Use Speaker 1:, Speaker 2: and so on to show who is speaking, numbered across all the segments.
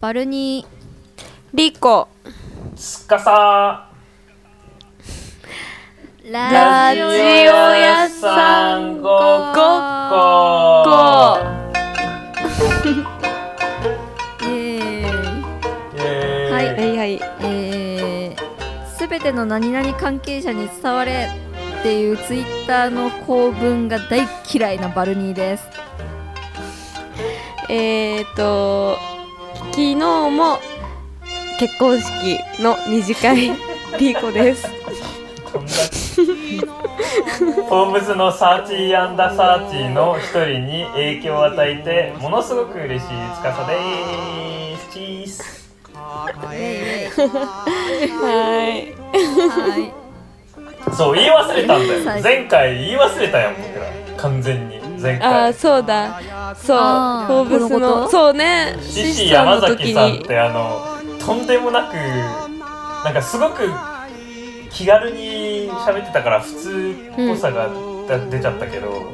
Speaker 1: バルニ
Speaker 2: リコ
Speaker 3: すかさ
Speaker 1: ーラジオ屋さんごっこ
Speaker 2: こ
Speaker 1: イエーイ
Speaker 3: イエーイ
Speaker 1: は
Speaker 2: うはいはい
Speaker 1: えー、すべての何々関係者に伝われっていうツイッターの構文が大嫌いなバルニーです
Speaker 2: えー、と昨日も結婚式の二次 会リコです
Speaker 3: こんなフォーブズのサーチーアンダーサーチーの一人に影響を与えてものすごく嬉しいつかさですチーズ
Speaker 1: イエーイ
Speaker 2: はい
Speaker 1: はい
Speaker 3: そう言い忘れたんだ
Speaker 1: 最
Speaker 3: よ
Speaker 1: 初
Speaker 3: 前回言い忘れたやん僕ら完全に前
Speaker 2: あー
Speaker 3: 回
Speaker 2: そうだそう
Speaker 1: あー
Speaker 2: フォーブス
Speaker 1: このこ
Speaker 2: の
Speaker 1: と
Speaker 2: そうね
Speaker 3: シシ
Speaker 2: さんの
Speaker 3: 山崎さんっ
Speaker 2: 時
Speaker 3: てあのとんでもなくなんかすごく気軽に喋ってたから普通っぽさが出ちゃったけど、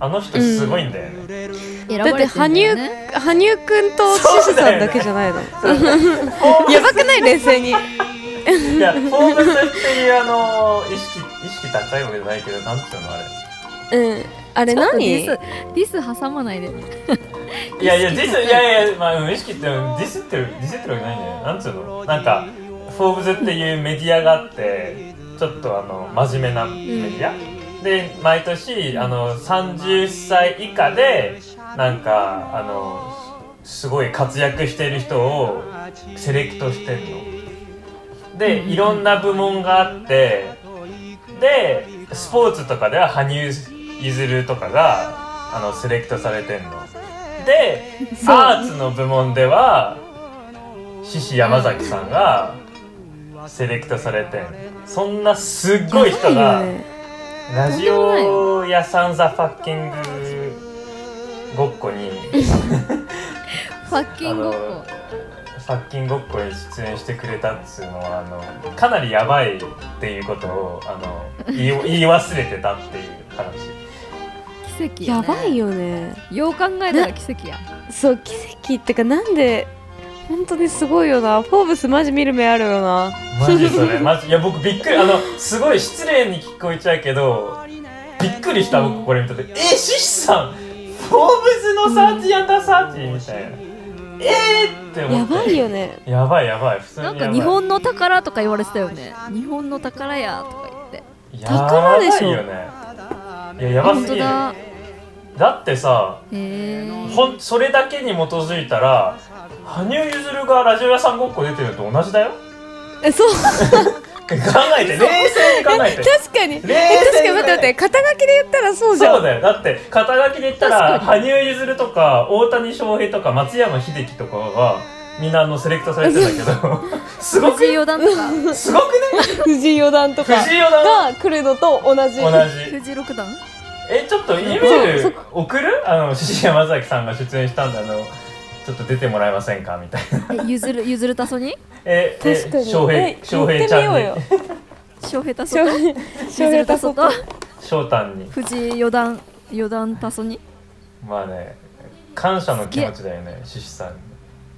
Speaker 3: あの人すごいんだよね、
Speaker 1: 選ば
Speaker 2: だって
Speaker 1: れてんだ
Speaker 2: 羽
Speaker 1: よ
Speaker 2: 生
Speaker 1: ね
Speaker 2: 羽生くんとシシさんだけじゃないの、やばくない冷静に
Speaker 3: いや、フォームスっていうあの意識意識高いわけじゃないけど、なんつうのあれ。
Speaker 2: うんあれ何
Speaker 1: ちょっとディスディス挟まないで
Speaker 3: いやいやディスいやいやまあうん意識ってディスってるディスってるわけないんだよ。なんつうのなんかフォーブスっていうメディアがあって、ちょっとあの真面目なメディア。で毎年あの30歳以下でなんかあのすごい活躍してる人をセレクトしてんの。でいろんな部門があってでスポーツとかでは羽生結弦とかがあのセレクトされてんの。で
Speaker 2: そう
Speaker 3: アーツの部門では獅子山崎さんがセレクトされてんそんなすっごい人が。ラジオ屋さんザファッキングごっこに
Speaker 1: ファッキンごっ
Speaker 3: あの
Speaker 1: こ
Speaker 3: ファッキンごっこに出演してくれたっつうのはあのかなりやばいっていうことをあ の言い言い忘れてたっていう話
Speaker 1: 奇跡
Speaker 2: や
Speaker 1: よね
Speaker 2: ばいよね
Speaker 1: よう考えたら奇跡や
Speaker 2: そう奇跡ってかなんで本当にすごいよなフォーブスマジ見る目あるよな
Speaker 3: マジそれマジいや僕びっくりあのすごい失礼に聞こえちゃうけどびっくりした僕これ見た時えシシさんフォーブズのサーチアンダーサーチみたいなえー、って思
Speaker 2: や
Speaker 3: って
Speaker 2: ばいよね
Speaker 3: やばいやばい普通に
Speaker 1: な
Speaker 3: や
Speaker 1: ん
Speaker 3: ばい
Speaker 1: か日本の宝とか言われてたよね日本の宝やとか言って
Speaker 2: 宝でしょ
Speaker 3: やばいよねいややば
Speaker 1: 本
Speaker 3: す
Speaker 1: 当
Speaker 3: ぎる
Speaker 1: だ
Speaker 3: だってさ
Speaker 1: へえ
Speaker 3: ほんそれだけに基づいたら羽生結弦がラジオ屋さんごっこ出てるのと同じ だよ
Speaker 2: えそう
Speaker 3: 考えて冷静に考えて
Speaker 2: 確かに
Speaker 3: 冷静に
Speaker 2: え確かに待って待って肩書きで言ったらそうじゃん
Speaker 3: そうだよだって肩書きで言ったら
Speaker 1: 確
Speaker 3: 羽生結弦とか大谷翔平とか松山英樹とかがみんなあのセレクトされてたけ どすごく
Speaker 1: 藤井四段とか
Speaker 3: すごくね
Speaker 2: 藤井四段とか
Speaker 3: 藤井四段
Speaker 2: が来るのと同じ
Speaker 3: 同じ
Speaker 1: 藤井六段
Speaker 3: えちょっとイメー
Speaker 2: そう
Speaker 3: ル送るあの獅子山崎さんが出演したんだあのちょっと出てもらえませんかみたいな
Speaker 1: えゆずるゆずるたそに
Speaker 3: ええ
Speaker 2: 確かに
Speaker 3: 翔
Speaker 2: え
Speaker 3: 平翔平
Speaker 2: 言っ
Speaker 3: ち
Speaker 2: て
Speaker 3: ゃ
Speaker 2: みよ
Speaker 3: ん
Speaker 2: う
Speaker 3: に
Speaker 2: よ
Speaker 1: 翔平たそ
Speaker 2: 翔
Speaker 1: と
Speaker 2: 平
Speaker 1: ゆ
Speaker 2: 翔
Speaker 1: ず
Speaker 2: 平
Speaker 1: る
Speaker 2: た
Speaker 1: た
Speaker 2: そ
Speaker 1: そ
Speaker 2: こと
Speaker 3: 翔太に
Speaker 1: 藤井四段四段たそに
Speaker 3: まあね感謝の気持ちだよね獅子さんに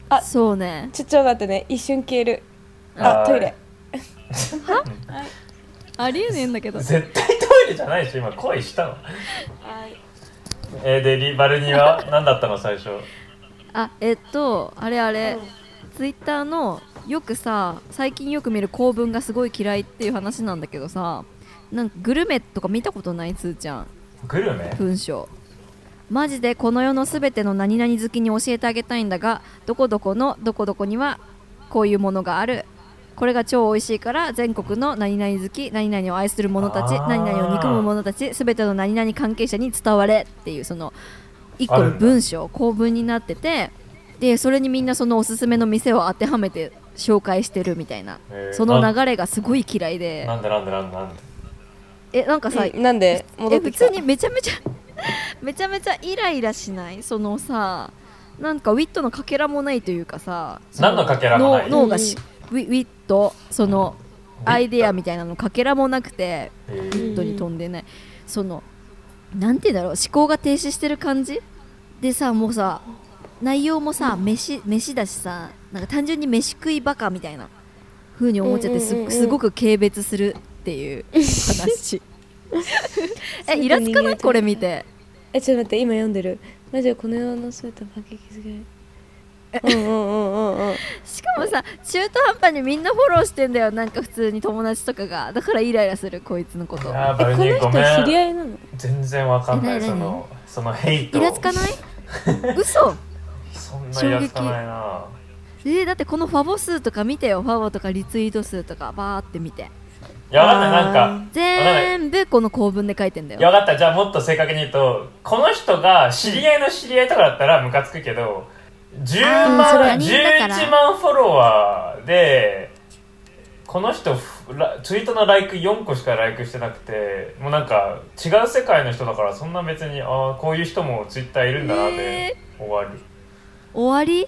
Speaker 2: あ
Speaker 1: そうね
Speaker 2: ちょっと待ってね一瞬消える
Speaker 3: は
Speaker 2: あ
Speaker 3: い
Speaker 2: トイレ
Speaker 1: ありえねえんだけど
Speaker 3: 絶対トイレじゃないでしょ今恋したのえー、でリバルニは何だったの最初
Speaker 1: あえっとあれあれツイッターのよくさ最近よく見る構文がすごい嫌いっていう話なんだけどさなんかグルメとか見たことないつーちゃん
Speaker 3: グルメ
Speaker 1: 文章マジでこの世のすべての何々好きに教えてあげたいんだがどこどこのどこどこにはこういうものがあるこれが超美味しいから全国の何々好き何々を愛する者たち
Speaker 3: あー
Speaker 1: 何々を憎む者たちすべての何々関係者に伝われっていうその一個
Speaker 3: あ
Speaker 1: の
Speaker 3: るんだ
Speaker 1: 文章構文になっててでそれにみんなそのおすすめの店を当てはめて紹介してるみたいな
Speaker 3: へー
Speaker 1: その流れがすごい嫌いで
Speaker 3: なんでなんでなんでなんで
Speaker 1: えなんかさ
Speaker 2: うんなんで戻ってきた
Speaker 1: え普通にめちゃめちゃ めちゃめちゃイライラしないそのさなんかウィットのかけらもないというかさそ
Speaker 3: 何のかけらもない
Speaker 1: 脳脳がしウィウィットそのアイデアみたいなのかけらもなくてウ
Speaker 3: えー
Speaker 1: ィットに飛んでないそのなんて言うんだろう思考が停止してる感じでさもうさ内容もさ飯飯だしさなんか単純に飯食いバカみたいな風に思っちゃってす,、
Speaker 2: うんうんうん
Speaker 1: すごく軽蔑するっていう 話えイラつかないこれ見て
Speaker 2: えちょっと待って今読んでるラジオこの世の全てをパンケーキ作れうんうんうんうんうん
Speaker 1: しかもさ中途半端にみんなフォローしてんだよなんか普通に友達とかがだからイライラするこいつのこと
Speaker 3: やー
Speaker 2: え
Speaker 3: バル
Speaker 2: こ
Speaker 3: ニー
Speaker 2: の
Speaker 3: ご
Speaker 2: 人
Speaker 3: め
Speaker 2: 知り
Speaker 3: ん
Speaker 2: 合いなの
Speaker 3: 全然わかんな
Speaker 1: え
Speaker 3: い
Speaker 1: 何
Speaker 3: そのそのヘイト
Speaker 1: イラつかない嘘
Speaker 3: そんなイラつかないな
Speaker 1: えー、だってこのファボ数とか見てよファボとかリツイート数とかバーって見て
Speaker 3: いやわかんないなんか
Speaker 1: 全部この構文で書いてんだ
Speaker 3: いや
Speaker 1: よ
Speaker 3: 分かったじゃあもっと正確に言うとこの人が知り合いの知り合いとかだったらムカつくけど10
Speaker 1: あーそれ
Speaker 3: 万
Speaker 1: 他人だから
Speaker 3: 11万フォロワーでこの人ふらツイートのライク4個しかライクしてなくてもうなんか違う世界の人だからそんな別にああこういう人もツイッターいるんだなって
Speaker 1: え
Speaker 3: 終わる、
Speaker 1: 終わり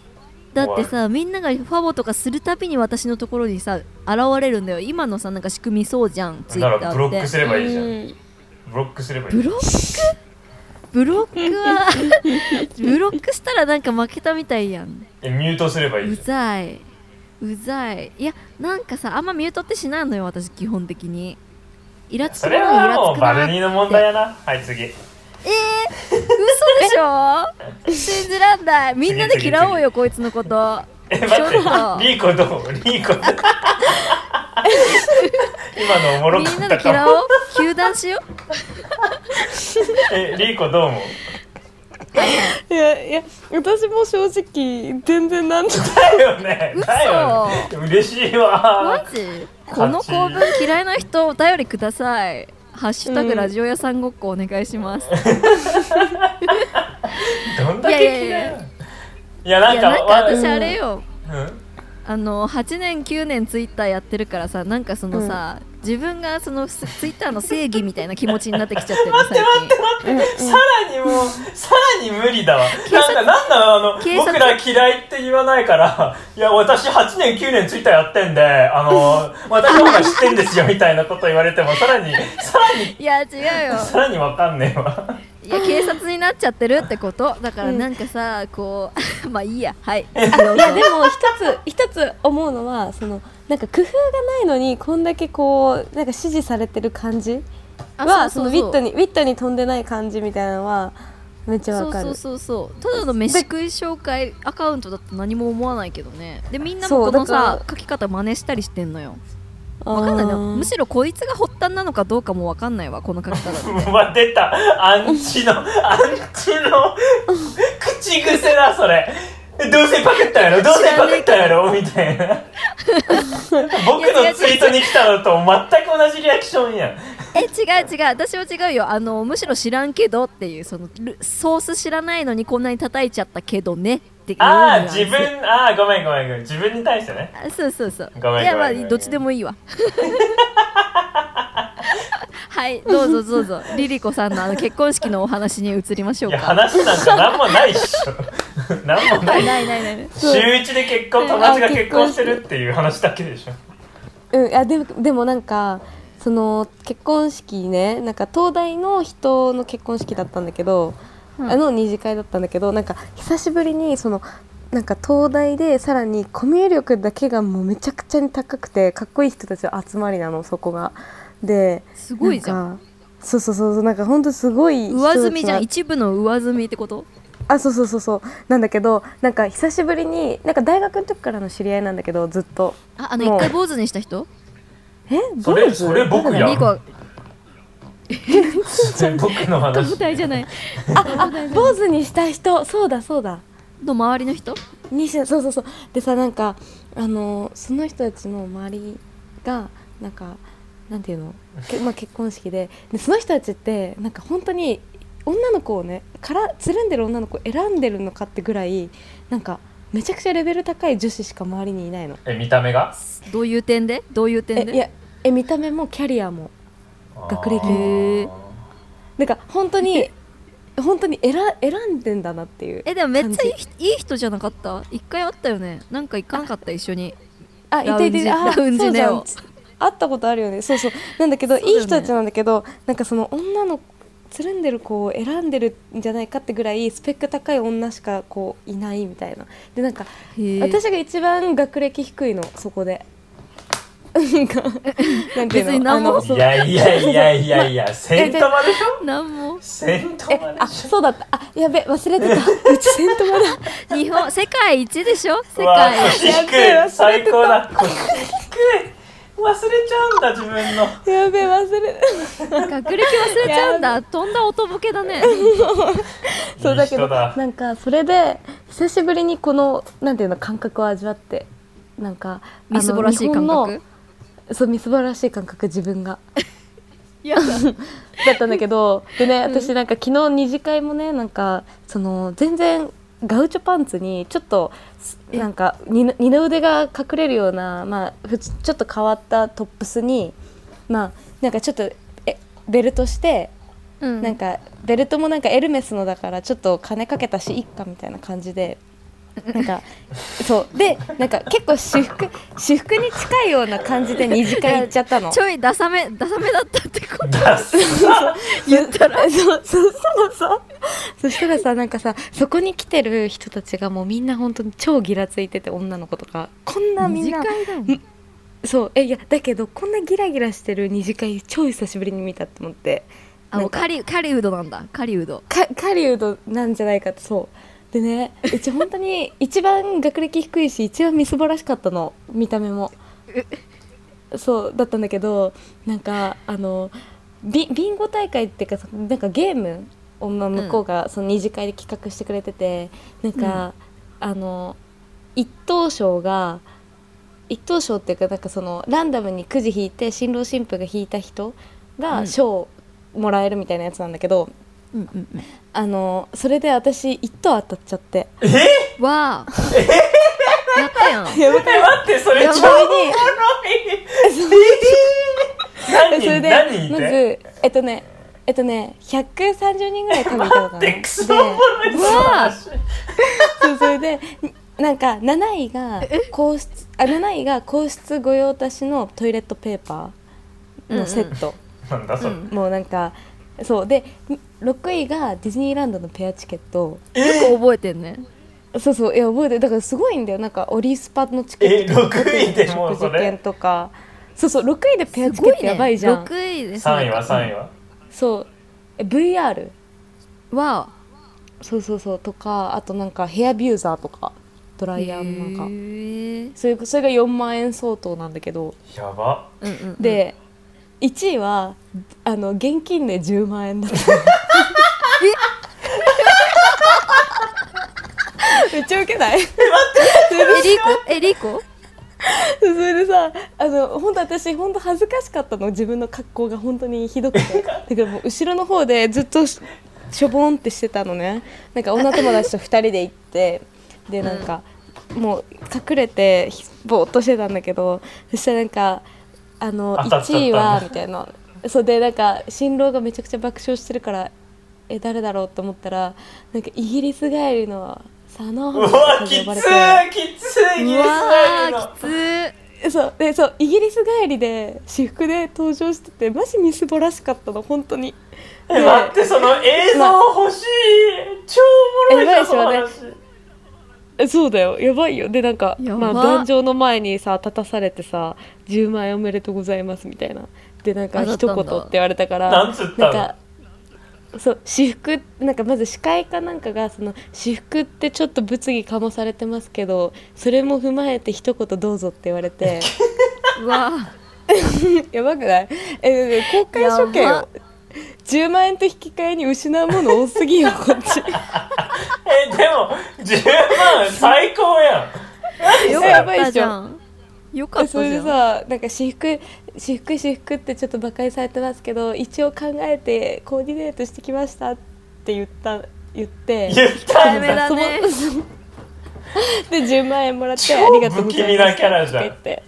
Speaker 1: だってさみんながファボとかするたびに私のところにさ現れるんだよ今のさなんか仕組みそうじゃんツイ
Speaker 3: だか
Speaker 1: ッタ
Speaker 3: らブロ
Speaker 1: ーっ
Speaker 3: ックす
Speaker 1: て
Speaker 3: ればいいじゃん、
Speaker 2: うん
Speaker 3: ブロックすればいい
Speaker 1: ブロックブロックは ブロックしたらなんか負けたみたいやん
Speaker 3: えミュートすればいいうじゃん
Speaker 1: ざいうざいいやなんかさあんまミュートってしないのよ私基本的にイラつ
Speaker 3: そ
Speaker 1: く
Speaker 3: れ
Speaker 1: ならイ
Speaker 3: は
Speaker 1: ラつ
Speaker 3: もう
Speaker 1: く
Speaker 3: バ
Speaker 1: な
Speaker 3: ルニーの問題やなはい次
Speaker 1: えー、嘘でしょ信じらんないみんなで嫌おうよこいつのこと
Speaker 3: え、待っ、
Speaker 1: ちょってと
Speaker 3: リーコどうリーコどう今のおもろ
Speaker 1: み
Speaker 3: か
Speaker 1: んな
Speaker 3: っ
Speaker 1: で
Speaker 3: たか
Speaker 1: 嫌お
Speaker 3: も
Speaker 1: う糾弾しよう
Speaker 3: え、リーコどうも
Speaker 2: いやいや私も正直全然なんと
Speaker 3: だよね
Speaker 1: 嘘
Speaker 3: だよね嬉しいわ
Speaker 1: マジこの構文嫌いな人お便りくださいハッシュタグ
Speaker 2: うん
Speaker 1: ラジオ屋さんごっこお願いします、
Speaker 3: どんだけ
Speaker 1: いやいやい
Speaker 3: 嫌い
Speaker 1: や
Speaker 3: いや、ない
Speaker 1: や
Speaker 3: んか
Speaker 1: なんか
Speaker 3: わ
Speaker 1: 私あれよ、
Speaker 3: うん
Speaker 1: あの8年9年ツイッターやってるからさなんかそのさ、自分がそのツイッターの正義みたいな気持ちになってき ちゃってる最近
Speaker 3: さらにもう、さらに無理だわ
Speaker 1: 警
Speaker 3: なん
Speaker 1: 察
Speaker 3: か、なんなのあの、
Speaker 1: 警察
Speaker 3: 僕ら嫌いって言わないからいや、私8年9年ツイッターやってんで あの、私の方が知ってんですよみたいなこと言われてもさらに、さらに
Speaker 1: いや違うよ
Speaker 3: さらにわかんねえわ
Speaker 1: いや警察になっちゃってるって ことだからなんかさ、こう まあいいやはいどう
Speaker 2: い
Speaker 1: ぞ
Speaker 2: やでも一つ一つ思うのはそのなんか工夫がないのにこんだけこうなんか支持されてる感じ
Speaker 1: あ
Speaker 2: は
Speaker 1: そ
Speaker 2: そうの
Speaker 1: そ
Speaker 2: ウ
Speaker 1: う
Speaker 2: ィ
Speaker 1: そう
Speaker 2: ットにウィットに飛んでない感じみたいなのはめっちゃ
Speaker 1: そ
Speaker 2: わ
Speaker 1: う
Speaker 2: か
Speaker 1: そ
Speaker 2: る
Speaker 1: うそうそうただの飯食い紹介アカウントだって何も思わないけどねでみんなも
Speaker 2: そ
Speaker 1: こ
Speaker 2: う
Speaker 1: の
Speaker 2: だ
Speaker 1: さ書
Speaker 2: か
Speaker 1: き方真似したりしてんのよ
Speaker 2: わ
Speaker 1: わかんないのむしろこいつが発端なのかどうかもわかんないわこの書き方
Speaker 3: う わ出たアンチのアンチの口癖だそれどうせパクったやろどうせパクったやろみたいな僕のツイートに来たのと全く同じリアクションやん
Speaker 1: え違う違う私は違うよあのむしろ知らんけどっていうそのルソース知らないのにこんなに叩いちゃったけどねっていうニュ
Speaker 3: ああ
Speaker 1: アンス
Speaker 3: 自分ああごめんごめんごめん自分に対してね
Speaker 1: あそうそうそう
Speaker 3: ごめん
Speaker 1: いやま
Speaker 3: ごめんごめ
Speaker 1: あ
Speaker 3: ん
Speaker 1: どっちでもいいわ はいどうぞどうぞリリコさんのあの結婚式のお話に移りましょ
Speaker 3: いうや
Speaker 1: か
Speaker 3: 話なんか何もないっし ょ何もな
Speaker 1: ないいないないない
Speaker 3: 週一で結婚友達が結婚してるっていう話だけでしょ
Speaker 2: うんあでもでもなんかその結婚式ねなんか東大の人の結婚式だったんだけど、
Speaker 1: うん
Speaker 2: あの二次会だったんだけどなんか久しぶりにそのなんか東大でさらにコミュ力だけがもうめちゃくちゃに高くてかっこいい人たちの集まりなのそこが。です
Speaker 1: すごいじゃん
Speaker 2: んかそうそうそうそうなんか本当すごい人
Speaker 1: 上
Speaker 2: たちが
Speaker 1: 積みじゃん一部の上積みってこと
Speaker 2: あそうそうそうそうなんだけどなんか久しぶりになんか大学の時からの知り合いなんだけどずっと
Speaker 1: ああの
Speaker 2: もう
Speaker 1: 一回坊主にした人
Speaker 2: え
Speaker 3: それ
Speaker 2: 坊主
Speaker 3: それ僕や
Speaker 1: リリコ
Speaker 3: ん
Speaker 1: は
Speaker 3: 僕の話
Speaker 1: 舞台じゃない
Speaker 2: あ坊主にした人そうだそうだ
Speaker 1: の周りの人
Speaker 2: にしそうそうそうでさなんかあのその人たちの周りがなんかなんていうのけ、まあ、結婚式ででその人たちってなんか本当に女の子をねからつるんでる女の子を選んでるのかってぐらいなんかめちゃくちゃレベル高い女子しか周りにいないの。
Speaker 3: え見た目が
Speaker 1: どういう点でどういう
Speaker 2: え
Speaker 1: 点
Speaker 2: い
Speaker 1: で
Speaker 2: やえ見た目もキャリアも学歴
Speaker 3: あー
Speaker 1: へー
Speaker 2: なんか本当に本当に選選んでんだなっていう
Speaker 1: えでもめっちゃいい人いい人じゃなかった一回あったよねなんか行かなかった一緒に
Speaker 2: あいていていて
Speaker 1: ラウンジ
Speaker 2: あ
Speaker 1: ラウンジネオ
Speaker 2: そうじゃん会ったことあるよねそうそうなんだけど
Speaker 1: そうだよね
Speaker 2: いい人たちなんだけどなんかその女のつるんでる子を選んでるんじゃないかってぐらいスペック高い女しかこういないみたいなでなんか
Speaker 1: へえ
Speaker 2: 私が一番学歴低いのそこでなんかなんていうの
Speaker 1: 別に何も
Speaker 2: あのそう
Speaker 3: いやいやいやいやいや、セントマでしょ
Speaker 1: なんも
Speaker 3: セント
Speaker 2: え
Speaker 3: マで
Speaker 2: あ
Speaker 3: しょ
Speaker 2: そうだったあやべ忘れ てたうちセントマ だ
Speaker 1: 日本世界一でしょ世
Speaker 3: うわ
Speaker 1: 界
Speaker 3: 腰
Speaker 2: やべ
Speaker 3: 低
Speaker 2: え忘れてた
Speaker 3: い最高だ腰低い忘れちゃうんだ自分の
Speaker 2: やべ忘れ
Speaker 1: 学歴忘れちゃうんだ飛んだ音ボケだね
Speaker 2: そうだけ
Speaker 3: い
Speaker 2: ど
Speaker 3: い人だ
Speaker 2: なんかそれで久しぶりにこのなんていうの感覚を味わってなんか
Speaker 1: みすぼらしい
Speaker 2: あの
Speaker 1: 感
Speaker 2: 日本の
Speaker 1: 覚
Speaker 2: そうみすぼらしい感覚自分が
Speaker 1: いや
Speaker 2: だったんだけ どでね私なんか昨日二次会もねなんかその全然ガウチョパンツにちょっとすなんか二の二の腕が隠れるような、まあ、ふちちょっと変わったトップスに、まあ、なんかちょっとえベルトして
Speaker 1: うん
Speaker 2: なんかベルトもなんかエルメスのだからちょっと金かけたしいっかみたいな感じでなんかそうでなんか結構私服私服に近いような感じで二次会行っ ちゃったの。
Speaker 1: ちょいダサめダサめだったってこと
Speaker 3: ダサ
Speaker 2: 言ったら そうそしたらさそしたらさなんかさそこに来てる人たちがもうみんな本当に超ギラついてて女の子とかこんなみんな
Speaker 1: 短いだもん
Speaker 2: そうえいやだけどこんなギラギラしてる二次会超久しぶりに見たって思って
Speaker 1: あもう
Speaker 2: なんか
Speaker 1: カリカリウドなんだカリウド
Speaker 2: か狩人なんじゃないかとそうでねうち本当に一番学歴低いし一番みすぼらしかったの見た目もそうだったんだけどなんかあのビビンゴ大会っていうかそなんかゲームをまあ向こうがその二次会で企画してくれてて、なんか、あの一等賞が一等賞っていうかなんかそのランダムにくじ引いて新郎新婦が引いた人
Speaker 1: う
Speaker 2: が
Speaker 1: ん
Speaker 2: 賞をもらえるみたいなやつなんだけど、
Speaker 1: うんうんうん
Speaker 2: あのそれで私一等当たっちゃって
Speaker 3: え
Speaker 1: わあやったやん
Speaker 2: や ば
Speaker 3: え待ってそれ超おもろい何
Speaker 2: それ
Speaker 3: 人
Speaker 2: で
Speaker 3: 何人い
Speaker 2: ま
Speaker 3: て
Speaker 2: ずえっとねえっとね130人ぐらい食べたのかな
Speaker 3: でクソおもろい
Speaker 2: で
Speaker 3: 素晴らしい
Speaker 2: そうそれでなんか7位が皇室あ7位が皇室御用達のトイレットペーパーのセット、
Speaker 3: なんだそれ
Speaker 1: うん
Speaker 2: もうなんかそうで6位がディズニーランドのペアチケット
Speaker 1: よく覚えてんね
Speaker 2: そうそういや覚えてるだからすごいんだよなんかオリスパのチケットとか
Speaker 3: え6位でもうそれ
Speaker 2: 食事券とかそうそう6位でペア
Speaker 1: す
Speaker 2: チケ
Speaker 1: ご
Speaker 2: ッ
Speaker 1: い
Speaker 2: ト
Speaker 1: ね
Speaker 2: やばいじゃん、
Speaker 1: 6位です
Speaker 3: 3位は3位は
Speaker 2: そうえ VR
Speaker 1: わあ
Speaker 2: そうそうそうとかあとなんかヘアビューザーとかドライヤーもなんか、
Speaker 1: へえ
Speaker 2: それそれが4万円相当なんだけど
Speaker 3: やば
Speaker 1: うんうんうん
Speaker 2: で、1位はあの現金で10万円だった めっちゃウケない
Speaker 1: え リコえリコ
Speaker 2: それでさあの本当私本当恥ずかしかったの自分の格好が本当にひどく てだからもう後ろの方でずっとししょぼんってしてたのねなんか女友達と2人で行ってでなんか、もう隠れてひぼーっとしてたんだけどそしたらなんかあの
Speaker 3: 当たっちゃったんだ
Speaker 2: 1位はみたいなそうでなんか新郎がめちゃくちゃ爆笑してるからえ誰だろうと思ったらなんかイギリス帰りの佐野
Speaker 3: う
Speaker 2: 花
Speaker 3: わ
Speaker 2: とか
Speaker 3: きつい
Speaker 2: 呼ばれて。
Speaker 3: きついイ
Speaker 1: う
Speaker 3: ギリス帰り
Speaker 1: わ
Speaker 3: の
Speaker 1: ーきつ
Speaker 2: そうでそうイギリス帰りで私服で登場しててマジみすぼらしかったの本当に
Speaker 3: え待ってその映像欲しい超おもろいじゃんその
Speaker 2: やばいで
Speaker 3: 話
Speaker 2: えそうだよやばいよでなんか、
Speaker 1: や
Speaker 2: ま
Speaker 1: ば
Speaker 2: あ、壇上の前にさ立たされてさ「10万円おめでとうございます」みたいなでなんか
Speaker 1: あだ
Speaker 2: 一
Speaker 1: ったん
Speaker 2: 言
Speaker 1: だ
Speaker 2: って言われたから
Speaker 3: なんつった
Speaker 2: な
Speaker 3: の
Speaker 2: んかそう私服なんかまず司会かなんかがその私服ってちょっと物議かもされてますけどそれも踏まえて一言どうぞって言われて
Speaker 1: うわ
Speaker 2: やばくないええ公開処刑
Speaker 1: やば
Speaker 2: を10万円と引き換えに失うもの多 すぎよこっち
Speaker 3: えでも10万最高 やん
Speaker 1: ーよか
Speaker 2: や
Speaker 1: っ
Speaker 2: ばい
Speaker 1: た
Speaker 2: っ
Speaker 1: じ
Speaker 2: し
Speaker 1: ゃ
Speaker 2: ょ
Speaker 1: んよかっ
Speaker 2: そ
Speaker 1: た
Speaker 2: れ
Speaker 1: じ
Speaker 2: で
Speaker 1: ゃん
Speaker 2: さなんか私服私服私服ってちょっと馬鹿にされてますけど一応考えてコーディネートしてきましたって言った言って
Speaker 3: 言った
Speaker 1: ダメだね
Speaker 2: そので10万円もらって
Speaker 3: 超
Speaker 2: ありがとう
Speaker 3: 不
Speaker 2: ございま
Speaker 3: 気味な
Speaker 2: す
Speaker 3: キャラじゃん
Speaker 2: とか言って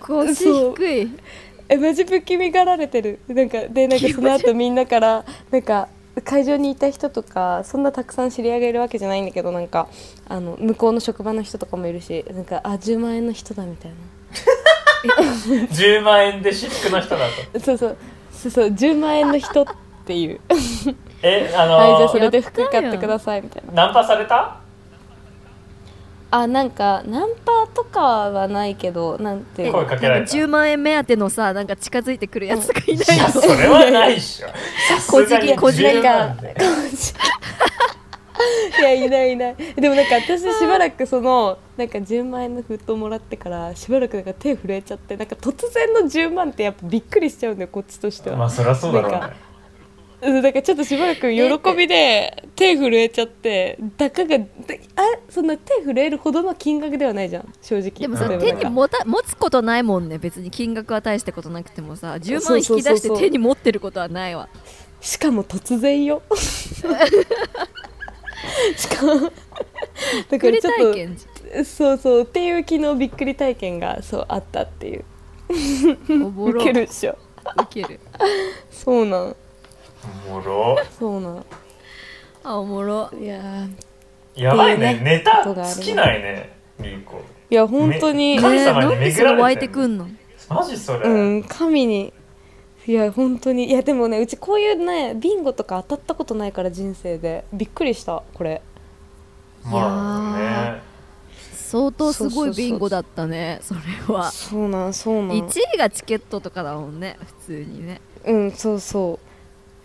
Speaker 1: 腰
Speaker 2: そう
Speaker 1: 低い
Speaker 2: えマジ不気味がられてるなんかでなんかその後みんなからなんか会場にいた人とかそんなたくさん知り合いがいるわけじゃないんだけどなんかあの向こうの職場の人とかもいるしなんかあ10万円の人だみたい
Speaker 3: 10万円で私服の人だと
Speaker 2: なそうそうそうそう10万円の人っていう
Speaker 3: えあ
Speaker 2: はいじゃあ
Speaker 3: の
Speaker 2: それで服
Speaker 1: やったよ
Speaker 2: 買ってくださいみたいな
Speaker 3: ナンパされた
Speaker 2: あなんかナンパとかはないけどなんていう
Speaker 3: 声
Speaker 2: の
Speaker 3: かけられた
Speaker 1: 10万円目当てのさなんか近づいてくるやつとかいない
Speaker 3: いやそれはないっしょさすがに
Speaker 1: こじ
Speaker 2: き
Speaker 3: 10万
Speaker 2: こじ
Speaker 3: で
Speaker 2: いやいないいないでもなんか私しばらくそのなんか10万円の封筒もらってからしばらくなんか手震えちゃってなんか突然の10万ってやっぱびっくりしちゃうんだよこっちとしては、
Speaker 3: まあそりゃそうだろう
Speaker 2: なん
Speaker 3: ね
Speaker 2: かうんだからちょっとしばらく喜びで手震えちゃってだかがであそんな手震えるほどの金額ではないじゃん正直
Speaker 1: でもさ
Speaker 2: 例えば
Speaker 1: 手
Speaker 2: なん
Speaker 1: に
Speaker 2: か
Speaker 1: 持た持つことないもんね別に金額は大したことなくてもさ10
Speaker 2: そ
Speaker 1: 万
Speaker 2: うそ
Speaker 1: 引
Speaker 2: う
Speaker 1: き
Speaker 2: そう
Speaker 1: 出し
Speaker 2: そ
Speaker 1: て
Speaker 2: う
Speaker 1: 手に持ってることはないわ
Speaker 2: しかも突 然よしかもだ
Speaker 1: 作
Speaker 2: から
Speaker 1: り
Speaker 2: ちょ
Speaker 1: 体
Speaker 2: っ
Speaker 1: 験じ
Speaker 2: とそうそうっていう昨日びっくり体験がそうあったっていう
Speaker 1: ゃんおぼろ
Speaker 2: ウケるっしょ
Speaker 1: ウケる
Speaker 2: そうなん
Speaker 3: おもろ
Speaker 2: そうなん
Speaker 1: あおもろ
Speaker 2: いやー
Speaker 3: やばい
Speaker 2: っ
Speaker 3: ね
Speaker 2: ていうね
Speaker 3: ネタ
Speaker 2: ことがある
Speaker 3: 尽きないねリーコ
Speaker 2: いや本当に、
Speaker 3: 神
Speaker 1: ねえ
Speaker 3: 様に
Speaker 1: な
Speaker 3: 恵られてんの
Speaker 1: んでそれ湧いてくんの
Speaker 3: マジそれ、
Speaker 2: うん神にいや本当にいやでもねうちこういうねビンゴとか当たったことないから人生でびっくりしたこれ
Speaker 3: ま
Speaker 1: いや
Speaker 3: あね
Speaker 1: 相当すごいビンゴだったねそれは
Speaker 2: そうなんそうなん
Speaker 1: 1位がチケットとかだもんね普通にね
Speaker 2: うんそうそうウ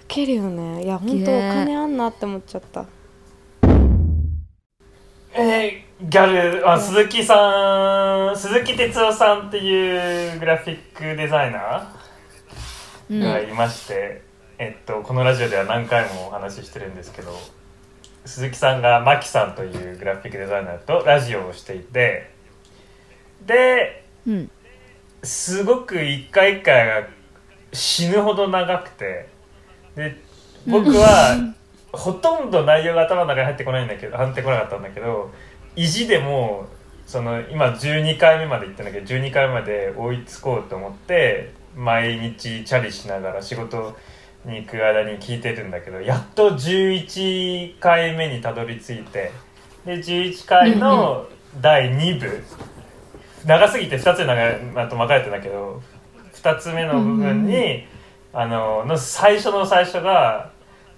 Speaker 2: ケるよねいや本当お金あんなって思っちゃった
Speaker 3: えーギャルあ鈴木さん鈴木哲夫さんっていうグラフィックデザイナ
Speaker 1: う
Speaker 3: ーが
Speaker 1: ん
Speaker 3: いまして、えっと、このラジオでは何回もお話ししてるんですけど鈴木さんがマキさんというグラフィックデザイナーとラジオをしていてで
Speaker 1: うん
Speaker 3: すごく一回一回が死ぬほど長くてで僕はほとんど内容が頭の中に入ってこないんだけど入ってこなかったんだけど意地でもその今12回目まで行ったんだけど12回目まで追いつこうと思って毎日チャリしながら仕事に行く間に聞いてるんだけどやっと11回目にたどり着いてで11回の第2部、長すぎて2つに長いまと分かれてんだけど2つ目の部分に、
Speaker 1: う
Speaker 3: あのの最初の最初が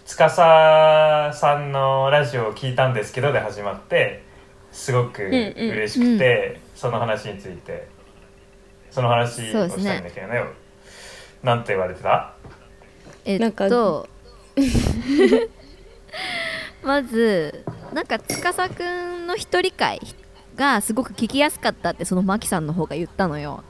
Speaker 3: 司さんのラジオを聞いたんですけどで始まってすごく嬉しくて、その話についてその話を
Speaker 1: そうで
Speaker 3: し
Speaker 1: すね
Speaker 3: たいんだけどねなんて言われてた
Speaker 1: え
Speaker 2: な
Speaker 1: っ
Speaker 2: んか
Speaker 1: と まずなんか司くんの一人会がすごく聞きやすかったってそのマキさんの方が言ったのよ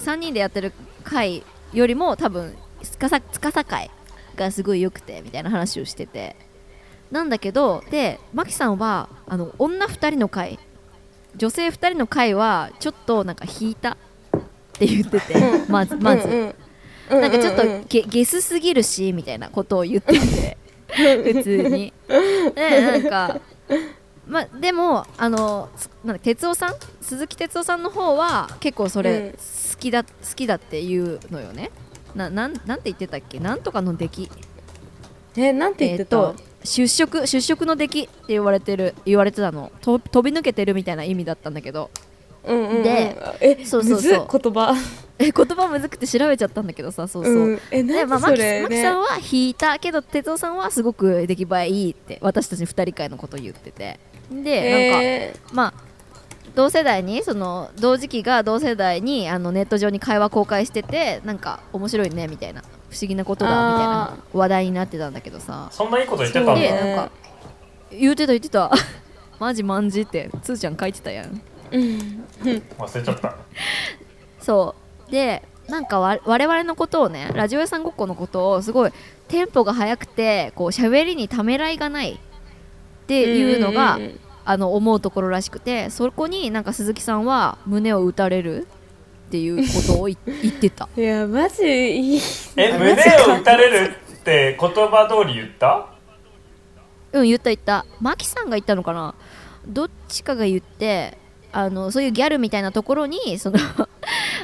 Speaker 1: 3人でやってる会よりも多分司司会がすごい良くてみたいな話をしててなんだけどでマキさんはあの女2人の会女性2人の会はちょっとなんか引いたって言 っててまずまず
Speaker 2: う。んうん、
Speaker 1: なんかちょっと
Speaker 2: うんうんうん
Speaker 1: ゲゲスすぎるしみたいなことを言って て普通に。でなんかまあでもあのつなんだ哲夫さん鈴木哲夫さんの方は結構そ
Speaker 2: うん
Speaker 1: れ好きだ、好きだっていうのよね。ななんなんて言ってたっけなんとかの出来
Speaker 2: えなんて言ってた、
Speaker 1: えーと出色出色の出来って言われてる言われてたのと飛び抜けてるみたいな意味だったんだけど
Speaker 2: うんうんうん
Speaker 1: で
Speaker 2: え
Speaker 1: そうそうそう
Speaker 2: むずっ言葉
Speaker 1: え言葉むずくて調べちゃったんだけどさそうそう、
Speaker 2: ん、え
Speaker 1: で
Speaker 2: なん
Speaker 1: まあ、マ
Speaker 2: でそ
Speaker 1: キ
Speaker 2: れ、ね、
Speaker 1: マキさんは引いたけど哲夫さんはすごく出来栄えいいって私たち二人会のことを言っててで、なんか
Speaker 2: え
Speaker 1: まあ同世代にその同時期が同世代にあのネット上に会話公開しててなんか面白いねみたいな不思議なことだ
Speaker 2: あー
Speaker 1: みたいな話題になってたんだけどさ
Speaker 3: そんないいこと言ってたん
Speaker 2: そ
Speaker 3: だ、
Speaker 2: う
Speaker 1: で
Speaker 2: ね
Speaker 1: なんか言ってた言ってた マジマンジってつーちゃん書いてたやん
Speaker 2: ーうん
Speaker 3: 忘れちゃった
Speaker 1: そうでなんかわ我々のことをねラジオ屋さんごっこのことをすごいテンポが速くてこう喋りにためらいがないっていうのが、
Speaker 2: んんん
Speaker 1: あの思うところらしくてそこになんか鈴木さんは胸を打たれるっていうことをい言ってた
Speaker 2: いやマジいい
Speaker 3: え
Speaker 2: あ
Speaker 3: 胸
Speaker 2: マジか
Speaker 3: を打たれるって言葉通り言った
Speaker 1: うん言った言ったマキさんが言ったのかなどっちかが言ってあのそういうギャルみたいなところにその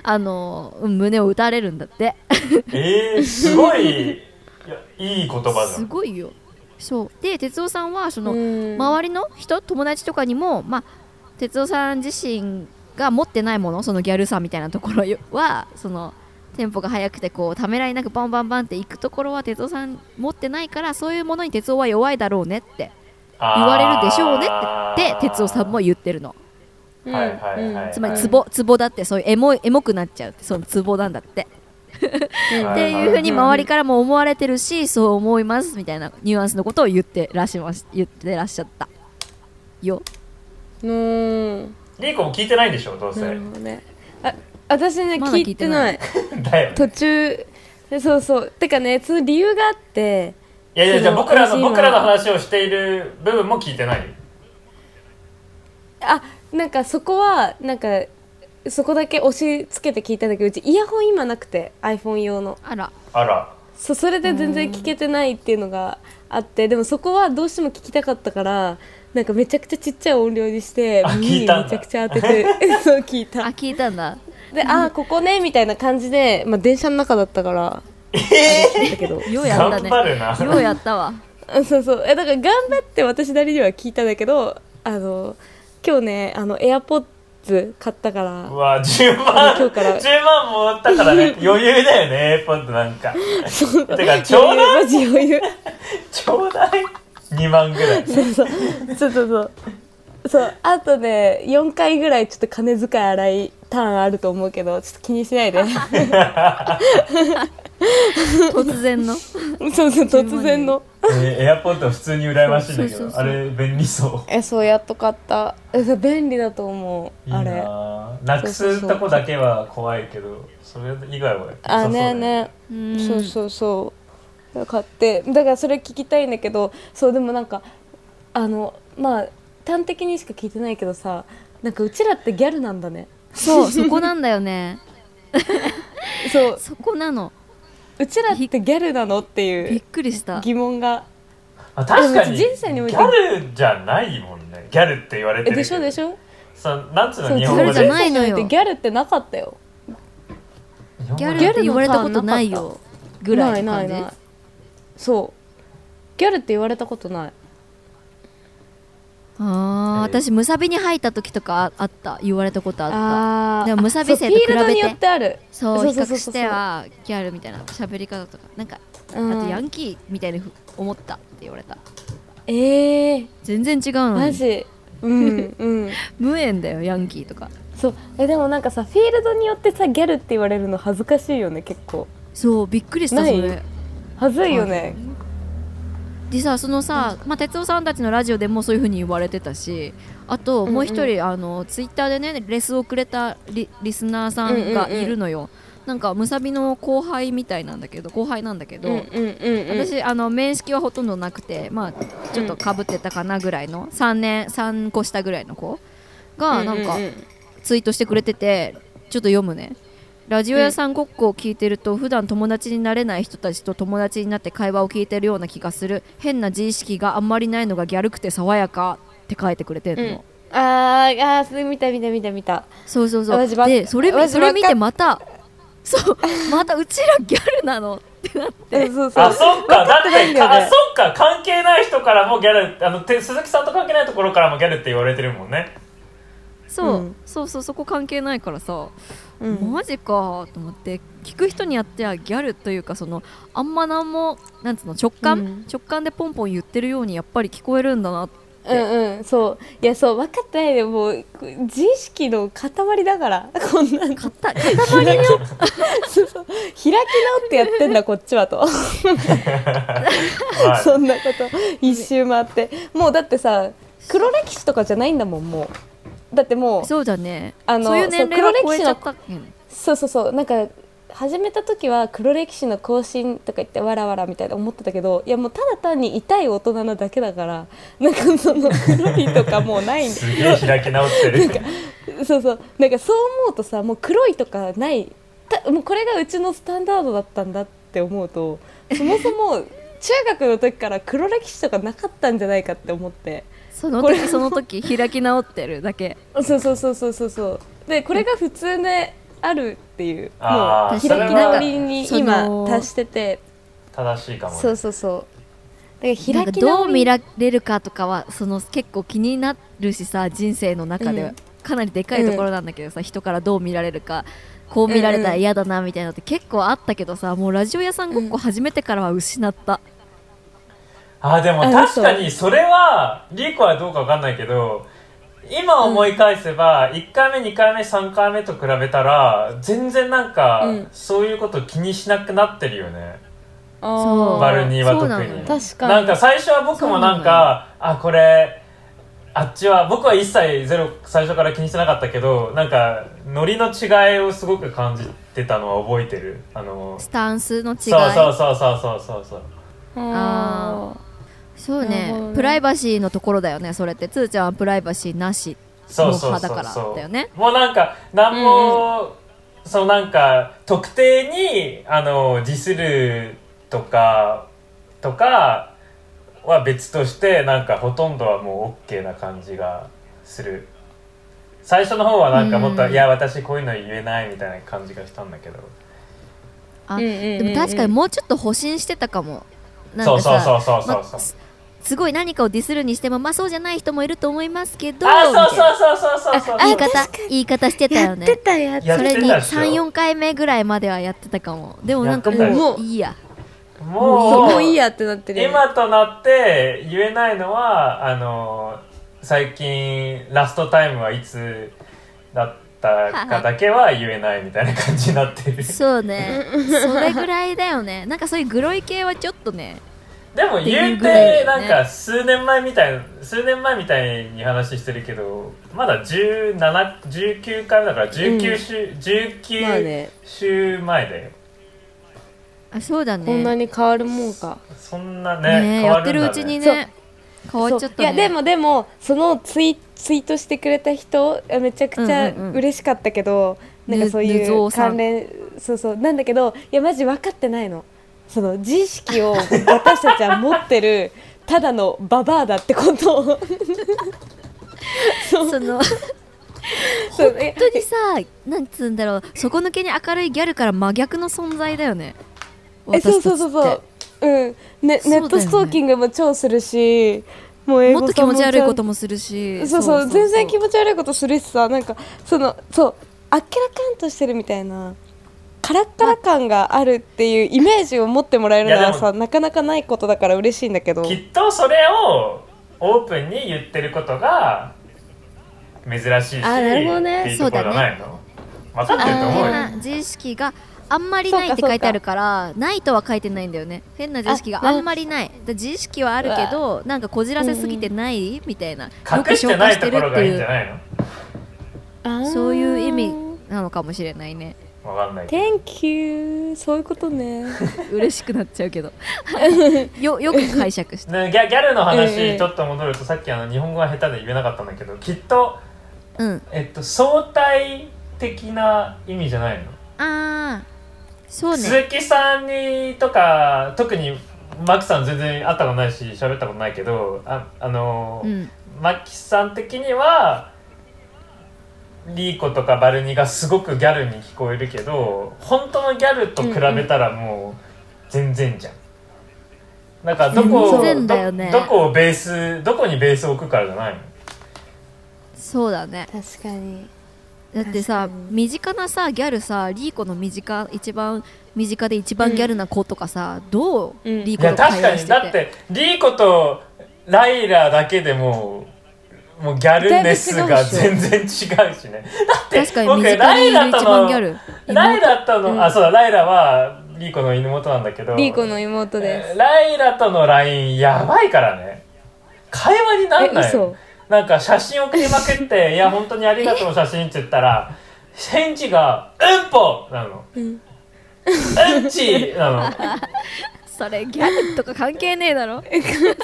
Speaker 1: あのうん胸を打たれるんだって
Speaker 3: えー、すごいいやいい言葉じゃ
Speaker 1: す
Speaker 3: ん
Speaker 1: ごいよそうで哲夫さんはその、
Speaker 2: うん
Speaker 1: 周りの人友達とかにも、まあ、哲夫さん自身が持ってないものそのギャルさみたいなところはそのテンポが速くてこうためらいなくバンバンバンって行くところは哲夫さん持ってないからそういうものに哲夫は弱いだろうねって言われるでしょうねって哲夫さんも言ってるの
Speaker 2: うん
Speaker 3: はいはいはい
Speaker 2: うん
Speaker 1: つまりツボツボだってそういうエモいエモくなっちゃうってそのツボなんだって
Speaker 3: うん
Speaker 1: っていうふうに周りからも思われてるしそう思いますみたいなニュアンスのことを言ってらっしゃいます言ってらっしゃったよ
Speaker 2: うん
Speaker 3: リーコも聞いてないでしょどうせ
Speaker 2: なるほどねあ私ね
Speaker 1: まだ
Speaker 2: 聞
Speaker 1: 聞い
Speaker 2: い
Speaker 1: て
Speaker 2: て
Speaker 1: な
Speaker 2: ないい
Speaker 3: だよね
Speaker 2: 途中でそうそうてかねその理由があって
Speaker 3: いやいやじゃあ僕ら
Speaker 2: そ
Speaker 3: の
Speaker 2: の
Speaker 3: 僕らの話をしている部分も聞いてない
Speaker 2: あなんかそこはなんかそこだけ押し付けて聞いたんだけどうちイヤホン今なくて iPhone 用の
Speaker 1: あら
Speaker 3: あら
Speaker 2: そうそれで全然聞けてないっていうのがあってでもそこはどうしても聞きたかったからなんかめちゃくちゃちっちゃい音量にして
Speaker 3: あ
Speaker 2: 耳
Speaker 3: 聞い
Speaker 2: に
Speaker 3: たんだ
Speaker 2: めちゃくちゃ当て てそう聞い
Speaker 1: あ
Speaker 2: た
Speaker 1: 聞いたんだ
Speaker 2: であーここねみたいな感じで、まあ、電車の中だったからええだけど
Speaker 1: ようやった
Speaker 3: 頑
Speaker 1: ね
Speaker 3: 張るな
Speaker 1: ようやったわ
Speaker 2: あそうそうえだから頑張って私なりには聞いたんだけどあの今日ねあの AirPods 買ったから
Speaker 3: うわ10万
Speaker 2: 今日から
Speaker 3: 10万もらったからね余裕だよね AirPods なんか
Speaker 2: そう
Speaker 3: てかち ょうだい
Speaker 2: マジ余裕
Speaker 3: ちょうだい2万ぐらい
Speaker 2: そうそうそうそうそうそうあとね4回ぐらいちょっと金遣い荒いターンあると思うけどちょっと気にしない で
Speaker 1: 突然の
Speaker 2: そうそう突然の
Speaker 3: えー AirPods は普通に羨ましいんだけ
Speaker 1: そうそうそう
Speaker 3: ど
Speaker 1: そう
Speaker 3: あれ便利そ
Speaker 2: えそうやっと買ったえそう便利だと思
Speaker 3: う
Speaker 2: う
Speaker 3: いい
Speaker 2: あれ
Speaker 3: ななくすとこだけは怖いけどそれ以外は良さそうだ
Speaker 2: あ
Speaker 3: よ
Speaker 2: ねえね
Speaker 1: うん
Speaker 2: そうそうそう買ってだからそれ聞きたいんだけどそうでもなんかあのまあ端的にしか聞いてないけどさなんかうちらってギャルなんだね
Speaker 1: そうそこなんだよね
Speaker 2: そう
Speaker 1: そこなの
Speaker 2: うちらってギャルなのってい
Speaker 1: び
Speaker 2: う
Speaker 1: っくりした
Speaker 2: 疑問が
Speaker 3: あ確かに
Speaker 2: でも人生において
Speaker 3: ギャルじゃないもんねギャルって言われて
Speaker 2: え
Speaker 3: る
Speaker 2: でしょでし
Speaker 3: ょ
Speaker 2: ょ
Speaker 3: なんつう
Speaker 2: そ
Speaker 3: の
Speaker 2: う
Speaker 3: 日本語
Speaker 1: ギャルじゃ
Speaker 3: で
Speaker 1: ないのよ
Speaker 2: 人生においてギャルってなかったよ
Speaker 3: 日
Speaker 1: ギャ
Speaker 3: 本語で
Speaker 1: ルって言われたことないよぐらいの感じ
Speaker 2: ないないないそうギャルって言われたことない
Speaker 1: ああ
Speaker 3: えー
Speaker 1: 私むさびに入った時とかああった言われたことあった
Speaker 2: ー
Speaker 1: でもむさび生と
Speaker 2: そう
Speaker 1: 比べて
Speaker 2: フィールドによってある
Speaker 1: そう比
Speaker 2: そう
Speaker 1: 較
Speaker 2: そうそ
Speaker 1: し
Speaker 2: うそう
Speaker 1: てはギャルみたいな喋り方とかなんか
Speaker 2: あ
Speaker 1: あとヤンキーみたいにふ思ったって言われた
Speaker 2: えー、
Speaker 1: 全然違うの
Speaker 2: マ
Speaker 1: に
Speaker 2: ジうんうん
Speaker 1: 無縁だよヤンキーとか
Speaker 2: そうえでもなんかさフィールドによってさギャルって言われるの恥ずかしいよね結構
Speaker 1: そうびっくりしたそ
Speaker 2: ない
Speaker 1: れ
Speaker 2: 恥ずいよね
Speaker 1: でさそのさ、まあ、哲夫さんたちのラジオでもそういうふうに言われてたしあともう一人、
Speaker 2: うん
Speaker 1: あのツイッターでねレスをくれたリリスナーさんがいるのよ、なんかむさびの後輩みたいなんだけど後輩なんだけど、
Speaker 2: うんうんうんうん
Speaker 1: 私あの面識はほとんどなくて、まあ、ちょっとかぶってたかなぐらいの3年3個下ぐらいの子がなんか
Speaker 2: うう
Speaker 1: ツイートしてくれててちょっと読むねラジオ屋さんごっこを聞いてると普段友達になれない人たちと友達になって会話を聞いてるような気がする変な自意識があんまりないのがギャルくて爽やかって書いてくれてるの、
Speaker 2: うんあーあーそれ見た見た見た見た
Speaker 1: そうそうそ
Speaker 2: マ
Speaker 1: う
Speaker 2: ジばっ
Speaker 1: でそれ
Speaker 2: マ
Speaker 1: 見
Speaker 2: ジ
Speaker 1: そ
Speaker 2: ばっ
Speaker 1: れ
Speaker 2: か
Speaker 1: 見てまたそうまたうちらギャルなのってなって
Speaker 2: えそうそう
Speaker 3: あそっかだって
Speaker 2: ないんだよね
Speaker 3: あそっか関係ない人からもギャルあのて鈴木さんと関係ないところからもギャルって言われてるもんね
Speaker 1: そう、
Speaker 2: うん
Speaker 1: そうそうそこ関係ないからさ、
Speaker 2: うん
Speaker 1: マジかと思って聞く人によってはギャルというかそのあんまなんもなんつうの直感、
Speaker 2: うん
Speaker 1: 直感でポンポン言ってるようにやっぱり聞こえるんだな
Speaker 2: うんうんそういやそう分かってないでもう自意識の塊だから こんなの
Speaker 1: かた塊の
Speaker 2: そうそう開き直ってやって んだこっちはと
Speaker 3: まあ
Speaker 2: そんなこと一周回ってもうだってさ黒歴史とかじゃないんだもんもうだってもう
Speaker 1: そうだね
Speaker 2: あの
Speaker 1: そういう年齢
Speaker 2: そう
Speaker 1: は
Speaker 2: 黒
Speaker 1: 超え
Speaker 2: 歴
Speaker 1: ち
Speaker 2: 史
Speaker 1: ゃ
Speaker 2: の
Speaker 1: ったっけね
Speaker 2: そうそうそうなんか始めた時は黒歴史の更新とか言ってわらわらみたいな思ってたけどいやもうただ単に痛い大人なだけだからなんかその黒いとかもうないんです
Speaker 3: げえ開き直って る
Speaker 2: そうそうなんかそう思うとさもう黒いとかないたもうこれがうちのスタンダードだったんだって思うとそもそも中学の時から黒歴史とかなかったんじゃないかって思って
Speaker 1: その
Speaker 2: これ
Speaker 1: 時その時 開き直ってるだけ
Speaker 2: そうそうそうそうそうそうでこれが普通であるっていうもう
Speaker 3: あ
Speaker 2: 開
Speaker 3: ー
Speaker 2: き
Speaker 3: それは
Speaker 2: 直りに
Speaker 1: その
Speaker 2: 今達してて
Speaker 3: 正しいかもね
Speaker 2: そうそうそうだから
Speaker 1: なんか
Speaker 2: 開き
Speaker 1: どう
Speaker 2: 直
Speaker 1: 見
Speaker 2: り
Speaker 1: られるかとかはその結構気になるしさ人生の中で、
Speaker 2: うん
Speaker 1: かなりでかいところなんだけどさ、人からどう見られるかこう見られたら嫌だなみたいなのって結構あったけどさもうラジオ屋さんごっこ始めてからは失った、
Speaker 3: あでも
Speaker 2: あ
Speaker 3: 確かにそれはリーコはどうかわかんないけど今思い返せば1回目2回目3回目と比べたら全然なんか
Speaker 2: うん
Speaker 3: そういうこと気にしなくなってるよね、
Speaker 1: そう
Speaker 3: バルニーは特
Speaker 1: そうなの
Speaker 3: に
Speaker 1: よ
Speaker 2: 確かに
Speaker 3: なんか最初は僕もなんかあこれあっちは僕は一切ゼロ最初から気にしてなかったけどなんかノリの違いをすごく感じてたのは覚えてるあの
Speaker 1: スタンスの違い
Speaker 3: そうそうそうそうそうそうそう
Speaker 2: あ
Speaker 1: そう
Speaker 2: なる
Speaker 1: ね
Speaker 2: ほどね
Speaker 1: プライバシーのところだよねそれってつーちゃんはプライバシーなし
Speaker 3: そうそうそう
Speaker 1: もう裸
Speaker 3: そう
Speaker 1: だよね
Speaker 3: もうなんか何も、そのなんか特定にあのディスるとかとかは別としてなんかほとんどはもう OK な感じがする最初の方はなんかもっと、
Speaker 1: うん
Speaker 3: いや私こういうの言えないみたいな感じがしたんだけど
Speaker 1: あ
Speaker 2: うんうんうんうん
Speaker 1: でも確かにもうちょっと保身してたかもなん
Speaker 3: そう
Speaker 1: か
Speaker 3: そうそ
Speaker 1: さ
Speaker 3: うそうそうそ
Speaker 1: ま
Speaker 3: う
Speaker 1: すすごい何かをディスるにしてもまあそうじゃない人もいると思いますけど
Speaker 3: あ
Speaker 1: みたい
Speaker 3: そう
Speaker 1: な
Speaker 3: そうそうそうそうそう
Speaker 1: 言い
Speaker 2: あ
Speaker 1: 方
Speaker 2: 確かに
Speaker 1: 言い方してた
Speaker 2: や
Speaker 1: よ
Speaker 2: って
Speaker 1: ね
Speaker 2: たやつ
Speaker 3: やっ
Speaker 1: そ
Speaker 3: て
Speaker 1: れに
Speaker 3: たでしょ
Speaker 1: 34回目ぐらいまではやってたかもでもなんか
Speaker 3: やってた
Speaker 1: も
Speaker 2: よ
Speaker 1: ういいや
Speaker 3: もう
Speaker 2: もういいやってなってるよね
Speaker 3: 今となって言えないのはあの最近ラストタイムはいつだったかだけは言えないみたいな感じになっ てる
Speaker 1: そうねそれぐらいだよねなんかそういうグロい系はちょっとね
Speaker 3: でも言うてなんか数年前みたい数年前みたいに話してるけどまだ1719回目だから19週、
Speaker 2: まあ
Speaker 3: 19
Speaker 2: ね
Speaker 3: 週前だよ
Speaker 1: あそうだね
Speaker 2: こんなに変わるもんか
Speaker 3: そんなね
Speaker 1: ね
Speaker 3: 変
Speaker 1: や
Speaker 3: わ
Speaker 1: って
Speaker 3: るん
Speaker 1: る
Speaker 3: だ、ね、
Speaker 1: うちにね変わっちゃったね
Speaker 2: そういやでもでもそのツイツイートしてくれた人いやめちゃくちゃ
Speaker 1: うんうんうん
Speaker 2: 嬉しかったけど、なん
Speaker 1: ぬ
Speaker 2: かそう
Speaker 1: ぬ
Speaker 2: い
Speaker 1: ぞう
Speaker 2: う
Speaker 1: さん
Speaker 2: 関連そうそうなんだけどいやマジ分かってないのその自意識を私たちは持ってる ただのババアだってこ とをそう
Speaker 1: その
Speaker 2: そう
Speaker 1: 本
Speaker 2: え
Speaker 1: 当にさなんつうんだろう底抜けに明るいギャルから真逆の存在だよね
Speaker 2: えそう
Speaker 1: 私たちっ
Speaker 2: そ
Speaker 1: て
Speaker 2: うそうそううんね
Speaker 1: そうだ
Speaker 2: ネ
Speaker 1: よね
Speaker 2: ットストーキングも超するしもう英語
Speaker 1: もっと気持ち悪いこと
Speaker 2: も
Speaker 1: もするし
Speaker 2: そうそう全然気持ち悪いことするしさなんかそのそうあっけらかんとしてるみたいなカラッカラ感があるっていうイメージを持ってもらえるない
Speaker 3: や
Speaker 2: ら
Speaker 3: でも
Speaker 2: さなかなかないことだから嬉しいんだけど
Speaker 3: きっとそれをオープンに言ってることが珍しいし
Speaker 1: あなるほどね
Speaker 3: っていうところじゃないの分かってると思
Speaker 1: 変
Speaker 3: うよ
Speaker 1: な自意識があんまりないって書いてあるからないとは書いてないんだよね変な自意識が
Speaker 2: あ
Speaker 1: あんまりないだから自意識はあるけどなんかこじらせすぎてない、みたいな
Speaker 3: 隠してないところがいいんじゃ
Speaker 1: い
Speaker 3: ないの
Speaker 1: そういう意味なのかもしれないね
Speaker 3: 分かんないけど
Speaker 2: Thank you そういうことね
Speaker 1: 嬉しくなっちゃうけ どよよく解釈して
Speaker 3: ねギャギャルの
Speaker 2: え
Speaker 3: 話
Speaker 2: え
Speaker 3: ちょっと戻るとさっきあの日本語が下手で言えなかったんだけどきっと、
Speaker 1: うん
Speaker 3: えっと、相対的な意味じゃないの、
Speaker 1: ああそうね
Speaker 3: 鈴木さんにとか特にマキさん全然会ったことないし喋ったことないけどああのー
Speaker 1: うん
Speaker 3: マキさん的にはリーコとかバルニがすごくギャルに聞こえるけど本当のギャルと比べたらもう全然じゃん。なんかどこを
Speaker 1: 全然だよね
Speaker 3: どどこをベースどこにベースを置くからじゃないの
Speaker 1: そうだね
Speaker 2: 確かに
Speaker 1: だってさ
Speaker 2: 確かに
Speaker 1: 身近なさギャルさリーコの身近一番身近で一番ギャルな子とかさ、どう
Speaker 2: うん
Speaker 1: リー
Speaker 3: い
Speaker 1: コ
Speaker 3: や
Speaker 1: と
Speaker 3: 確
Speaker 1: 会
Speaker 3: か
Speaker 1: 話
Speaker 3: に
Speaker 1: してて
Speaker 3: だってリーコとライラだけでもうもうギャル熱が全然違うしねだって
Speaker 1: 確かに身
Speaker 3: 僕
Speaker 1: 近
Speaker 3: ラ
Speaker 1: にい
Speaker 3: イ
Speaker 1: る
Speaker 3: ラ
Speaker 1: 一
Speaker 3: と
Speaker 1: 番ギャ
Speaker 3: の
Speaker 1: ル
Speaker 3: ライラとの、
Speaker 2: うん
Speaker 3: あそうだライラはリーコの妹なんだけど
Speaker 2: リーコの妹です
Speaker 3: えーライラとの LINE やばいからね会話になんな
Speaker 2: え
Speaker 3: い
Speaker 2: 嘘
Speaker 3: なんか写真送りまくっ て「いや本当にありがとう写真」って言ったら返事が「うんぽ!」なの「
Speaker 2: ん
Speaker 3: うんち!」なの
Speaker 1: それギャルとか関係ねえだろ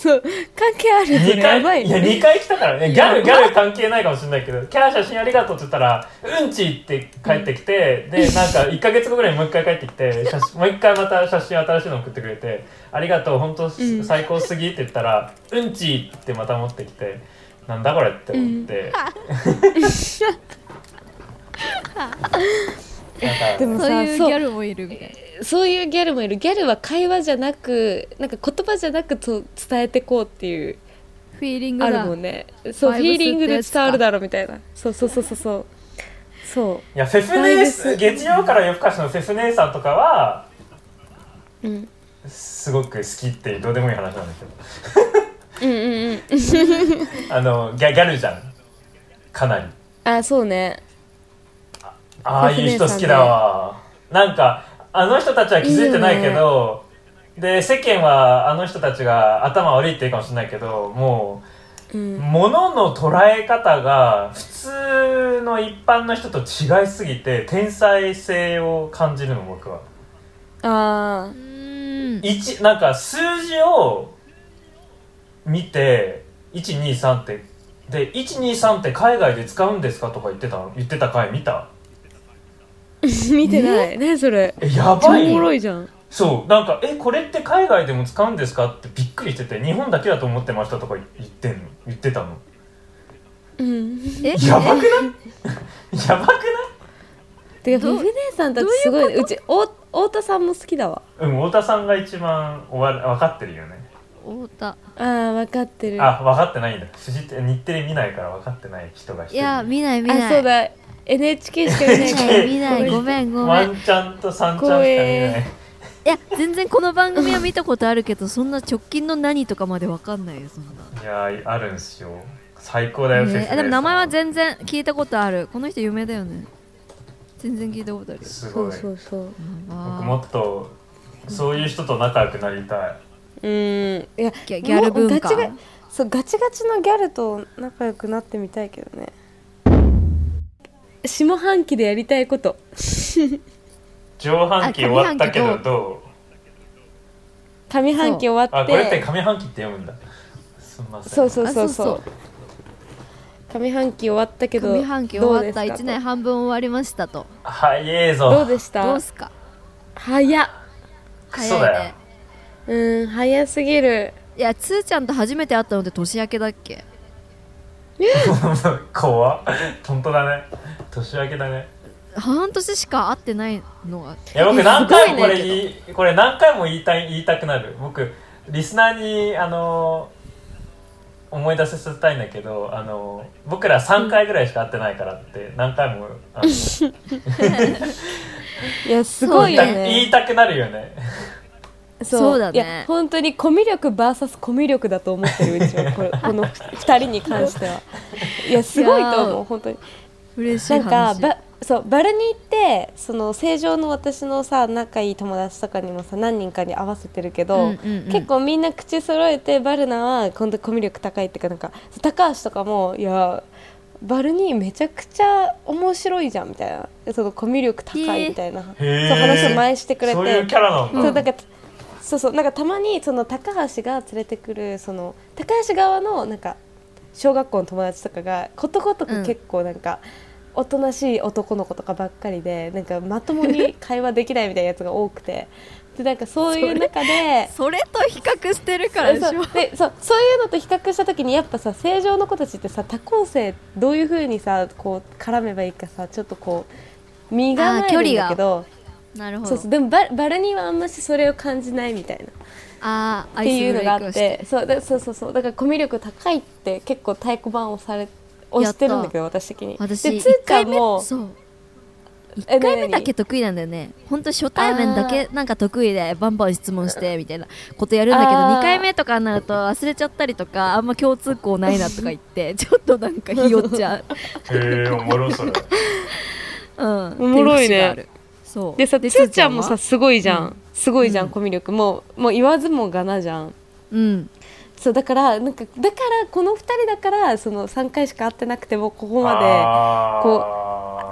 Speaker 2: そう関係あるそれ
Speaker 3: 2
Speaker 2: やばい
Speaker 3: 回いや
Speaker 2: ね
Speaker 3: 二回来たからねギャルギャル関係ないかもしれないけど「キャー写真ありがとう」って言ったら「うんち」って帰ってきて、 でなんか1か月後ぐらいにもう一回帰ってきて写 真もう一回また写真新しいの送ってくれて「ありがとう本当
Speaker 2: ん
Speaker 3: 最高すぎ」って言ったら「うんち」ってまた持ってきて「なんだこれ」って思って、
Speaker 2: で
Speaker 3: なんか
Speaker 2: も
Speaker 1: そう
Speaker 2: さ
Speaker 1: いうギ
Speaker 2: そう
Speaker 1: ャルもいるみたいな
Speaker 2: そういうギャルもいるギャルは会話じゃなくなんか言葉じゃなくと伝えてこうっていう
Speaker 1: フィーリング
Speaker 2: ある
Speaker 1: だ
Speaker 2: もんねそう
Speaker 1: バ
Speaker 2: フ
Speaker 1: イブス
Speaker 2: ィーリング
Speaker 1: って
Speaker 2: で
Speaker 1: やつか
Speaker 2: 伝わるだろみたいなそうそうそうそうそうそ
Speaker 3: いやフェフ姉さん月曜から夜更かしのフェフ姉さんとかは
Speaker 2: う、うん、
Speaker 3: すごく好きっていうどうでもいい話なんだけど
Speaker 2: うんうんうん
Speaker 3: あのギャギャルじゃんかなり
Speaker 2: あそうね
Speaker 3: ああいう人好きだわなんかあの人たちは気づいてないけどで世間はあの人たちが頭悪いって言うかもしれないけども
Speaker 2: う
Speaker 3: うん物の捉え方が普通の一般の人と違いすぎて天才性を感じるの僕は。
Speaker 2: あ
Speaker 1: うーん
Speaker 3: 一なんか数字を見て123ってで123って海外で使うんですかとか言ってた言ってた回見た
Speaker 2: ー 見てない何それ
Speaker 3: えや
Speaker 2: 超お
Speaker 3: ばい
Speaker 2: も
Speaker 3: よ
Speaker 2: ろいじゃん
Speaker 3: そうなんかえこれって海外でも使うんですかってびっくりしてて日本だけだと思ってましたとか言ってんの言ってたの
Speaker 2: うん
Speaker 1: え
Speaker 3: やばくない やばくない
Speaker 2: てか
Speaker 1: ど
Speaker 2: フ
Speaker 1: う
Speaker 2: ェフ姉さんたちすごいねうちお太田さんも好きだわ
Speaker 3: うん太田さんが一番おわ分かってるよね
Speaker 1: 太田
Speaker 2: あー分かってる
Speaker 3: あ分かってないんだフジテ日テレ見ないから分かってない人が一
Speaker 1: い
Speaker 3: 人
Speaker 1: や見ない見ない
Speaker 2: あそうだ NHK しか見ないから
Speaker 3: NHK
Speaker 1: 見 ない見ないごめんごめ
Speaker 3: ワ
Speaker 1: んい
Speaker 3: ンちゃんと三ちゃんしか見
Speaker 2: 光
Speaker 3: ない
Speaker 1: や全然この番組は見たことあるけどそんな直近の何とかまでわかんないよそんな、
Speaker 3: いやーあるんすよ最高だよ、
Speaker 1: ね
Speaker 3: 説明
Speaker 1: あでも名前は
Speaker 3: 全
Speaker 1: 全然聞いたことあるこの人有名だよね全然聞いたことあるよ
Speaker 3: す
Speaker 2: そ
Speaker 3: ご
Speaker 2: う
Speaker 3: い
Speaker 2: そうそう
Speaker 1: やばー
Speaker 3: 僕もっとそういう人と仲良くなりたい
Speaker 2: うんいや
Speaker 1: ギャギャル文化
Speaker 2: もうガチガそうガチガチのギャルと仲良くなってみたいけどね下半期でやりたいこと
Speaker 3: 上半期終わったけ
Speaker 1: あ上半期
Speaker 3: どどう
Speaker 2: 上半期終わ
Speaker 3: あ
Speaker 2: って
Speaker 3: これって上半期って読むんだすみません
Speaker 2: そうそうそう
Speaker 1: あ
Speaker 2: そう上半期終わったけど
Speaker 1: 上半期終わった
Speaker 2: どうです
Speaker 1: 1
Speaker 2: か
Speaker 1: 年半分終わりましたと
Speaker 3: 早え
Speaker 2: どう
Speaker 3: ぞ
Speaker 2: でし
Speaker 1: ど
Speaker 2: た
Speaker 1: うすか
Speaker 2: 早っ
Speaker 3: クソだよ
Speaker 1: 早いね
Speaker 2: うん早すぎる
Speaker 1: いやつーちゃんと初めて会ったのって年明けだっけ
Speaker 3: 怖っ本当だね年明けだね
Speaker 1: 半年しか会ってないのが
Speaker 3: いや僕
Speaker 2: え
Speaker 3: 何回も
Speaker 2: す
Speaker 3: こ
Speaker 2: ごいね
Speaker 3: れ言い、これ何回も言いたい言いたくなる僕リスナーにあの思い出させたいんだけどあの僕ら3回ぐらいしか会ってないからって何回もあの
Speaker 2: いやすごい
Speaker 3: 言いた
Speaker 2: よね
Speaker 3: 言いたくなるよね
Speaker 1: そうだね
Speaker 2: いや本当にコミュ力 VS コミュ力だと思ってるうちはこれこの2人に関してはいやすごいと
Speaker 1: い
Speaker 2: 思
Speaker 1: や
Speaker 2: う本当に
Speaker 1: 嬉しい
Speaker 2: なんか
Speaker 1: 話
Speaker 2: ばそうバルニーってその正常の私のさ仲いい友達とかにもさ何人かに合わせてるけど、
Speaker 1: うんうんうん
Speaker 2: 結構みんな口揃えてバルナは今度コミュ力高いっていうかなんか高橋とかもいやバルニーめちゃくちゃ面白いじゃんみたいなそのコミュ力高いみたいな、
Speaker 3: へえ
Speaker 2: そう話を前してくれて
Speaker 3: そういうキャラなんだ、
Speaker 2: そうなんかそうそうなんかたまにその高橋が連れてくるその高橋側のなんか小学校の友達とかがことごと
Speaker 1: うん
Speaker 2: く結構なんか、おとなしい男の子とかばっかりでなんかまともに会話できないみたいなやつが多くてでなんかそういう中で
Speaker 1: それと比較してるからでし
Speaker 2: そう
Speaker 1: ょ
Speaker 2: でそうそういうのと比較した時にやっぱさ正常の子たちってさ多校生どういうふうにさこう絡めばいいかさちょっとこう身構えるんだけど
Speaker 1: なるほど
Speaker 2: そうそうでもババルニーはあんましそれを感じないみたいな。
Speaker 1: ああ
Speaker 2: っ
Speaker 1: ア
Speaker 2: て
Speaker 1: イ
Speaker 2: い
Speaker 1: スブ
Speaker 2: うの
Speaker 1: レ
Speaker 2: が
Speaker 1: イ
Speaker 2: あ
Speaker 1: ク
Speaker 2: っ
Speaker 1: をして
Speaker 2: そうだそうそうそうだからコミュ力高いって結構太鼓判をされ押してるんだけど私的に
Speaker 1: 私
Speaker 2: で
Speaker 1: 一
Speaker 2: つーちゃ
Speaker 1: 回
Speaker 2: ん
Speaker 1: 目
Speaker 2: も
Speaker 1: そう
Speaker 2: え
Speaker 1: 1回目
Speaker 2: 何
Speaker 1: だけ得意なんだよね本当初対面だけなんか得意でバンバン質問してみたいなことやるんだけど
Speaker 2: あー
Speaker 1: 2回目とかになると忘れちゃったりとかあんま共通項ないなとか言って ちょっとなんかひよっちゃう
Speaker 3: へえおもろそれ
Speaker 1: うん
Speaker 2: おもろいね
Speaker 1: ってう節があるそう
Speaker 2: でさつーちゃんもさ
Speaker 1: は
Speaker 2: すごいじゃ
Speaker 1: う
Speaker 2: ん、
Speaker 1: ん
Speaker 2: すごいじゃん、
Speaker 1: うん
Speaker 2: コミュ力もうもう言わずもがなじゃん
Speaker 1: うん
Speaker 2: そうだからなんかだからこの2人だからその3回しか会ってなくてもここま
Speaker 3: あ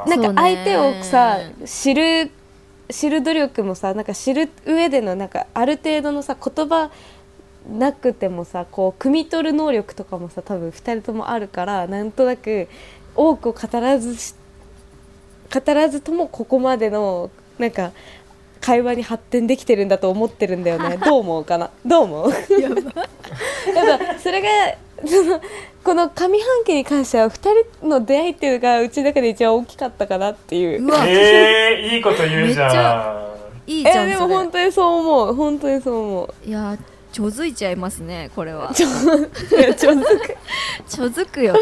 Speaker 3: ー
Speaker 2: でなん
Speaker 1: そう
Speaker 2: か
Speaker 1: ね
Speaker 2: 相手をさ、知る知る努力もさなんか知る上でのなんかある程度のさ言葉なくてもさこう汲み取る能力とかもさ多分2人ともあるからなんとなく多くを語らずし語らずともここまでのなんか会話に発展できてるんだと思ってるんだよ ねどう思うかなどう思うや っぱそれがそのこの上半期に関しては2人の出会いっていうのがうちの中で一番大きかったかなっていう
Speaker 1: うわ
Speaker 3: えー、いいこと言うじ
Speaker 1: めっち
Speaker 3: ゃん
Speaker 1: いいじゃ
Speaker 2: え
Speaker 1: ん
Speaker 2: で
Speaker 1: そ
Speaker 2: も
Speaker 1: れ
Speaker 2: 本当にそう思う本当にそう思う
Speaker 1: いやーちょづいちゃいますねこれは
Speaker 2: ちょいやちょづく
Speaker 1: ちょづくよね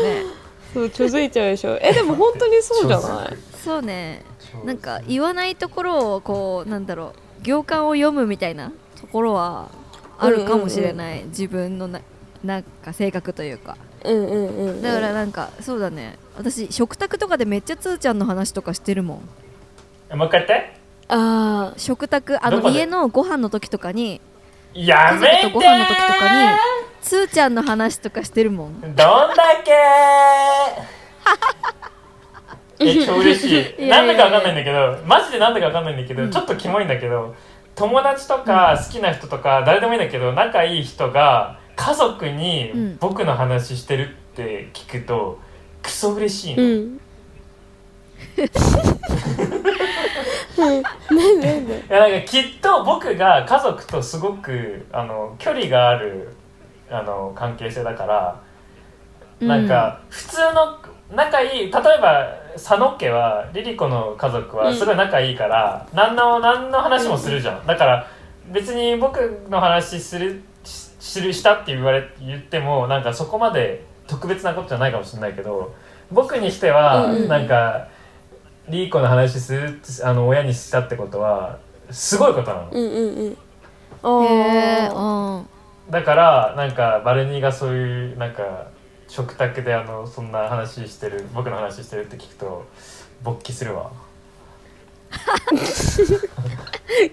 Speaker 2: そうちょづいちゃうでしょえでも本当にそうじゃない
Speaker 1: そうね
Speaker 3: そう
Speaker 1: なんか言わないところをこうなんだろう行間を読むみたいなところはあるかもしれない、自分のななんか性格というか
Speaker 2: うんうんうんうん
Speaker 1: だからなんかそうだね私食卓とかでめっちゃつーちゃんの話とかしてるもん
Speaker 3: えもう一回言って
Speaker 2: あ
Speaker 1: 食卓あ
Speaker 3: ど
Speaker 1: の
Speaker 3: こで
Speaker 1: 家のご飯の時とかに
Speaker 3: やめて
Speaker 1: 家族とご飯の時とかにつーちゃんの話とかしてるもん
Speaker 3: どんだけえ超嬉しい
Speaker 1: いや
Speaker 3: ない
Speaker 1: やいや
Speaker 3: んだかわかんないんだけどマジでなんだかわかんないんだけど、ちょっとキモいんだけど友達とか好きな人とか誰でもいいんだけど仲いい人が家族
Speaker 1: う
Speaker 3: に
Speaker 1: ん
Speaker 3: 僕の話してるって聞くとクソ嬉しい
Speaker 2: あう
Speaker 3: の、
Speaker 2: んうんなんでなんで
Speaker 3: いやなんかきっと僕が家族とすごくあの距離があるあの関係性だから、なんか普通の仲いい例えば佐野家はリリコの家族はすごい仲いいから、何の何の話もするじゃん、だから別に僕の話するしするしたって言われ言ってもなんかそこまで特別なことじゃないかもしれないけど僕にしては
Speaker 2: うんうん
Speaker 3: なんか、リリコの話するあの親にしたってことはすごいことなの、
Speaker 2: うんうんうん
Speaker 1: うんへえ
Speaker 2: あー
Speaker 1: うん
Speaker 3: だからなんかバルニーがそういうなんか食卓であのそんな話してる僕の話してるって聞くと勃起するわ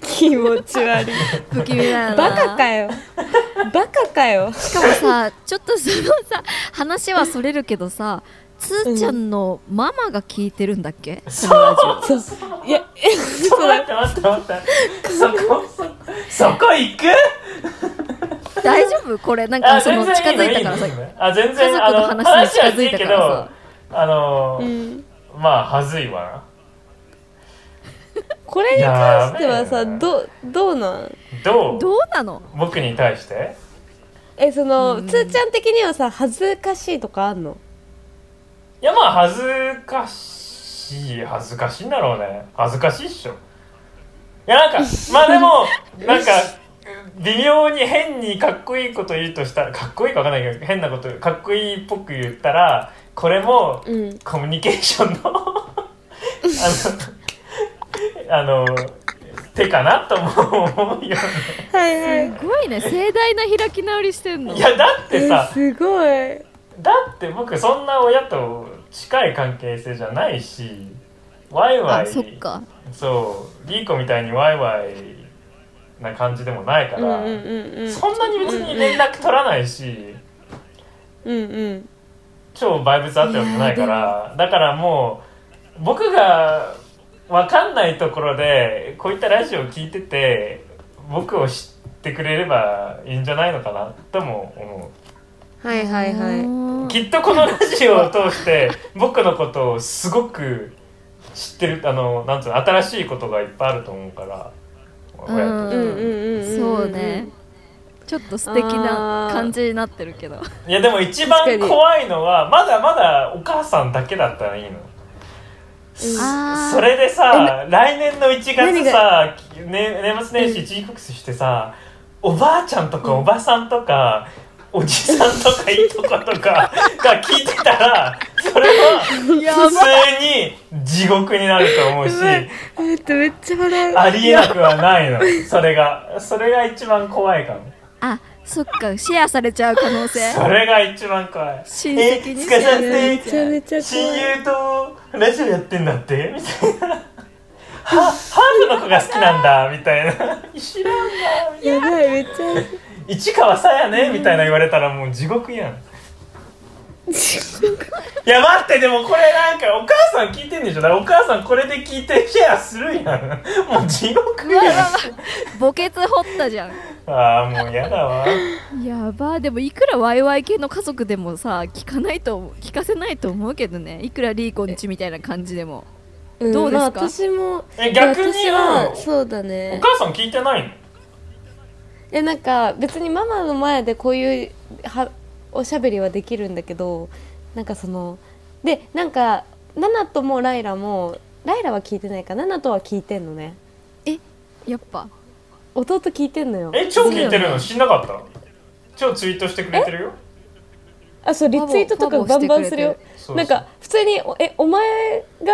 Speaker 2: 気持ち悪い
Speaker 1: 不気味だよな
Speaker 2: バカかよバカかよ
Speaker 1: しかもさちょっとそのさ話はそれるけどさつーちゃんのママが聞いてるんだっけ、
Speaker 3: そう
Speaker 2: そういやえ
Speaker 3: ちょっと
Speaker 2: そ
Speaker 3: 待っ
Speaker 2: れ
Speaker 3: て待って待ってそこそそこ行く
Speaker 1: 大丈夫これなんかその近
Speaker 3: の
Speaker 1: づいたからさ
Speaker 3: ののあ全然
Speaker 1: 家族の
Speaker 3: あの
Speaker 1: 話に近
Speaker 3: は
Speaker 1: づいたからさ
Speaker 3: いいけどあの、
Speaker 2: うん
Speaker 3: まあはずいわ
Speaker 2: これに関しては
Speaker 3: や
Speaker 2: さ
Speaker 3: べえ
Speaker 2: どうどうなん
Speaker 3: などう
Speaker 1: どうなの
Speaker 3: 僕に対して
Speaker 2: えその、
Speaker 1: うん
Speaker 2: つーちゃん的にはさ恥ずかしいとかあんの
Speaker 3: いやまあ恥ずかしい恥ずかしいんだろうね恥ずかしいっしょいや なんかまあでもなんか微妙に変にかっこいいこと言うとしたらかっこいいかわかんないけど変なことかっこいいっぽく言ったらこれも
Speaker 2: うん
Speaker 3: コミュニケーションの あのあの手かなとも思うよね
Speaker 2: はいはい
Speaker 1: すごいね盛大な開き直りしてんの
Speaker 3: いやだって
Speaker 2: え
Speaker 3: さ
Speaker 2: すごい
Speaker 3: だって僕そんな親と近い関係性じゃないしワイワ
Speaker 1: あ
Speaker 3: イ
Speaker 1: そっか
Speaker 3: そうリーコみたいにワイワイな感じでもないか
Speaker 2: うんう
Speaker 3: ら、
Speaker 2: んうんうん
Speaker 3: そんなに別に連絡取らないし、
Speaker 2: うんうん
Speaker 3: 超バイブスあったわけじゃないからだからもう僕が分かんないところでこういったラジオを聞いてて僕を知ってくれればいいんじゃないのかなとも思
Speaker 2: はいはいは
Speaker 3: う
Speaker 1: は
Speaker 3: きっとこのラジオを通して僕のことをすごく知ってるあのなんつうの新しいことがいっぱいあると思うから親として
Speaker 2: いうんうんうんうん
Speaker 1: そうねちょっと素敵な感じになってるけど
Speaker 3: いやでも一番
Speaker 2: 確かに
Speaker 3: 怖いのはまだまだお母さんだけだったらいいの、
Speaker 1: あー
Speaker 3: それでさ来年の1
Speaker 2: 何
Speaker 3: 月さ
Speaker 2: が、
Speaker 3: ね、年末年始一時フックスしてさ、おばあちゃんとかおばさんとか、おじさんとかいとこと かが聞いてたらそれは普通に地獄になると思うし
Speaker 2: えっとめっちゃ笑う
Speaker 3: ありえなくはないのそれがそれが一番怖いかも。
Speaker 1: あそっかシェアされちゃう可能性
Speaker 3: それが一番怖い
Speaker 1: 親戚に
Speaker 3: え塚ちゃんって
Speaker 2: めちゃめちゃ怖い
Speaker 3: 親友とラジオやってんだってみたいなハハーフの子が好きなんだみたいな知らんな
Speaker 2: やばいめっちゃ
Speaker 3: 市川さやねみたいな言われたらもう地獄やんいや待ってでもこれなんかお母さん聞いてんでしょだからお母さんこれで聞いてシェアするやんもう地獄
Speaker 1: うわうわう
Speaker 3: や
Speaker 1: わ
Speaker 3: ん
Speaker 1: 墓穴掘ったじゃん
Speaker 3: ああもうやだわ
Speaker 1: やばでもいくらワイワイ系の家族でもさ聞かないと思う聞かせないと思うけどねいくらリーコんちみたいな感じでも
Speaker 2: ん
Speaker 1: どうですか
Speaker 2: まあ、私も
Speaker 3: え逆に
Speaker 2: 私はそうだね
Speaker 3: お母さん聞いてないの
Speaker 2: えなんか別にママの前でこういうはおしゃべりはできるんだけどなんかそのでなんかナナともライラもライラは聞いてないかナナとは聞いてんのね
Speaker 1: えやっぱ
Speaker 2: 弟聞いてんのよ
Speaker 3: え超聞いてるの知んなかった超ツイートしてくれてるよ
Speaker 2: あそうリツイートとかバンバンするよ
Speaker 3: そうそう
Speaker 2: なんか普通に「おえお前が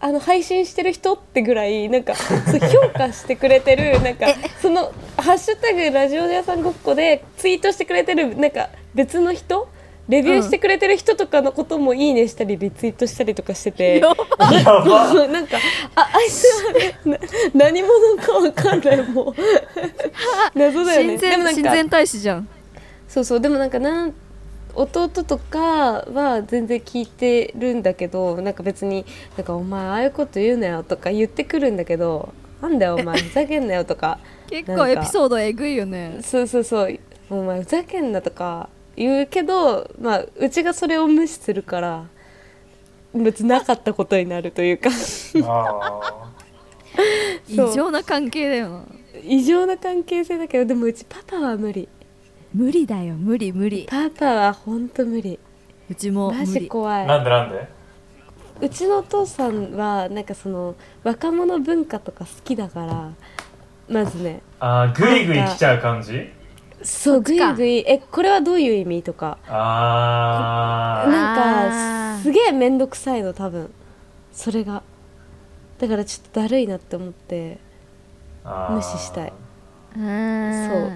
Speaker 2: あの配信してる人?」ってぐらい なんかそう評価してくれてるなんかその「ハッシュタグラジオ屋さんごっこ」でツイートしてくれてるなんか別の人レビューしてくれてる人とかのことも「いいね」したりリツイートしたりとかしてて、
Speaker 3: や ば
Speaker 2: そうなんかああいつ はねな何者かわかんないもう謎だよね
Speaker 1: 親
Speaker 2: でもな
Speaker 1: 善
Speaker 2: んか
Speaker 1: 親善大使じゃん
Speaker 2: そうそうでもなんかなん弟とかは全然聞いてるんだけどなんか別に「なんかお前ああいうこと言うなよ」とか言ってくるんだけど「なんだよお前ふざけんなよ」とか
Speaker 1: 結構エピソードえぐいよね
Speaker 2: そうそうそう「お前ふざけんな」とか言うけど、まあ、うちがそれを無視するから別になかったことになるとい うか
Speaker 3: あ
Speaker 1: 異
Speaker 2: そう
Speaker 1: 常な関係だよな
Speaker 2: 異常な関係性だけどでもうちパパは無理
Speaker 1: 無理だよ無理無理
Speaker 2: パパはほんと無理
Speaker 1: うちも
Speaker 2: マ
Speaker 1: 無
Speaker 2: ジ
Speaker 1: 理
Speaker 2: 怖
Speaker 3: ー
Speaker 2: い
Speaker 3: なんでなんで
Speaker 2: うちのお父さんはなんかその若者文化とか好きだからまずね
Speaker 3: あーグイグイ来ちゃう感じ
Speaker 2: そうぐ
Speaker 1: ち
Speaker 2: い
Speaker 1: か
Speaker 2: ぐいえこれはどういう意味とか
Speaker 3: あ
Speaker 2: な
Speaker 1: あ
Speaker 2: んか
Speaker 1: ー
Speaker 2: すげえ面倒くさいの多分それがだからちょっとだるいなって思って
Speaker 3: ーあー
Speaker 2: 無視したい
Speaker 1: そう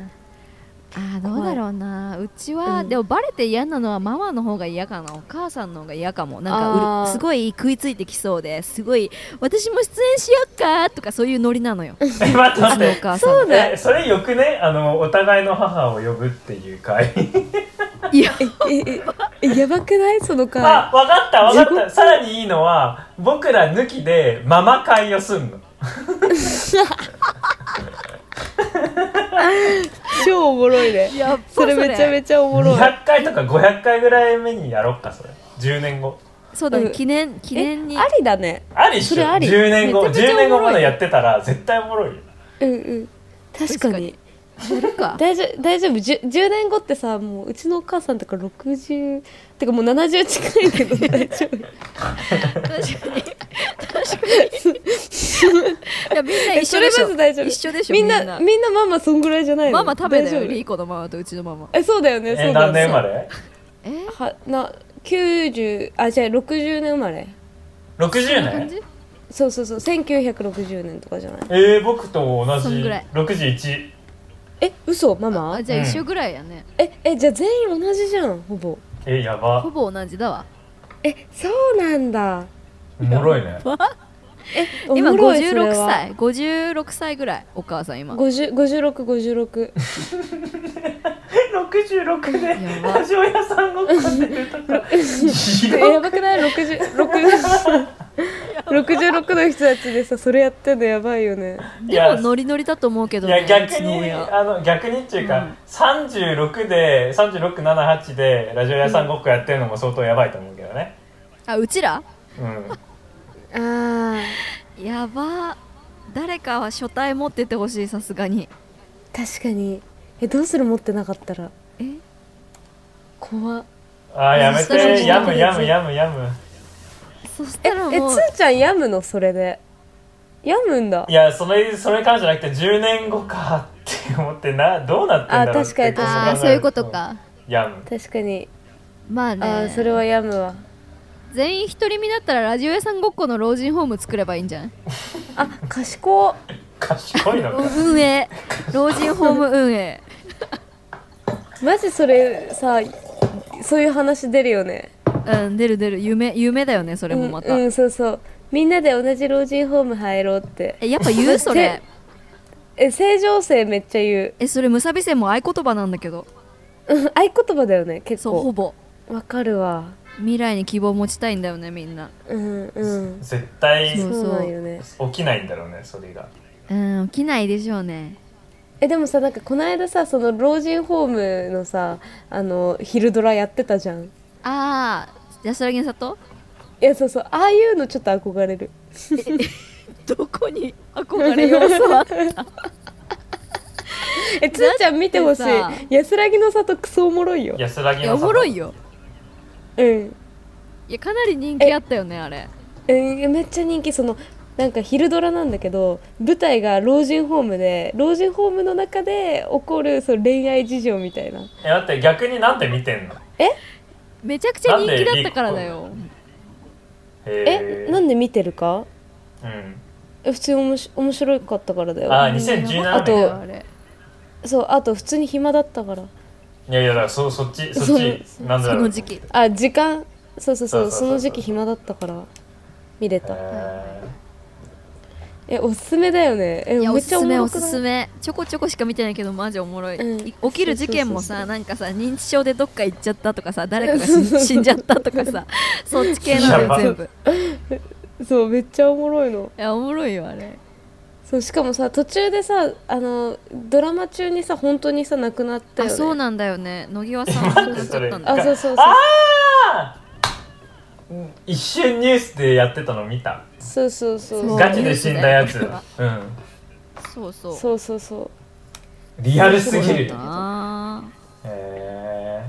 Speaker 1: あーどうだろうなうちは、
Speaker 2: うん
Speaker 1: でもバレて嫌なのはママの方が嫌かなお母さんの方が嫌かもなんかう
Speaker 2: あー
Speaker 1: るすごい食いついてきそうですごい私も出演しよっかとかそういうノリなの ようち
Speaker 3: え待って待っ
Speaker 1: のお
Speaker 3: て
Speaker 1: 母さん
Speaker 2: そうだ
Speaker 3: えそれよくねあのお互いの母を呼ぶっていう回
Speaker 1: いや
Speaker 2: ええええやばくないその
Speaker 3: あ
Speaker 2: 回
Speaker 3: わかったわかったさらにいいのは僕ら抜きでママ会をすんの
Speaker 2: 超おもろいね
Speaker 1: やっぱ
Speaker 2: それめちゃめちゃおもろい
Speaker 3: 200回とか500回ぐらい目にやろっかそれ10年後
Speaker 1: そうだね
Speaker 2: うん
Speaker 1: 記念記
Speaker 2: え
Speaker 1: 念に
Speaker 2: ありだね
Speaker 3: ありっし
Speaker 2: そ
Speaker 3: ょ
Speaker 2: れあり
Speaker 3: 10年後
Speaker 1: めちゃめちゃ
Speaker 3: 10
Speaker 1: おもろい
Speaker 3: 年後までやってたら絶対おもろいよ
Speaker 2: うんうん確か
Speaker 1: 確か
Speaker 2: に
Speaker 1: にやる か
Speaker 2: 大丈夫大丈夫 10, 10年後ってさもううちのお母さんとか60てかもう70近 いけど大丈夫
Speaker 1: 確かに確かにいやみんな一緒でし
Speaker 2: そ
Speaker 1: ょ
Speaker 2: れまず大丈夫
Speaker 1: 一緒でしょ
Speaker 2: みんなみんなママそんぐらいじゃないの
Speaker 1: ママ食べだよ
Speaker 2: 大丈夫
Speaker 1: リーコのママとうちのママ
Speaker 2: えそうだよねそ
Speaker 3: え
Speaker 2: うだ
Speaker 3: 何
Speaker 2: よね
Speaker 3: 年生まれ
Speaker 1: えー
Speaker 2: はな90あじゃあ60年生まれ
Speaker 3: ?60
Speaker 1: 感
Speaker 3: 年
Speaker 1: じ
Speaker 2: そうそうそう1960年とかじゃない
Speaker 3: えー、僕と同じ
Speaker 1: そんぐらい
Speaker 3: 61
Speaker 2: え嘘ママ
Speaker 1: あじゃあ
Speaker 3: うん
Speaker 1: 一緒ぐらいやね、
Speaker 2: ええじゃあ全員同じじゃんほぼ
Speaker 3: えやば
Speaker 1: ほぼ同じだわ
Speaker 2: えそうなんだ
Speaker 3: おもろいね
Speaker 2: お
Speaker 1: 今
Speaker 2: もろいそれ
Speaker 1: 56
Speaker 2: は
Speaker 1: 歳56歳ぐらいお母さん今
Speaker 2: 50 56 56
Speaker 3: 66で
Speaker 1: やば
Speaker 3: ラジオ屋さんごっこってると か地
Speaker 2: え
Speaker 3: 獄
Speaker 2: やばくない60 60 66の人たちでさそれやってんのやばいよね
Speaker 3: い
Speaker 1: で
Speaker 3: や
Speaker 1: もノリノリだと思うけど
Speaker 3: い
Speaker 1: ね
Speaker 3: や逆
Speaker 1: うちの
Speaker 3: に
Speaker 1: 親
Speaker 3: あの逆にっていう
Speaker 1: う
Speaker 3: か、
Speaker 1: ん
Speaker 3: 三十36で3678でラジオ屋さんごっこやってるのも相当やばいと思うけどね
Speaker 1: あうちら
Speaker 3: うん
Speaker 2: ああ
Speaker 1: やば誰かは書体持ってってほしいさすがに
Speaker 2: 確かにえどうする持ってなかったら
Speaker 1: え
Speaker 2: 怖っ
Speaker 3: あーやめ
Speaker 1: それ
Speaker 3: てやむやむやむやむ
Speaker 1: そし
Speaker 2: え
Speaker 1: たら
Speaker 2: えつ
Speaker 1: もう
Speaker 2: ーちゃん病むのそれで病むんだ
Speaker 3: いやそれそれからじゃなくて10年後かって思ってなどうなってんだろう
Speaker 2: あ確かに
Speaker 3: って考える
Speaker 1: ああそういうことか
Speaker 3: やむ
Speaker 2: 確かに
Speaker 1: まあね
Speaker 2: ああそれは病むわ
Speaker 1: 全員独り身だったらラジオ屋さんごっこの老人ホーム作ればいいんじゃない
Speaker 2: あ賢
Speaker 3: 賢い のか
Speaker 1: 運営老人ホーム運営
Speaker 2: いマジそれさそういう話出るよね
Speaker 1: うん出る出る夢夢だよねそれもまた、
Speaker 2: うん、うん、そうそうみんなで同じ老人ホーム入ろうって
Speaker 1: えやっぱ言う それ
Speaker 2: え正常性めっちゃ言う
Speaker 1: えそれむさびせも合言葉なんだけど
Speaker 2: うん合言葉だよね結
Speaker 1: そうほ
Speaker 2: 構
Speaker 1: ぼ
Speaker 2: わかるわ
Speaker 1: 未来に希望を持ちたいんだよねみんな
Speaker 2: うんうん
Speaker 3: 絶対
Speaker 1: そう
Speaker 2: そうなんよね
Speaker 3: 起きないんだろうねそれが
Speaker 1: うん起きないでしょうね
Speaker 2: えでもさなんかこの間さその老人ホームのさあの昼ドラやってたじゃんい
Speaker 1: ああ安らぎの里
Speaker 2: やそうそうああいうのちょっと憧れる
Speaker 1: どこに憧れ要素は
Speaker 2: えつーちゃん見てほしい
Speaker 1: だってさ
Speaker 2: 安らぎの里クソおもろいよ
Speaker 3: 安 ら
Speaker 1: い
Speaker 3: ぎ
Speaker 1: や
Speaker 3: の
Speaker 1: おもろいよ
Speaker 2: うん
Speaker 1: いやかなり人気あったよねあれ
Speaker 2: えーめっちゃ人気そのなんか昼ドラなんだけど舞台が老人ホームで老人ホームの中で起こるその恋愛事情みたいな
Speaker 3: えだって逆になんで見てんの
Speaker 1: めちゃくちゃ人気だったからだよ
Speaker 2: えなんで見てるか
Speaker 3: うん
Speaker 2: え普通におもし面白かったからだよ
Speaker 3: あ
Speaker 1: うん
Speaker 3: 2017
Speaker 1: やばかったよあれ
Speaker 2: そうあと普通に暇だったから
Speaker 3: いやいやだからそそっちそっち
Speaker 2: そ
Speaker 3: なんだ
Speaker 1: そ
Speaker 3: ろう
Speaker 1: の時期
Speaker 2: あ時間そうそうそう
Speaker 3: そうそうそうそ
Speaker 2: そうの時期暇だったから見れた
Speaker 3: え
Speaker 2: えおすすめだよねえ
Speaker 1: いやお
Speaker 2: めっ
Speaker 1: す
Speaker 2: ち
Speaker 1: す
Speaker 2: ゃおも
Speaker 1: めお
Speaker 2: ろく
Speaker 1: すす
Speaker 2: ない
Speaker 1: めちょこちょこしか見てないけどマジおもろい、
Speaker 2: うん
Speaker 1: い起きる事件も
Speaker 2: そうそうそうそ
Speaker 1: さ
Speaker 2: う
Speaker 1: なんかさ認知症でどっか行っちゃったとかさ誰かが死ん死んじゃったとか さそっち系なの
Speaker 3: やば
Speaker 1: よ全部
Speaker 2: そうめっちゃおもろいの
Speaker 1: いやおもろいよあれ
Speaker 2: そうしかもさ途中でさあのドラマ中にさ本当にさ亡くなったよ
Speaker 1: あ
Speaker 2: ね
Speaker 1: そうなんだよね野際さ ん亡くなっちゃったんだ
Speaker 2: あ
Speaker 1: よ
Speaker 2: そうそうそう
Speaker 3: あーうん一瞬ニュースでやってたの見た
Speaker 2: そうそうそう
Speaker 1: そう
Speaker 3: ガチで死んだやつ
Speaker 1: ニュー
Speaker 3: うん
Speaker 1: そうそう
Speaker 2: そうそうそう
Speaker 3: リアルすぎる
Speaker 1: あ
Speaker 3: へ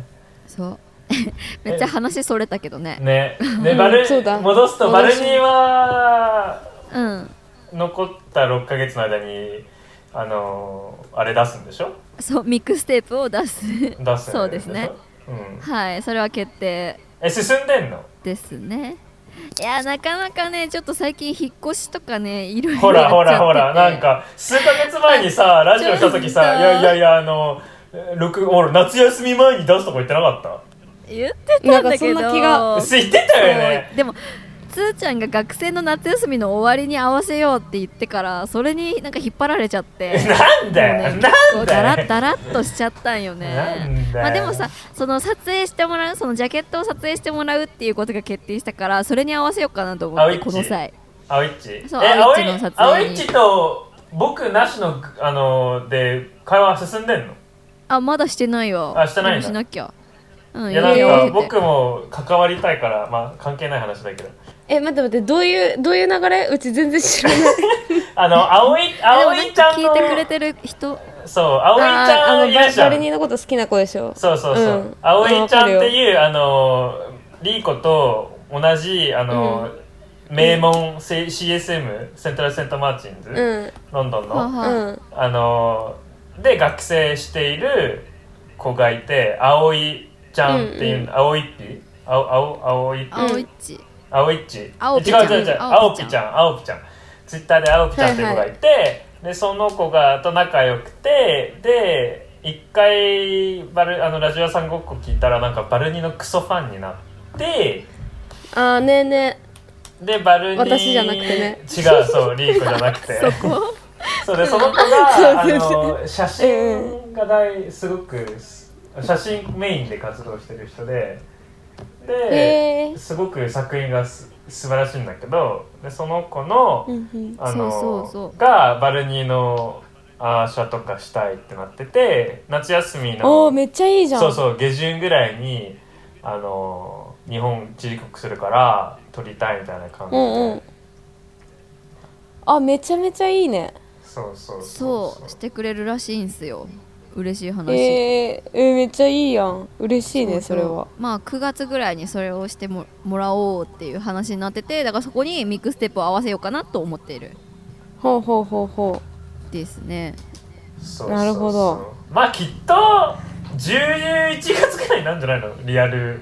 Speaker 1: ーそう めっちゃ話それたけど
Speaker 3: ー
Speaker 1: ね
Speaker 3: ねで
Speaker 2: ん
Speaker 3: バル
Speaker 2: そうだ
Speaker 3: 戻すとバルニーは
Speaker 1: うん
Speaker 3: 残った6ヶ月の間にあのーあれ出すんでしょ
Speaker 1: そうミックステープを出す
Speaker 3: 出すんしょ
Speaker 1: そうですね
Speaker 3: うん
Speaker 1: はいそれは決定
Speaker 3: え進んでんの
Speaker 1: ですねいやなかなかねちょっと最近引っ越しとかねいろいろ
Speaker 3: ほ
Speaker 1: や
Speaker 3: ら
Speaker 1: っちゃ
Speaker 3: ほ
Speaker 1: ってて
Speaker 3: らほらなんか数ヶ月前にさラジオした時さ
Speaker 1: ちょっと
Speaker 3: いやいやいやあの録ほら夏休み前に出すとか言ってなかった
Speaker 1: 言ってたんだけど
Speaker 2: なんかそんな気が
Speaker 3: 知ってたよね
Speaker 1: そうでもつーちゃんが学生の夏休みの終わりに合わせようって言ってからそれになんか引っ張られちゃって
Speaker 3: なんだよ
Speaker 1: もうね
Speaker 3: なん
Speaker 1: だら
Speaker 3: だよ
Speaker 1: だらっとしちゃったんよね
Speaker 3: なんだよ
Speaker 1: まあ、でもさその撮影してもらうそのジャケットを撮影してもらうっていうことが決定したからそれに合わせようかなと思っ
Speaker 3: 青
Speaker 1: て
Speaker 3: い地
Speaker 1: この際
Speaker 3: 青いっち
Speaker 1: そう
Speaker 3: え
Speaker 1: 青いっちの撮
Speaker 3: 青
Speaker 1: 影
Speaker 3: い
Speaker 1: に
Speaker 3: っちと僕なしのあので会話進んでんの
Speaker 1: あまだしてないよ
Speaker 3: あしてないんだ
Speaker 1: でもしなきゃうん
Speaker 3: いやなん
Speaker 1: ろろ合わ
Speaker 3: か
Speaker 1: せて
Speaker 3: 僕も関わりたいからまあ関係ない話だけど
Speaker 2: え待って待ってどういうどういう流れうち全然知 らない
Speaker 3: あ の青い
Speaker 1: でも
Speaker 3: 青
Speaker 1: ないん
Speaker 3: ちゃ
Speaker 1: か
Speaker 3: ん
Speaker 1: 聞
Speaker 3: の
Speaker 1: いてくれてる人
Speaker 3: そう青いち
Speaker 2: あー
Speaker 3: ゃ
Speaker 2: あ
Speaker 3: ん
Speaker 2: の
Speaker 3: いる
Speaker 2: バ
Speaker 3: じゃ
Speaker 2: バル
Speaker 3: ん
Speaker 2: ニーのこと好きな子でしょ
Speaker 3: そうそうそう、
Speaker 2: うん
Speaker 3: 葵ちゃんって
Speaker 2: うんわか
Speaker 3: いうあのリーコと同じあの、名門、C- CSM セントラルセントマーチンズ、
Speaker 2: うん
Speaker 3: ロンドンの、
Speaker 1: はは
Speaker 2: うん
Speaker 3: あので学生している子がいて葵ちゃんっていう、
Speaker 2: うんう
Speaker 3: 葵っぴ青青葵
Speaker 1: 青いっち
Speaker 3: 青いっち違う
Speaker 1: 青ぴちゃん
Speaker 3: 違う違う青
Speaker 1: 青
Speaker 3: ぴ
Speaker 1: ぴ
Speaker 3: ち
Speaker 1: ち
Speaker 3: ゃん青ぴちゃんツイッターで青ぴちゃんっていう子がいて、でその子がと仲良くてで一回バルあのラジオ屋さんごっこ聞いたらなんかバルニのクソファンになって
Speaker 2: あーねえね
Speaker 3: でバルニ
Speaker 2: 私じゃなくてね
Speaker 3: 違う そうリーコじゃなくて
Speaker 1: そこ
Speaker 3: そうでその子
Speaker 2: そう
Speaker 3: があ
Speaker 2: そう
Speaker 3: の写真が大すごく写真メインで活動してる人で
Speaker 2: え
Speaker 3: で
Speaker 2: へえ
Speaker 3: すごく作品がす素晴らしいんだけどでその子の
Speaker 2: うんうん
Speaker 3: あの
Speaker 1: そうそうそ
Speaker 3: がバルニーのアーシャとかしたいってなってて夏休みの
Speaker 2: おーめっちゃいいじゃん
Speaker 3: そうそう下旬ぐらいにあの日本自国するから撮りたいみたいな感じで、
Speaker 2: うんうんあめちゃめちゃいいね
Speaker 3: そうそうそう
Speaker 1: そうしてくれるらしいんすよ嬉しい話、
Speaker 2: えー、えーめっちゃいいやん嬉しいねそれ
Speaker 1: う
Speaker 2: は
Speaker 1: うまあ9月ぐらいにそれをしてももらおうっていう話になっててだからそこにミックステップを合わせようかなと思っている
Speaker 2: ほうほうほうほ
Speaker 1: ですね
Speaker 3: そうそうそう
Speaker 2: なるほど
Speaker 3: まあきっと11月ぐらいなんじゃないのリアル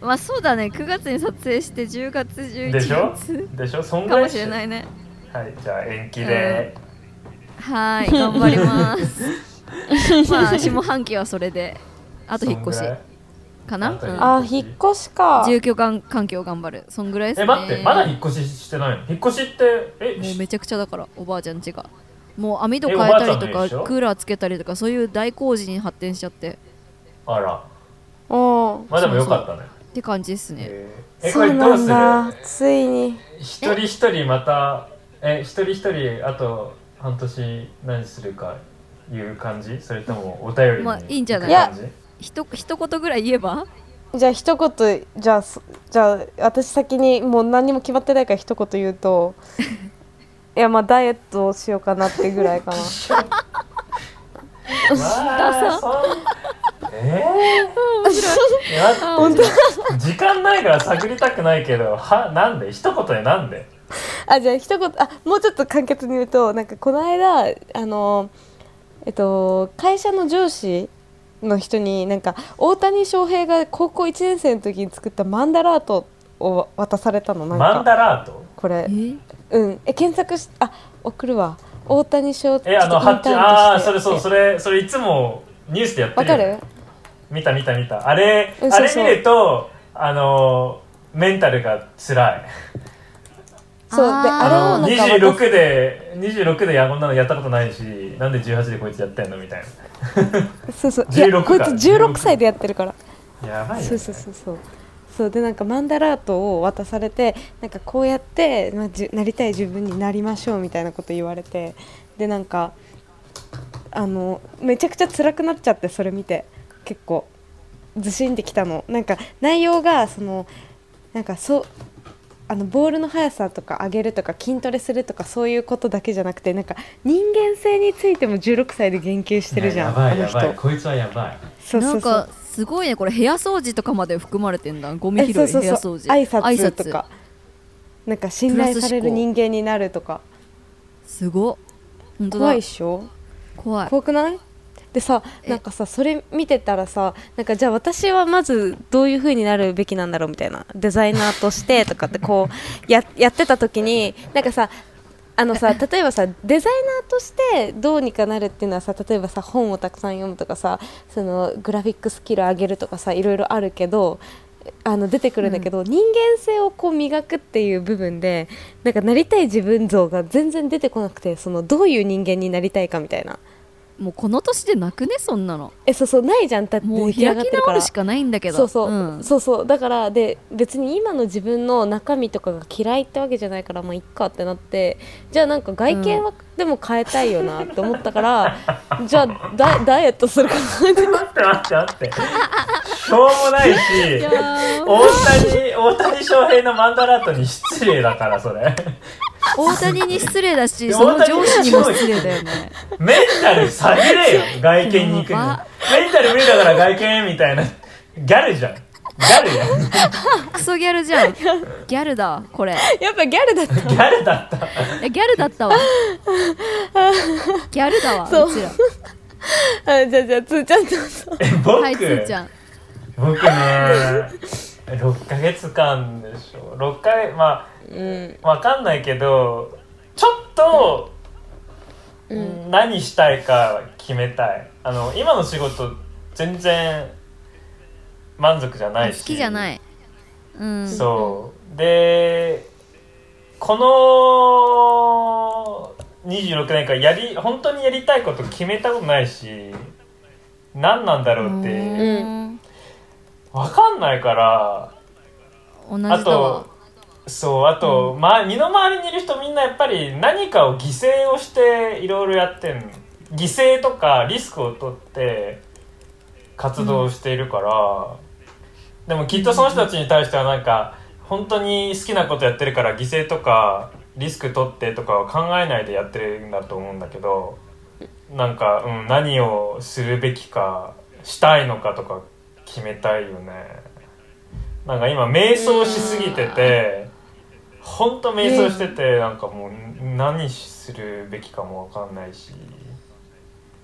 Speaker 1: まあそうだね9月に撮影して10月11
Speaker 3: でしょ
Speaker 1: 月
Speaker 3: でしょそんぐ
Speaker 1: から
Speaker 3: い
Speaker 1: もしれないね
Speaker 3: はいじゃあ延期で、
Speaker 1: はーい頑張りますまあ下半期はそれであと引っ越し
Speaker 3: そんぐらい
Speaker 1: かな、
Speaker 3: あと
Speaker 1: う
Speaker 2: うんあ引っ越しか
Speaker 1: 住居環環境頑張るそんぐらいですね
Speaker 3: え待ってまだ引っ越ししてないの引っ越しってえ
Speaker 1: もう
Speaker 3: し
Speaker 1: めちゃくちゃだからおばあちゃん家がもう網戸
Speaker 3: え
Speaker 1: 変えたり
Speaker 3: お
Speaker 1: と
Speaker 3: ばあ
Speaker 1: か
Speaker 3: ちゃんの家でしょ
Speaker 1: クーラーつけたりとかそういう大工事に発展しちゃって
Speaker 3: あら
Speaker 2: うん
Speaker 3: まあでもよかったね
Speaker 1: って感じですね
Speaker 3: えーえこ
Speaker 2: そ
Speaker 3: れ
Speaker 2: う
Speaker 3: どう
Speaker 2: なんだ
Speaker 3: す
Speaker 2: ついに
Speaker 3: る一人一人またえ一人一人あと半年何するかいう感じそれともお便りに
Speaker 1: まあいいんじゃない
Speaker 2: いや
Speaker 3: 行く感
Speaker 1: ひと一言ぐらい言えば
Speaker 2: じゃあ一言じゃあそじゃあ私先にもう何にも決まってないから一言言 うといやまあダイエットをしようかなってぐらいかな
Speaker 3: じわあそんえー、いや待って時間ないから探りたくないけどはなんで一言でなんで
Speaker 2: あじゃあ一言あもうちょっと簡潔に言うとなんかこの間あのえっと会社の上司の人になんか大谷翔平が高校1年生の時に作ったマンダラートを渡されたのなん
Speaker 3: マン
Speaker 2: か
Speaker 3: ダラート
Speaker 2: これ
Speaker 1: え
Speaker 2: うんえ検索しあ送るわ大谷翔
Speaker 3: えあの
Speaker 2: ちょ
Speaker 3: ハ
Speaker 2: っ
Speaker 3: ッ
Speaker 2: と
Speaker 3: チ
Speaker 2: インタ
Speaker 3: ああ
Speaker 2: ーンとして
Speaker 3: それそう
Speaker 2: え
Speaker 3: それそれいつもニュースでやって
Speaker 2: わ
Speaker 3: るよ
Speaker 2: か
Speaker 3: ね
Speaker 2: る
Speaker 3: 見た見た見たあれ
Speaker 2: う
Speaker 3: あ
Speaker 2: んそう
Speaker 3: れ
Speaker 2: そう
Speaker 3: 見るとあのメンタルが辛い
Speaker 2: そうで
Speaker 1: あー
Speaker 2: あれを
Speaker 3: あ
Speaker 2: なん
Speaker 3: の
Speaker 2: か
Speaker 3: 26で26でいやこんなのやったことないしなんで18でこいつやってんのみたい
Speaker 2: そうそういや
Speaker 3: 16か
Speaker 2: こいつ16歳でやってるから
Speaker 3: なやばいよ、ね、
Speaker 2: そうそうそうそうそうでなんかマンダラートを渡されてなんかこうやって、まあ、じゅなりたい自分になりましょうみたいなこと言われてでなんかあのめちゃくちゃ辛くなっちゃってそれ見て結構ずしんできたのなんか内容がそのなんかそうあのボールの速さとか上げるとか筋トレするとかそういうことだけじゃなくてなんか人間性についても16歳で言及してるじゃん、
Speaker 3: ねやば
Speaker 2: あ
Speaker 3: い
Speaker 2: の
Speaker 3: や
Speaker 2: 人
Speaker 3: ばいこいつはやばい
Speaker 2: そう
Speaker 1: な
Speaker 2: そ
Speaker 1: ん
Speaker 2: うそう
Speaker 1: かすごいねこれ部屋掃除とかまで含まれてんだゴミ拾い部
Speaker 2: え
Speaker 1: 屋
Speaker 2: そうそうそう
Speaker 1: 掃除
Speaker 2: 挨拶とかなんか信頼され
Speaker 1: プラス
Speaker 2: る
Speaker 1: 思考
Speaker 2: 人間になるとか
Speaker 1: すごっ本当だ
Speaker 2: 怖いっしょ
Speaker 1: 怖い
Speaker 2: 怖くないでさ
Speaker 1: え
Speaker 2: なんかさそれ見てたらさなんかじゃあ私はまずどういう風になるべきなんだろうみたいなデザイナーとしてとかって こうややってた時になんかさあのさ例えばさデザイナーとしてどうにかなるっていうのはさ例えばさ本をたくさん読むとかさそのグラフィックスキル上げるとかさいろいろあるけどあの出てくるんだけど、人間性をこう磨くっていう部分でなんかなりたい自分像が全然出てこなくてそのどういう人間になりたいかみたいな
Speaker 1: もうこの年でなくねそんなの
Speaker 2: えそうそうないじゃんだって
Speaker 1: もう
Speaker 2: 出
Speaker 1: 開
Speaker 2: 来上がっ
Speaker 1: き
Speaker 2: てるか
Speaker 1: 直
Speaker 2: ら
Speaker 1: るしかないんだけど
Speaker 2: そうそう、
Speaker 1: ん
Speaker 2: そうそうだからで別に今の自分の中身とかが嫌いってわけじゃないからまあいっかってなってじゃあなんか外見はでも変えたいよなって思ったから、 じゃあダダイエットするかなって
Speaker 3: 待って待って待ってしょうもないし
Speaker 1: いやー
Speaker 3: 大谷大谷翔平のマンダラートに失礼だからそれ
Speaker 1: 大谷に失礼だし
Speaker 3: や
Speaker 1: その
Speaker 3: 大谷
Speaker 1: 上司にも失礼だよね
Speaker 3: メンタル下げ れよ外見に行く
Speaker 1: や
Speaker 3: の
Speaker 1: ば
Speaker 3: メンタル無理だから外見みたいなギャルじゃんギャルやん ギ
Speaker 1: クソギャルじゃんギャルだこれい
Speaker 2: やっぱギャルだった
Speaker 3: ャルだった
Speaker 1: やギャルだったわギャルだわ
Speaker 2: そう
Speaker 1: うちら
Speaker 2: あじゃあじゃあつーちゃんどうぞ
Speaker 3: え僕、
Speaker 1: はいつーちゃん
Speaker 3: 僕ね6ヶ月間でしょ6ヶ月ま
Speaker 2: うん
Speaker 3: あわかんないけどちょっと
Speaker 2: うん
Speaker 3: 何したいか決めたいあの今の仕事全然満足じゃない
Speaker 1: 好
Speaker 3: し
Speaker 1: きじゃないうん
Speaker 3: そうでこの26年間やり本当にやりたいこと決めたことないし何なんだろうっ
Speaker 1: う
Speaker 3: て
Speaker 1: ん
Speaker 3: 分かんないから
Speaker 1: 同じ
Speaker 3: あ
Speaker 1: だわ
Speaker 3: とそうあと、ま、身の回りにいる人みんなやっぱり何かを犠牲をしていろいろやってんの犠牲とかリスクを取って活動しているから、でもきっとその人たちに対してはなんか本当に好きなことやってるから犠牲とかリスク取ってとかを考えないでやってるんだと思うんだけどなんか、うん、何をするべきかしたいのかとか決めたいよねなんか今瞑想しすぎてて本当瞑想しててなんかもうん何するべきかもわかんないし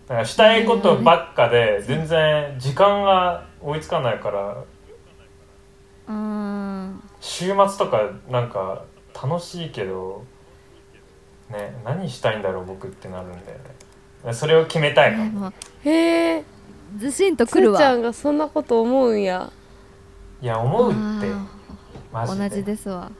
Speaker 3: なんかしたいことばっかで全然時間が追いつかないから
Speaker 1: うん
Speaker 3: 週末とかなんか楽しいけどね何したいんだろう僕ってなるんだよねそれを決めたいかも
Speaker 1: まあ
Speaker 2: へえ
Speaker 1: ずしんと
Speaker 2: つ
Speaker 1: くる
Speaker 2: ー
Speaker 1: わ
Speaker 2: ちゃんがそんなこと思うんや
Speaker 3: いや思うって
Speaker 1: あ
Speaker 3: マジ
Speaker 1: ー
Speaker 3: で
Speaker 1: 同じですわ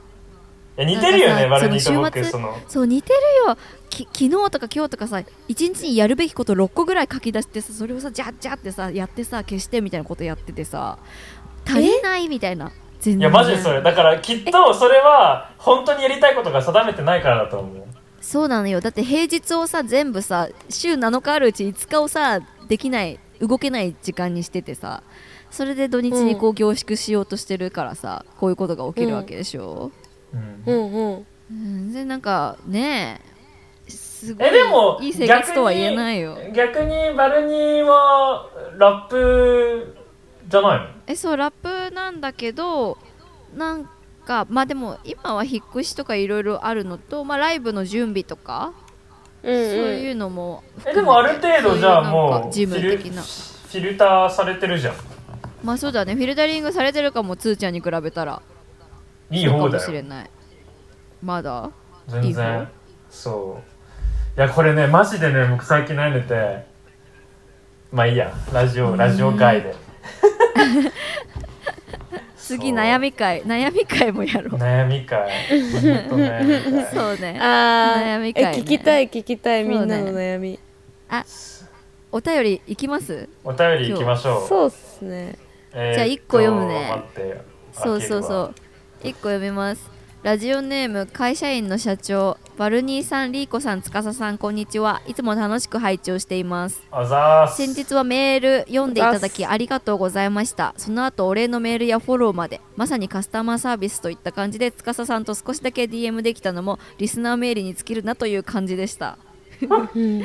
Speaker 3: いや似てるよね
Speaker 1: なんか
Speaker 3: バ
Speaker 1: さ
Speaker 3: ルニーと
Speaker 1: その
Speaker 3: 僕
Speaker 1: 週末
Speaker 3: その
Speaker 1: そう似てるよき昨日とか今日とかさ一日にやるべきこと6個ぐらい書き出してさそれをさジャッジャッってさやってさ消してみたいなことやっててさ足りないみたいな全然
Speaker 3: いやマジでそれだからきっとそれは本当にやりたいことが定めてないからだと思う
Speaker 1: そうなのよだって平日をさ全部さ週7日あるうち5日をさできない動けない時間にしててさそれで土日にこう凝縮しようとしてるからさ、こういうことが起きるわけでしょ、
Speaker 3: うん
Speaker 2: うんうん
Speaker 1: 全然なんかねえすごい
Speaker 3: えでも
Speaker 1: いい生活とは言えないよ
Speaker 3: 逆に逆にバルニーはラップじゃないの
Speaker 1: えそうラップなんだけどなんかまあでも今は引っ越しとかいろいろあるのと、まあ、ライブの準備とか、
Speaker 2: うんうん
Speaker 1: そういうのも含め
Speaker 3: え
Speaker 1: て
Speaker 3: でもある程度じゃあ
Speaker 1: そういうなん
Speaker 3: も
Speaker 1: か
Speaker 3: う
Speaker 1: ジム
Speaker 3: フィル
Speaker 1: 的な
Speaker 3: フィルターされてるじゃん
Speaker 1: まあそうだねフィルタリングされてるかもつーちゃんに比べたら
Speaker 3: いい
Speaker 1: そうか
Speaker 3: 方
Speaker 1: も
Speaker 3: だ
Speaker 1: しれ
Speaker 3: よ
Speaker 1: ないまだい
Speaker 3: 全
Speaker 1: い方
Speaker 3: 然そういやこれねマジでね僕最近悩んでてまあいいやラジオラジオ会で
Speaker 1: 次
Speaker 3: そう
Speaker 1: 悩み会悩み会もやろう
Speaker 3: 悩み会本当悩み会
Speaker 1: そうね
Speaker 2: あー
Speaker 1: 悩み会ね
Speaker 2: え聞きたい聞きたい
Speaker 1: そう
Speaker 2: み
Speaker 1: ね
Speaker 2: んなの悩み
Speaker 1: お便りいきます
Speaker 3: お便り行きましょう
Speaker 2: そうっすね
Speaker 3: えー
Speaker 1: じゃあ一個読むね
Speaker 3: 待って
Speaker 1: そうそうそう一個読みますラジオネーム会社員の社長バルニーさんリーコさん司さんこんにちはいつも楽しく拝聴しています
Speaker 3: あざーす
Speaker 1: 先日はメール読んでいただきありがとうございましたその後お礼のメールやフォローまでまさにカスタマーサービスといった感じで司さんと少しだけ DM できたのもリスナーメールに尽きるなという感じでした
Speaker 2: うん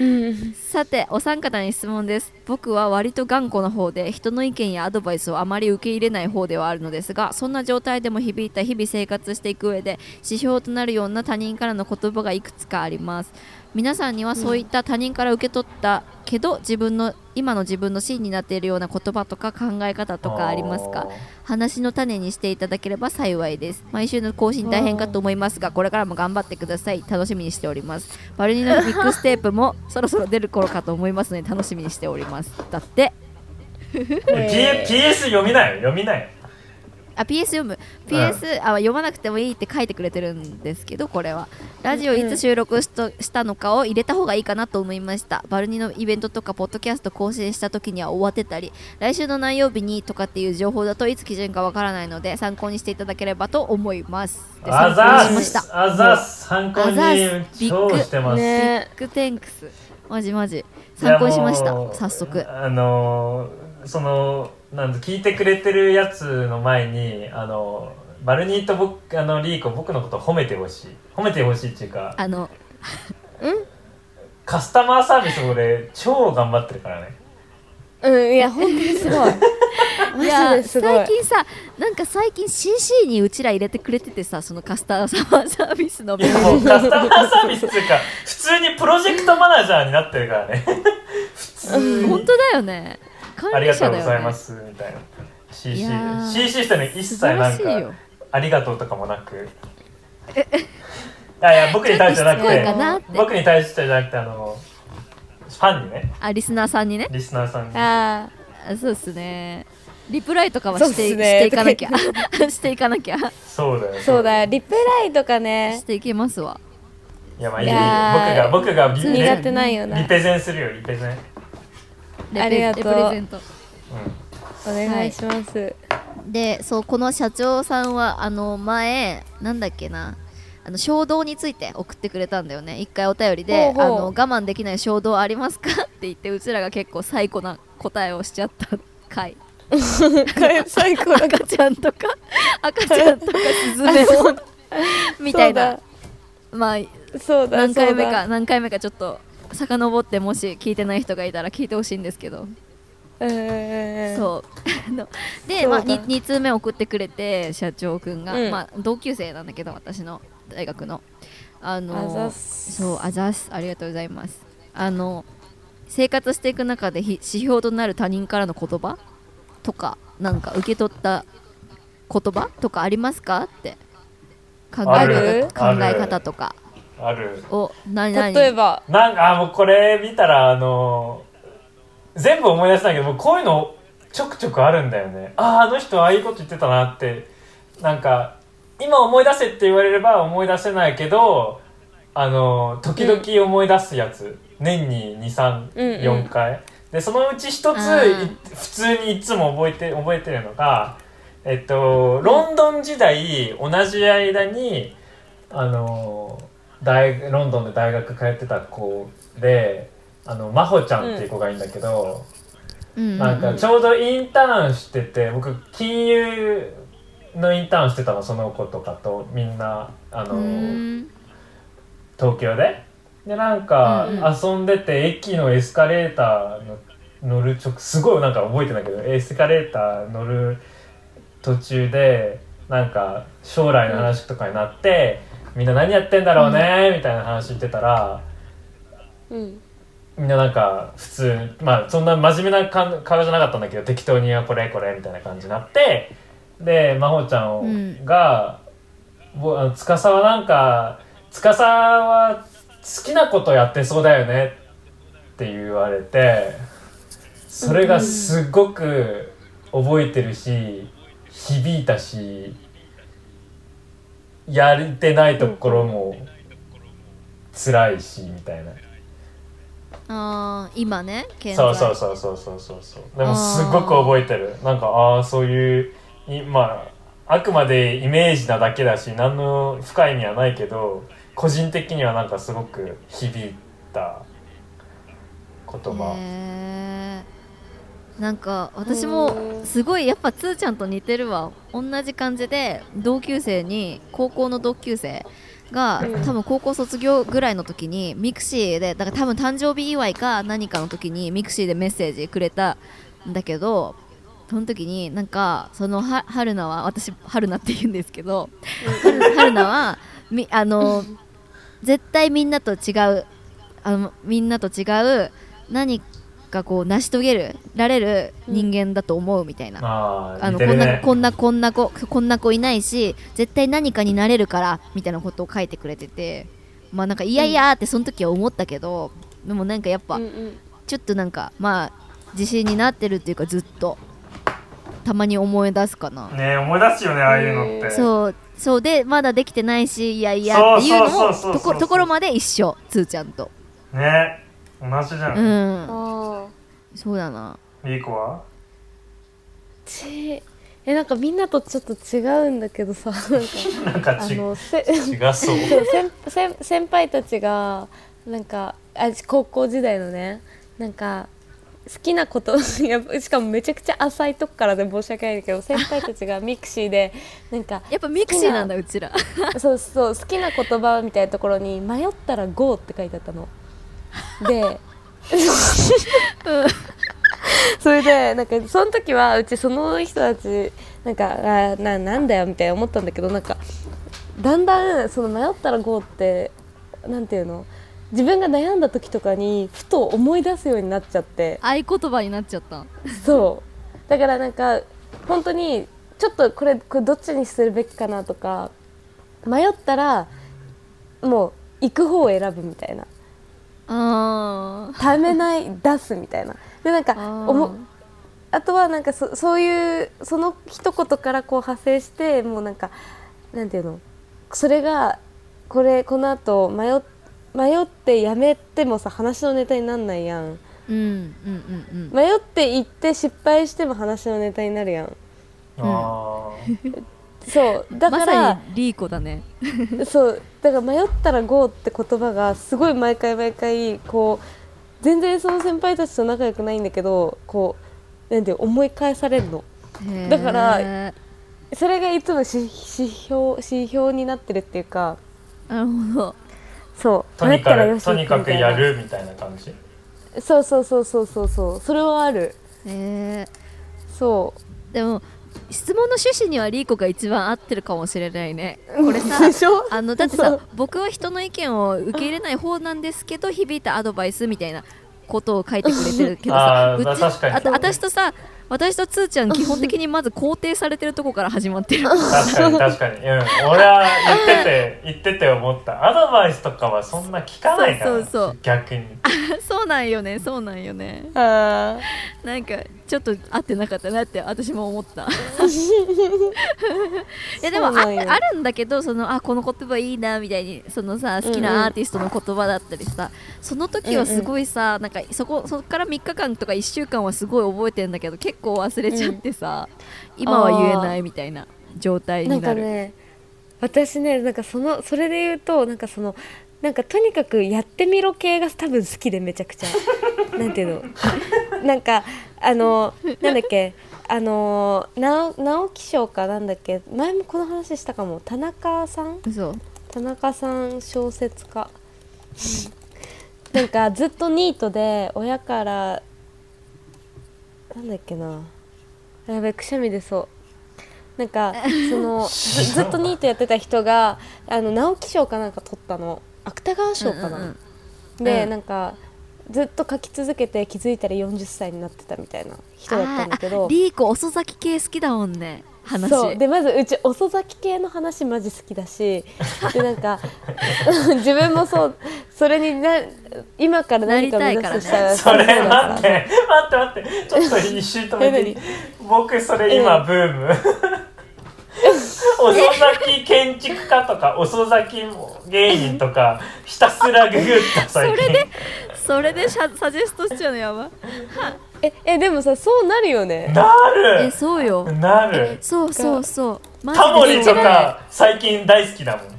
Speaker 2: うん
Speaker 1: さてお三方に質問です僕は割と頑固な方で人の意見やアドバイスをあまり受け入れない方ではあるのですがそんな状態でも響いた日々生活していく上で指標となるような他人からの言葉がいくつかあります皆さんにはそういった他人から受け取ったけど自分の今の自分の芯になっているような言葉とか考え方とかありますか話の種にしていただければ幸いです毎週の更新大変かと思いますがこれからも頑張ってください楽しみにしておりますバルニのミックステープもそろそろ出る頃かと思いますので楽しみにしておりますだって
Speaker 3: あーえ P- PS 読みない読みない
Speaker 1: あ PS 読む PS、あ読まなくてもいいって書いてくれてるんですけどこれはラジオいつ収録しとしたのかを入れた方がいいかなと思いましたバルニのイベントとかポッドキャスト更新した時には終わってたり来週の何曜日にとかっていう情報だといつ基準かわからないので参考にしていただければと思いますで
Speaker 3: あ
Speaker 1: 参
Speaker 3: ざ
Speaker 1: 考に
Speaker 3: ー
Speaker 1: しまし
Speaker 3: す
Speaker 1: た
Speaker 3: あざーす参考
Speaker 1: あざーす
Speaker 3: に超してます
Speaker 2: ね
Speaker 1: グッテンクスマジマジ参考にしまし
Speaker 3: いやも
Speaker 1: た
Speaker 3: う
Speaker 1: 早速
Speaker 3: あのーそのなんだ聞いてくれてるやつの前にあのバルニーと僕あのリーコ僕のこと褒めてほしい褒めてほしいっていうか
Speaker 1: あの
Speaker 3: カスタマーサービス俺超頑張ってるからね
Speaker 2: うんいや本当にす ごいマジですごい
Speaker 1: 最近さなんか最近 CC にうちら入れてくれててさそのカスタマーサービスの
Speaker 3: いやもうカスタマーサービスっていうか普通にプロジェクトマナージャーになってるからね普通に
Speaker 1: 本当だよね
Speaker 3: あ
Speaker 1: 管理
Speaker 3: りがと
Speaker 1: 者
Speaker 3: う
Speaker 1: だ
Speaker 3: ござい
Speaker 1: よ
Speaker 3: ま
Speaker 1: ね
Speaker 3: すみたいない
Speaker 1: やー
Speaker 3: CC で CC してね一
Speaker 1: 素
Speaker 3: 切
Speaker 1: 晴
Speaker 3: な
Speaker 1: ら
Speaker 3: ん
Speaker 1: しいよ
Speaker 3: かありがとうとかもなく。いやいや、僕に対してじゃなく
Speaker 1: ちょっとしつ
Speaker 3: て
Speaker 1: こいかなって、
Speaker 3: 僕に対してじゃなくて、あの、ファンにね、
Speaker 1: あリスナーさんにね
Speaker 3: リスナーさんに。
Speaker 2: あ
Speaker 1: あそうですねリプライとかはし
Speaker 2: そう
Speaker 1: て,、
Speaker 2: っすね
Speaker 1: していかなき ゃしていかなきゃ
Speaker 3: そうだよ。
Speaker 2: ーそうだよリプライとかね
Speaker 1: していけますわ
Speaker 3: いや、まあいい
Speaker 2: い
Speaker 3: よ。
Speaker 2: やー
Speaker 3: 僕が、僕がリ
Speaker 1: 通にや
Speaker 2: 苦
Speaker 1: っ
Speaker 2: 手ないよな
Speaker 3: リペゼンするよ、リペゼン。うん。
Speaker 1: レペ
Speaker 2: ありがとう
Speaker 1: レプレゼント
Speaker 2: お願いします
Speaker 1: でそうこの社長さんはあの前なんだっけなあの衝動について送ってくれたんだよね一回お便りで
Speaker 2: ほうほう
Speaker 1: あの我慢できない衝動ありますかって言ってうちらが結構最高な答えをしちゃった回
Speaker 2: 最高だ
Speaker 1: 赤ちゃんとか赤ちゃんとかスズメをみたいな まあ
Speaker 2: そうだ
Speaker 1: 何回目
Speaker 2: そう
Speaker 1: か
Speaker 2: だ
Speaker 1: 何回目かちょっと遡ってもし聞いてない人がいたら聞いてほしいんですけど
Speaker 2: うんうんうん
Speaker 1: そう あので
Speaker 2: そう
Speaker 1: まあ、
Speaker 2: だ
Speaker 1: 2, 通目送ってくれて社長くんが、
Speaker 2: うん
Speaker 1: まあ、同級生なんだけど私の大学のあの
Speaker 2: あざっす
Speaker 1: そうあざっすありがとうございますあの生活していく中でひ指標となる他人からの言葉とかなんか受け取った言葉とかありますかって考
Speaker 3: あ
Speaker 1: え
Speaker 2: る
Speaker 1: 方考
Speaker 3: あ
Speaker 1: え
Speaker 3: る
Speaker 1: 方とか
Speaker 3: ある。
Speaker 1: を何々
Speaker 2: 例えば
Speaker 3: なんか、あもうこれ見たら、あの、全部思い出せないけど、もうこういうのちょくちょくあるんだよね。ああ、あの人ああいうこと言ってたなって、なんか、今思い出せって言われれば思い出せないけど、あの、時々思い出すやつ、年に2、
Speaker 2: うんう
Speaker 3: 3、
Speaker 2: ん
Speaker 3: 4回。で、そのうち一つ、
Speaker 1: あー
Speaker 3: い普通にいつも覚えて、覚えてるのが、えっと、ロンドン時代、同じ間に、あの大ロンドンで大学通ってた子であの真帆ちゃんっていう子がいいんだけど、
Speaker 1: うんうん
Speaker 3: なんかちょうどインターンしてて僕金融のインターンしてたのその子とかとみんなあの、
Speaker 1: うん
Speaker 3: 東京で。でなんか
Speaker 1: うん
Speaker 3: 遊んでて駅のエスカレーターの乗る直すごいなんか覚えてないけどエスカレーター乗る途中でなんか将来の話とかになって、みんな何やってんだろうねみたいな話してたら
Speaker 2: うん
Speaker 3: みんななんか普通まあそんな真面目なかん顔じゃなかったんだけど適当に「これこれ」みたいな感じになってで真帆ちゃんを
Speaker 1: うん
Speaker 3: が、ぼあの司はなんか司は好きなことやってそうだよねって言われてそれがすごく覚えてるし響いたしやれてないところも辛いしみたいな。
Speaker 1: あー今ね現在
Speaker 3: そうそうそうそうそうそうそうでもすっごく覚えてるなんかああそういういまああくまでイメージなだけだし何の深い意味はないけど個人的にはなんかすごく響いた言葉、
Speaker 1: へーなんか私もすごいやっぱつーちゃんと似てるわ同じ感じで同級生に高校の同級生が
Speaker 2: うん
Speaker 1: 多分高校卒業ぐらいの時にミクシーでだから多分誕生日祝いか何かの時にミクシーでメッセージくれたんだけどその時になんかそのは春菜は私春菜って言うんですけど春春菜はみあの絶対みんなと違うあのみんなと違う何かこう成し遂げるられる人間だと思うみたいな、
Speaker 3: ああ
Speaker 1: あ
Speaker 3: 似
Speaker 1: の
Speaker 3: て
Speaker 1: こ
Speaker 3: る
Speaker 1: んな
Speaker 3: ね
Speaker 1: こんなこんな子こんな子いないし絶対何かになれるからみたいなことを書いてくれててまあなんかいやいやーってその時は思ったけど、でもなんかやっぱ、
Speaker 2: うんうん
Speaker 1: ちょっとなんかまあ自信になってるっていうかずっとたまに思い出すかな、
Speaker 3: ねえ思い出すよねああいうのっ
Speaker 2: う
Speaker 3: て
Speaker 2: ん
Speaker 1: そうそうでまだできてないしいやいや
Speaker 3: そう
Speaker 1: っていうの
Speaker 3: そう
Speaker 1: も
Speaker 3: そうそ
Speaker 1: と
Speaker 3: う
Speaker 1: ころところまで一緒つーちゃんと
Speaker 3: ねえ同じじゃ、
Speaker 1: うんん
Speaker 2: ああ
Speaker 1: そうだない
Speaker 3: い子は
Speaker 2: ちえなんかみんなとちょっと違うんだけどさ なんか
Speaker 3: なんか
Speaker 2: あ
Speaker 3: ち
Speaker 2: のせ
Speaker 3: 違 そう
Speaker 2: そう先先先輩たちがなんかあ高校時代のねなんか好きなこと いやしかもめちゃくちゃ浅いとこからで申し訳ないんだけど先輩たちがミクシーでなんか
Speaker 1: やっぱミクシーなんだうちら
Speaker 2: そうそう好きな言葉みたいなところに「迷ったら GO」って書いてあったの。でそれでなんかその時はうちその人たちなんかあーななんだよみたいな思ったんだけどなんかだんだんその迷ったら GO ってなんていうの自分が悩んだ時とかにふと思い出すようになっちゃって
Speaker 1: 合言葉になっちゃった
Speaker 2: そうだからなんか本当にちょっとこれこれどっちにするべきかなとか迷ったらもう行く方を選ぶみたいな
Speaker 1: あー
Speaker 2: ためない出すみたいなでなんか
Speaker 1: あー
Speaker 2: おもあとはなんかそそういうその一言からこう派生してもうなんかなんていうのそれがこれこの後迷っ迷ってやめてもさ話のネタになんないやん
Speaker 1: うんうんうんうん
Speaker 2: 迷って行って失敗しても話のネタになるやん
Speaker 3: あ
Speaker 2: そうだか
Speaker 1: ま
Speaker 2: ら、
Speaker 1: さにリーコだね
Speaker 2: そうだから迷ったら GO って言葉がすごい毎回毎回こう全然その先輩たちと仲良くないんだけどこうなんていう思い返されるのだから
Speaker 1: へー
Speaker 2: それがいつも指指標指標になってるっていうか
Speaker 1: なるほど
Speaker 2: そう
Speaker 3: ー とにかくとにか
Speaker 2: 行くみたいな
Speaker 3: くやるみたいな感じ
Speaker 2: そうそうそうそうそうそうそれはある
Speaker 1: へー
Speaker 2: そう
Speaker 1: でも質問の趣旨にはリーコが一番合ってるかもしれないねこれさ
Speaker 2: でしょ
Speaker 1: あのだって
Speaker 2: そ
Speaker 1: さ
Speaker 2: う
Speaker 1: 僕は人の意見を受け入れない方なんですけど響いたアドバイスみたいなことを書いてくれてるけどさ
Speaker 3: あー
Speaker 1: うち
Speaker 3: 確かに
Speaker 1: あた私とさ私とつーちゃん基本的にまず肯定されてるとこから始まってる
Speaker 3: 確かに確かに、うん、俺は言ってて言ってて思ったアドバイスとかはそんな聞かないから
Speaker 1: そうそうそう
Speaker 3: 逆に
Speaker 1: そうなんよねそうなんよね
Speaker 2: あ
Speaker 1: なんかちょっと合ってなかったなって私も思った いやでも
Speaker 2: そう
Speaker 1: あ
Speaker 2: なんよ
Speaker 1: あるんだけどそのあこの言葉いいなみたいにそのさ好き
Speaker 2: うんうん
Speaker 1: なアーティストの言葉だったりさ、その時はすごいさ、なんかそこそこから3日間とか1週間はすごい覚えてんだけど結構忘れちゃってさ、今は言えないみたいな状態
Speaker 2: な
Speaker 1: に
Speaker 2: んか
Speaker 1: なる
Speaker 2: ね私ねなんかそのそれで言うとなんかそのなんかとにかくやってみろ系が多分好きでめちゃくちゃなんていうのなんかあのなんだっけあのな直木賞かなんだっけ前もこの話したかも田中さん
Speaker 1: そう
Speaker 2: 田中さん小説家なんかずっとニートで親からなんだっけなやべくしゃみ出そなんかそ のずずっとニートやってた人があの直木賞かなんか取ったの芥川賞かな、
Speaker 1: うんうんん
Speaker 2: で、
Speaker 1: うん
Speaker 2: なんかずっと書き続けて気づいたら40歳になってたみたいな人だったんだけ
Speaker 1: あーあ
Speaker 2: ど
Speaker 1: リーコ遅咲き系好きだもんね話
Speaker 2: そうでまずうち遅咲き系の話マジ好きだしでなんか自分もそうそれにな今から何か目指すとしたら
Speaker 3: それ
Speaker 2: そうだ
Speaker 3: 待って待って待ってちょっと一瞬止めて僕それ今ブー ム遅咲き建築家とか遅咲き芸人とかひたすらググった最近
Speaker 1: それでそれでシャサジェストしちゃうのやば
Speaker 2: ええでもさそうなるよね
Speaker 3: な
Speaker 1: え
Speaker 3: る
Speaker 1: そうよ
Speaker 3: なる
Speaker 1: そうそうそうマ
Speaker 3: タモ
Speaker 1: ジ
Speaker 3: リ
Speaker 1: で
Speaker 3: とか最近大好きだもん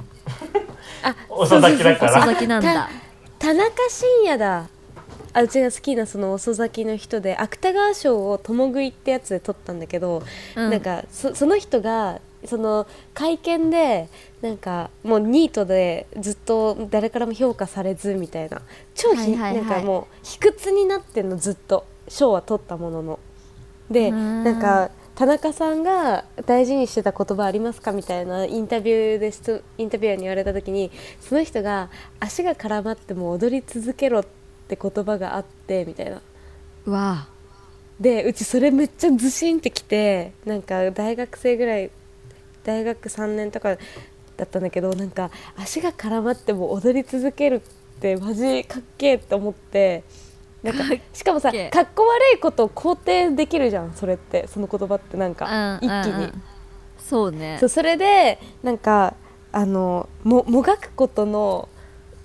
Speaker 3: 遅咲きだか
Speaker 1: 遅
Speaker 3: ら
Speaker 1: 咲きなんだ
Speaker 2: 田中伸也だあうちが好きなその遅咲きの人で芥川賞を「ともぐい」ってやつで取ったんだけど、
Speaker 1: うん
Speaker 2: なんかそその人がその会見でなんかもうニートでずっと誰からも評価されずみたいな超ひ、
Speaker 1: はいはいはい
Speaker 2: なんかもう卑屈になってんのずっと賞は取ったものの。で
Speaker 1: うーん
Speaker 2: なんか田中さんが大事にしてた言葉ありますかみたいなインタビューで質インタビュアーに言われた時にその人が足が絡まっても踊り続けろって言葉があってみたいな
Speaker 1: うわ
Speaker 2: でうちそれめっちゃずしんってきてなんか大学生ぐらい大学3年とかだったんだけどなんか足が絡まっても踊り続けるってマジかっけえって思ってなんか
Speaker 1: かっけえ
Speaker 2: しかもさかっこ悪いことを肯定できるじゃんそれってその言葉ってなんか、
Speaker 1: うん
Speaker 2: 一気に、
Speaker 1: うんうんそうね
Speaker 2: そうそれでなんかあのももがくことの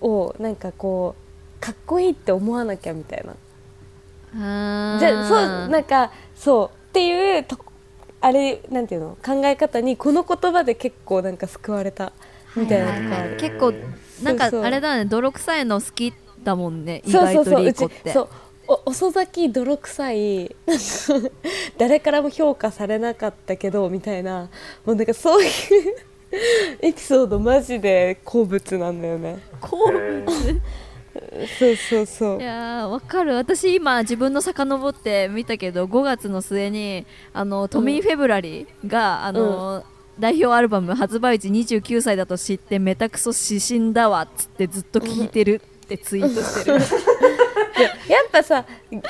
Speaker 2: をなんかこうかっこいいって思わなきゃみたいな
Speaker 1: じゃ
Speaker 2: じゃそうなんかそうっていうとあれなんていうの考え方にこの言葉で結構なんか救われたみたいなとか、
Speaker 1: は
Speaker 3: う
Speaker 1: い
Speaker 3: ん
Speaker 1: 結構なんか
Speaker 2: そうそう
Speaker 1: あれだね泥臭いの好きだもんね意
Speaker 2: そう
Speaker 1: 外
Speaker 2: そう
Speaker 1: と
Speaker 2: そう
Speaker 1: リ
Speaker 2: う
Speaker 1: ーコ
Speaker 2: ち
Speaker 1: って
Speaker 2: そうお遅咲き泥臭いなんか誰からも評価されなかったけどみたいなもうなんかそういうエピソードマジで好物なんだよね
Speaker 1: こう
Speaker 3: えー
Speaker 2: そうそうそう
Speaker 1: いやーわかる私今自分の遡って見たけど5月の末にあのトミー・フェブラリーが、あの代表アルバム発売時29歳だと知ってめたくそ指針だわっつってずっと聴いてるってツイートしてる、
Speaker 2: やっぱさ元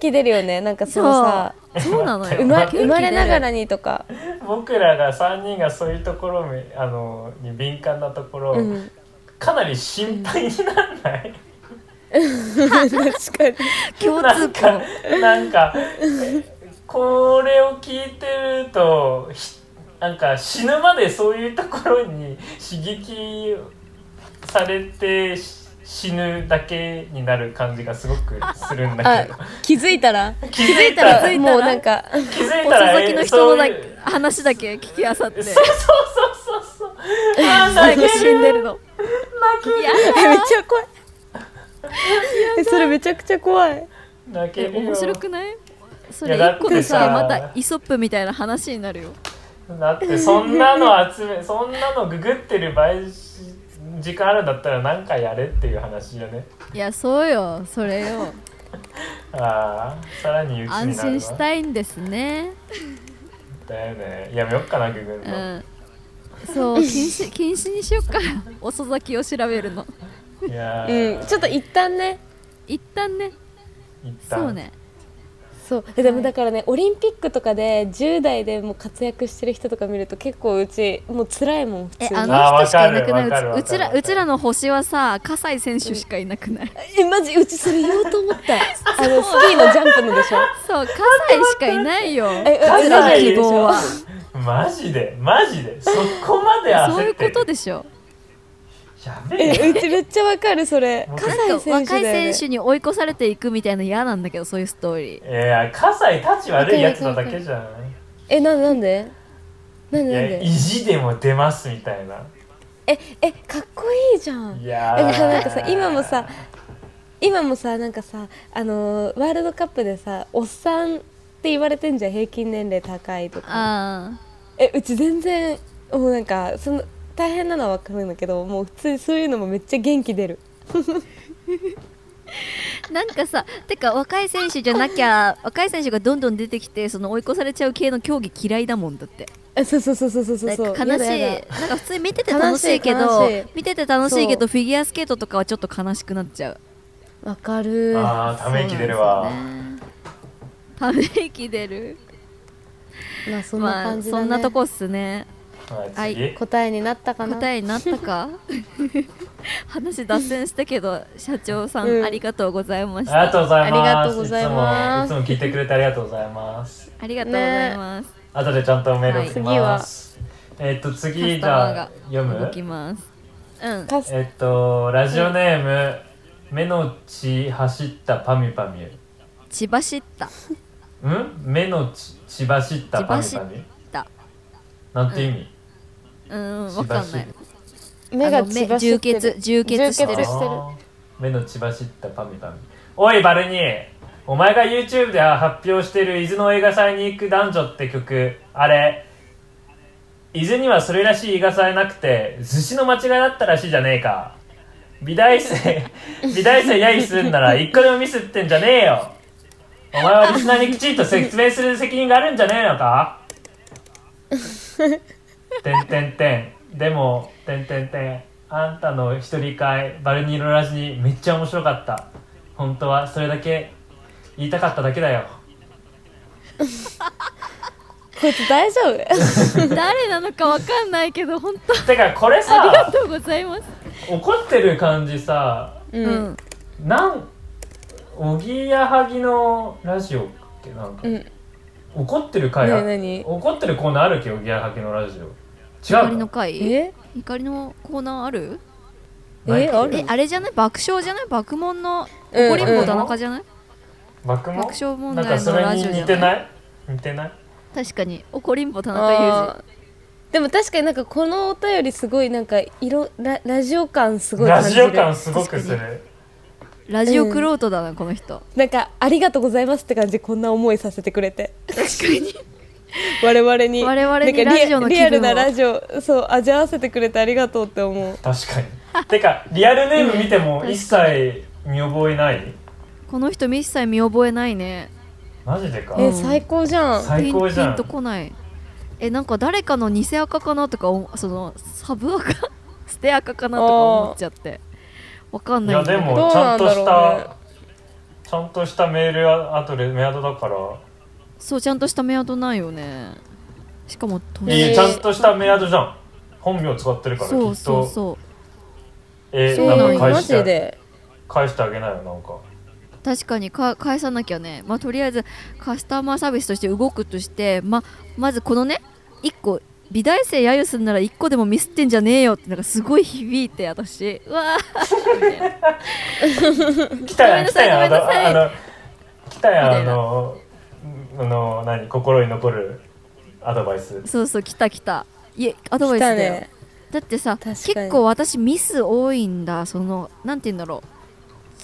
Speaker 2: 気出るよねなんかそのさ
Speaker 1: そうそうなのよ
Speaker 2: 生ま
Speaker 1: 元気出る
Speaker 2: 生まれながらにとか
Speaker 3: 僕らが3人がそういうところにあのに敏感なところ、
Speaker 2: うん
Speaker 3: かなり心配にならない
Speaker 2: 確かに
Speaker 1: 共
Speaker 3: な
Speaker 1: 通
Speaker 3: んか
Speaker 1: 項
Speaker 3: なんかこれを聞いてるとひなんか死ぬまでそういうところに刺激されてし死ぬだけになる感じがすごくするんだ
Speaker 2: あ
Speaker 3: けど
Speaker 2: 気づいたら
Speaker 3: 気
Speaker 2: 気づい
Speaker 1: 気づ
Speaker 2: たら
Speaker 1: いたら
Speaker 2: もうなん か
Speaker 3: 気づい
Speaker 1: 遅
Speaker 3: たら
Speaker 1: 咲きの人のだ
Speaker 3: えーそういう
Speaker 1: 話だけ聞きあさって
Speaker 3: そうそうそうそうそうあ
Speaker 1: 最後
Speaker 3: 泣け
Speaker 1: 死んで
Speaker 3: る
Speaker 1: るの
Speaker 3: 泣ける
Speaker 1: や
Speaker 2: えめっちゃ怖いえそれめちゃくちゃ怖い
Speaker 3: 泣け
Speaker 1: え
Speaker 3: るよ
Speaker 1: 面白くないそ
Speaker 3: い
Speaker 1: れ
Speaker 3: やだ
Speaker 1: 1
Speaker 3: って
Speaker 1: 個でさ
Speaker 3: さ
Speaker 1: またイソップみたいな話になるよ
Speaker 3: だってそんなの集め そんなのググってる場合時間あるんだったら何かやれっていう話よね
Speaker 1: いやそうよそれよ
Speaker 3: ああさらに憂鬱
Speaker 1: 安
Speaker 3: になる
Speaker 1: 心
Speaker 3: わ
Speaker 1: したいんですね
Speaker 3: だよねやめよっかなググる
Speaker 1: う
Speaker 3: の、
Speaker 1: んそう禁 止禁止にしよっか遅咲きを調べるの
Speaker 3: いやー
Speaker 2: うんちょっと一旦ね
Speaker 1: 一旦ね
Speaker 3: 一旦
Speaker 1: そうね
Speaker 2: そうえでもだからねオリンピックとかで10代でもう活躍してる人とか見ると結構うちもう辛いもん普
Speaker 1: え
Speaker 2: 通に
Speaker 1: あ
Speaker 3: あー
Speaker 1: の人しかいなくな
Speaker 3: わかる
Speaker 1: い
Speaker 3: わかる
Speaker 1: うちうちらうちらの星はさ葛西選手しかいなくない
Speaker 2: えマジうちそれ言おうと思った あのスキーのジャンプので しょ
Speaker 1: そう葛西しかいないよ
Speaker 2: えう
Speaker 3: 葛西
Speaker 2: ちマジ
Speaker 1: 希望は
Speaker 3: マジでマジでそこまで
Speaker 1: そうい
Speaker 3: 焦
Speaker 1: う
Speaker 3: って
Speaker 1: こ
Speaker 3: る
Speaker 1: とでしょ
Speaker 3: やべえ
Speaker 2: えうちめっちゃわかるそれ
Speaker 3: なんか
Speaker 2: 葛
Speaker 1: なんか
Speaker 2: 西選手
Speaker 1: 若い
Speaker 2: だよね
Speaker 1: 選手に追い越されていくみたいな嫌なんだけどそういうストーリー
Speaker 3: いやいや葛西たち悪いやつなだけじゃん
Speaker 2: えななんでなん
Speaker 3: い
Speaker 2: でなん
Speaker 3: や
Speaker 2: で
Speaker 3: 意地でも出ますみたいな
Speaker 2: ええかっこいいじゃん
Speaker 3: いや
Speaker 2: え
Speaker 3: ー
Speaker 2: なんかさ今もさ今もさなんかさあのーワールドカップでさおっさんって言われてんじゃん平均年齢高いとか
Speaker 1: あ
Speaker 2: えうち全然もうなんかその大変なのは分かるんだけどもう普通にそういうのもめっちゃ元気出る
Speaker 1: なんかさてか若い選手じゃなきゃ若い選手がどんどん出てきてその追い越されちゃう系の競技嫌いだもんだって
Speaker 2: え そうそうそうそうそうそう
Speaker 1: なんか悲
Speaker 2: や
Speaker 1: しい
Speaker 2: だやだ
Speaker 1: なんか普通に見てて楽しいけ
Speaker 2: 悲
Speaker 1: ど
Speaker 2: しい悲しい
Speaker 1: 見てて楽しいけ
Speaker 2: そ
Speaker 1: どフィギュアスケートとかはちょっと悲しくなっちゃう
Speaker 2: わかる
Speaker 3: あーため息出るわ
Speaker 1: ため息出る
Speaker 2: まあそんな
Speaker 1: ま
Speaker 2: 感
Speaker 1: あ
Speaker 2: じ
Speaker 1: そ
Speaker 2: だね
Speaker 1: んなとこっすね
Speaker 3: は
Speaker 1: はいい
Speaker 3: 次
Speaker 2: 答えになったかな
Speaker 1: 答えになったか 話脱線したけど社長さん、
Speaker 2: うん
Speaker 1: ありがとうございまし
Speaker 3: あ
Speaker 1: た
Speaker 3: りがとうございます
Speaker 2: ありがとうございます
Speaker 3: いつもいつも聞いてくれてありがとうございます
Speaker 1: ありがとうございます、
Speaker 3: 後でちゃんとメール送ります、えっと
Speaker 1: カ
Speaker 3: 次
Speaker 1: ス
Speaker 3: じ
Speaker 1: タマー
Speaker 3: ゃあ
Speaker 1: が
Speaker 3: 読
Speaker 1: 動き
Speaker 3: む
Speaker 1: ますうん
Speaker 2: かす
Speaker 3: えっとラジオネーム、目の血走ったパミュパミュ
Speaker 1: 千葉知った
Speaker 3: ん目の血血走ったパミュパミュ
Speaker 1: た
Speaker 3: なんて意味、
Speaker 1: うん
Speaker 3: 血
Speaker 1: わかん
Speaker 3: 走
Speaker 1: ない
Speaker 2: 目
Speaker 1: あ
Speaker 2: が
Speaker 1: の
Speaker 2: 血走ってる
Speaker 1: 充血充血してる
Speaker 2: 充血してる
Speaker 3: あー目の血走ったパミパミおいバルニーお前が YouTube で発表してる伊豆の映画祭に行く男女って曲あれ伊豆にはそれらしい映画祭なくて寿司の間違いだったらしいじゃねえか美大生 美大生やいすんなら一個でもミスってんじゃねえよお前はリスナーにきちんと説明する責任があるんじゃねえのかてんてんてんでもてんてんてんあんたの一人会バルニーロラジにめっちゃ面白かった本当はそれだけ言いたかっただけだよ
Speaker 2: こいつ大丈夫
Speaker 1: 誰なのかわかんないけど本当
Speaker 3: てかこれ
Speaker 1: あり が
Speaker 3: さ
Speaker 1: とうございます
Speaker 3: 怒ってる感じさ
Speaker 2: う
Speaker 1: うんん
Speaker 3: なんおぎやはぎのラジオってなんか、
Speaker 2: うん
Speaker 3: 怒ってる回あ
Speaker 2: ねえ何
Speaker 3: 怒ってるコーナーあるっけおぎやはぎのラジオ
Speaker 1: 怒り
Speaker 3: 違う
Speaker 1: の
Speaker 3: の
Speaker 1: 会
Speaker 2: え
Speaker 1: 怒りのコーナーある
Speaker 3: ないっ
Speaker 2: え
Speaker 3: け
Speaker 2: ある
Speaker 1: えあれじゃない爆笑じゃない爆問の
Speaker 2: うん
Speaker 1: 怒りんぼ
Speaker 2: うん
Speaker 1: 田中じゃない
Speaker 3: 爆
Speaker 1: 爆笑問
Speaker 3: なんか
Speaker 1: 題
Speaker 3: そ
Speaker 1: の
Speaker 3: れ
Speaker 1: ラ
Speaker 3: に
Speaker 1: ジオじ
Speaker 3: 似
Speaker 1: ゃ
Speaker 3: て
Speaker 1: ない
Speaker 3: ない似てない
Speaker 1: 確かに怒りんぼ田中裕
Speaker 2: あーでも確かになんかこのお便りすごいなんか色ララジオ感すごい
Speaker 3: ラ
Speaker 2: 感じ
Speaker 3: ジ
Speaker 2: る
Speaker 3: オ感すごくする
Speaker 1: 二ラジオクロートだなこの人
Speaker 2: なんかありがとうございますって感じでこんな思いさせてくれて確かに 我々に
Speaker 1: 我々に
Speaker 2: なんかリア
Speaker 1: ラジオの気分を
Speaker 2: リアルなラジオそう味合わせてくれてありがとうって思う
Speaker 3: 確かにてかリアルネーム見ても一切見覚えない
Speaker 1: この人一切見覚えないね
Speaker 3: マジでか
Speaker 1: う
Speaker 2: え、
Speaker 1: ん
Speaker 2: 最高じゃん
Speaker 3: 最高じゃ
Speaker 1: ピン
Speaker 3: ん
Speaker 1: ピンとこないえなんか誰かの偽赤かなとかおそのサブ赤 捨て赤かなとか思っちゃってわかん
Speaker 3: い
Speaker 1: ない
Speaker 3: や
Speaker 1: んだ
Speaker 3: で
Speaker 1: けど
Speaker 3: もちゃんと
Speaker 2: ど
Speaker 3: し
Speaker 2: うなんだろう
Speaker 3: たちゃんとしたメールアドレスメアドだから
Speaker 1: そうちゃんとしたメアドないよねしかも年
Speaker 3: いい
Speaker 2: えー
Speaker 3: ちゃんとしたメアドじゃん本名使ってるからきっ
Speaker 1: そうそう
Speaker 3: と
Speaker 1: そ
Speaker 3: え
Speaker 2: そう
Speaker 1: な
Speaker 3: なん
Speaker 1: だ
Speaker 3: ん
Speaker 2: の
Speaker 3: か
Speaker 2: マ
Speaker 3: 返し
Speaker 2: ジ
Speaker 3: て
Speaker 2: で
Speaker 3: 返してあげないよなんか
Speaker 1: う確かにか返さなきゃねまあとりあえずカスタマーサービスとして動くとしてままずこのね1個美大生揶揄するなら1個でもミスってんじゃねえよってなんかすごい響いて私うわーごめんなさいごめんなさいみ
Speaker 3: 来たやん来たやんあのあの来たやん
Speaker 1: た
Speaker 3: あ
Speaker 1: いな
Speaker 3: のあの何心に残るアドバイス
Speaker 1: そうそう来た来たいえアドバイス
Speaker 2: 来
Speaker 1: だ
Speaker 2: た
Speaker 1: よ、
Speaker 2: ね
Speaker 1: だってさ
Speaker 2: 確かに
Speaker 1: 結構私ミス多いんだそのなんて言うんだろ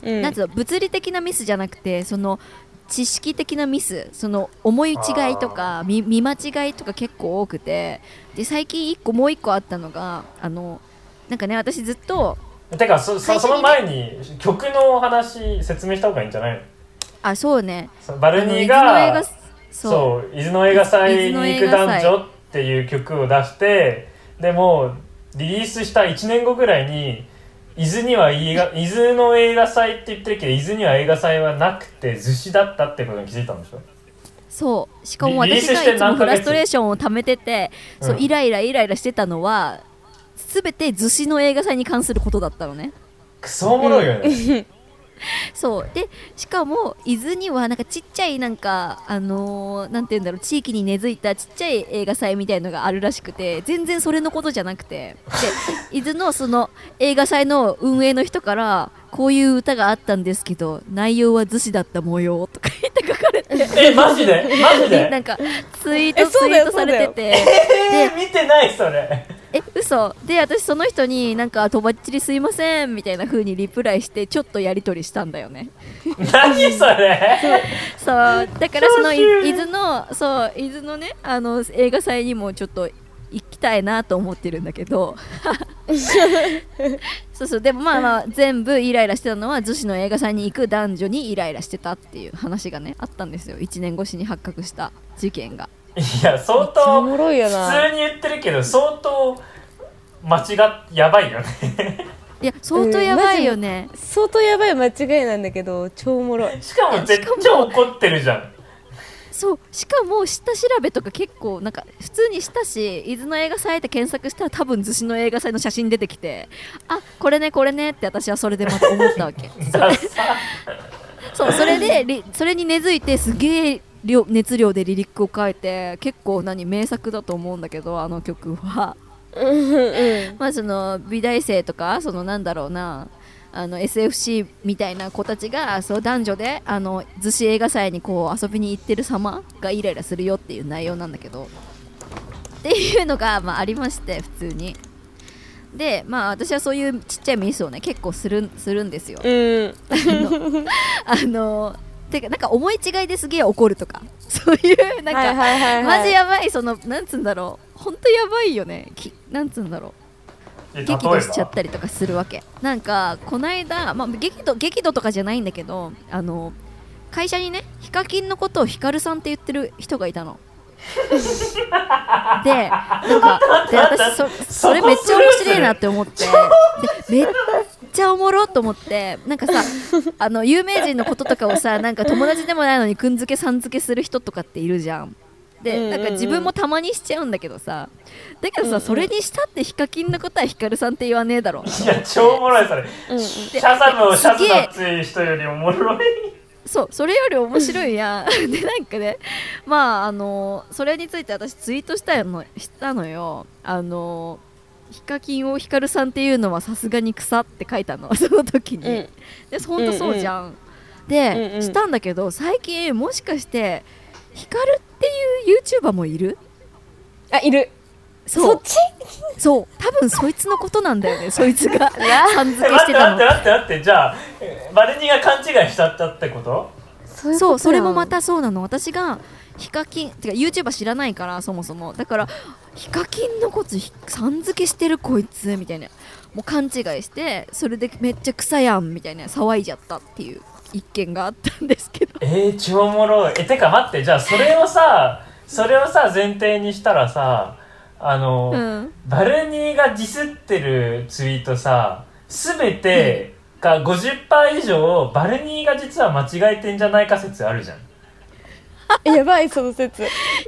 Speaker 2: う
Speaker 1: う、
Speaker 2: ん
Speaker 1: なんていうの物理的なミスじゃなくてその知識的なミスその思い違いとか見見間違いとか結構多くてで最近一個もう一個あったのがあのなんかね私ずっと
Speaker 3: てかそ
Speaker 1: 最
Speaker 3: そ
Speaker 1: 初
Speaker 3: そ
Speaker 1: にね
Speaker 3: の前に曲の話説明した方がいいんじゃないの
Speaker 1: あそうね
Speaker 3: そうバルニー
Speaker 1: あの伊豆の映画
Speaker 3: が
Speaker 1: そう
Speaker 3: そう「伊豆の映画祭に行く男女」っていう曲を出してでもリリースした1年後ぐらいに伊豆には映画伊豆の映画祭って言ってるけど伊豆には映画祭はなくて逗子だったってことに気づいたんでしょ
Speaker 1: そうしかも
Speaker 3: リリー
Speaker 1: 私
Speaker 3: ス
Speaker 1: が
Speaker 3: して
Speaker 1: いつも
Speaker 3: 何
Speaker 1: フ
Speaker 3: ヶ月
Speaker 1: ラストレーションを溜めてて、そう
Speaker 3: うん
Speaker 1: イライライライラしてたのは全て逗子の映画祭に関することだったのね
Speaker 3: クソおもろいよね
Speaker 1: そうでしかも伊豆にはなんかちっちゃいなんかあのーなんて言うんだろう地域に根付いたちっちゃい映画祭みたいのがあるらしくて全然それのことじゃなくてで伊豆のその映画祭の運営の人からこういう歌があったんですけど内容は逗子だった模様とか言って書かれて
Speaker 3: えマジでマジ
Speaker 1: な
Speaker 3: で
Speaker 1: んかツイート
Speaker 2: えそ
Speaker 1: ツ
Speaker 2: う
Speaker 1: イ
Speaker 2: だ
Speaker 1: ー
Speaker 2: よ
Speaker 1: トされてて
Speaker 3: えー、見てないそれ
Speaker 1: え嘘で私その人になんか「とばっちりすいません」みたいな風にリプライしてちょっとやり取りしたんだよね
Speaker 3: 何それ
Speaker 1: そうだからそのい
Speaker 3: 面白い
Speaker 1: 伊豆のそう伊 豆のねあの映画祭にもちょっと行きたいなと思ってるんだけどそうそうでもまあまあ全部イライラしてたのは女子の映画祭に行く男女にイライラしてたっていう話がねあったんですよ1年越しに発覚した事件が
Speaker 3: いや相
Speaker 2: めっちゃ
Speaker 3: 当
Speaker 2: おもろいよな
Speaker 3: 普通に言ってるけど相当間違っやばいよね
Speaker 1: いや相当やばいよね、
Speaker 2: 相当やばい間違いなんだけど超おもろい
Speaker 3: しかも絶
Speaker 1: しかも
Speaker 3: 対怒ってるじゃん
Speaker 1: そうしかも下調べとか結構なんか普通にしたし伊豆の映画祭って検索したら多分逗子の映画祭の写真出てきてあこれねこれねって私はそれでまた思ったわけ
Speaker 3: ダサ
Speaker 1: そうそれでりそれに根付いてすげえ量熱量でリリックを書いて結構何名作だと思うんだけどあの曲は
Speaker 2: うんうん
Speaker 1: まあその美大生とかそのなんだろうなあの SFC みたいな子たちがそう男女であの逗子映画祭にこう遊びに行ってる様がイライラするよっていう内容なんだけどっていうのが、まあ、ありまして普通にでまあ私はそういうちっちゃいミスをね結構するするんですよ
Speaker 2: うん
Speaker 1: あのてかなんか思い違いですげえ怒るとかそういうなんか、
Speaker 2: はいはいはいはい
Speaker 1: マジやばいそのなんつうんだろう本当やばいよねきなんつうんだろう
Speaker 3: え例えば
Speaker 1: 激怒しちゃったりとかするわけなんかこないだ、まあ、激怒激怒とかじゃないんだけどあの会社にねヒカキンのことをヒカルさんって言ってる人がいたのでなんかで私そそれめっちゃ面白いなって思ってでめっちゃおもろと思ってなんかさあの有名人のこととかをさなんか友達でもないのにくんづけさんづけする人とかっているじゃん
Speaker 2: うんうん
Speaker 1: で
Speaker 2: うん
Speaker 1: なんか自分もたまにしちゃうんだけどさだけどさ、それにしたってヒカキンのことはヒカルさんって言わねえだろ
Speaker 3: いや超おもろいそれ、
Speaker 2: うん
Speaker 3: シャザムをシャズだっつう人よりおもろい
Speaker 1: そうそれより面白いやん でなんかねまああのそれについて私ツイートしたのしたのよあのヒカキンをヒカルさんっていうのはさすがに草って書いたの その時に、
Speaker 2: うん
Speaker 1: で本当そうじゃん、で、
Speaker 2: うんうん
Speaker 1: したんだけど最近もしかしてヒカルっていう YouTuber もいる
Speaker 2: あいる
Speaker 1: そ
Speaker 2: そうっち
Speaker 1: そう多分そいつのことなんだよねそいつ がさん付
Speaker 3: え
Speaker 1: けし
Speaker 3: 待ってて
Speaker 1: た
Speaker 3: 待っ
Speaker 1: の
Speaker 3: て待って待ってじゃあえバルニーが勘違いしちゃったってこと
Speaker 2: そういうこと
Speaker 1: そ
Speaker 2: や
Speaker 1: うそれもまたそうなの私がヒカキンてか YouTuber 知らないからそもそもだからヒカキンのことひさん付けしてるこいつみたいなもう勘違いしてそれでめっちゃ草やんみたいな騒いじゃったっていう一件があったんですけど
Speaker 3: えー、超おもろいえてか待ってじゃあそれをさそれをさ前提にしたらさあの、
Speaker 1: うん
Speaker 3: バルニーがディスってるツイートさ全てが50%以上バルニーが実は間違えてんじゃないか説あるじゃん
Speaker 2: え やばいその説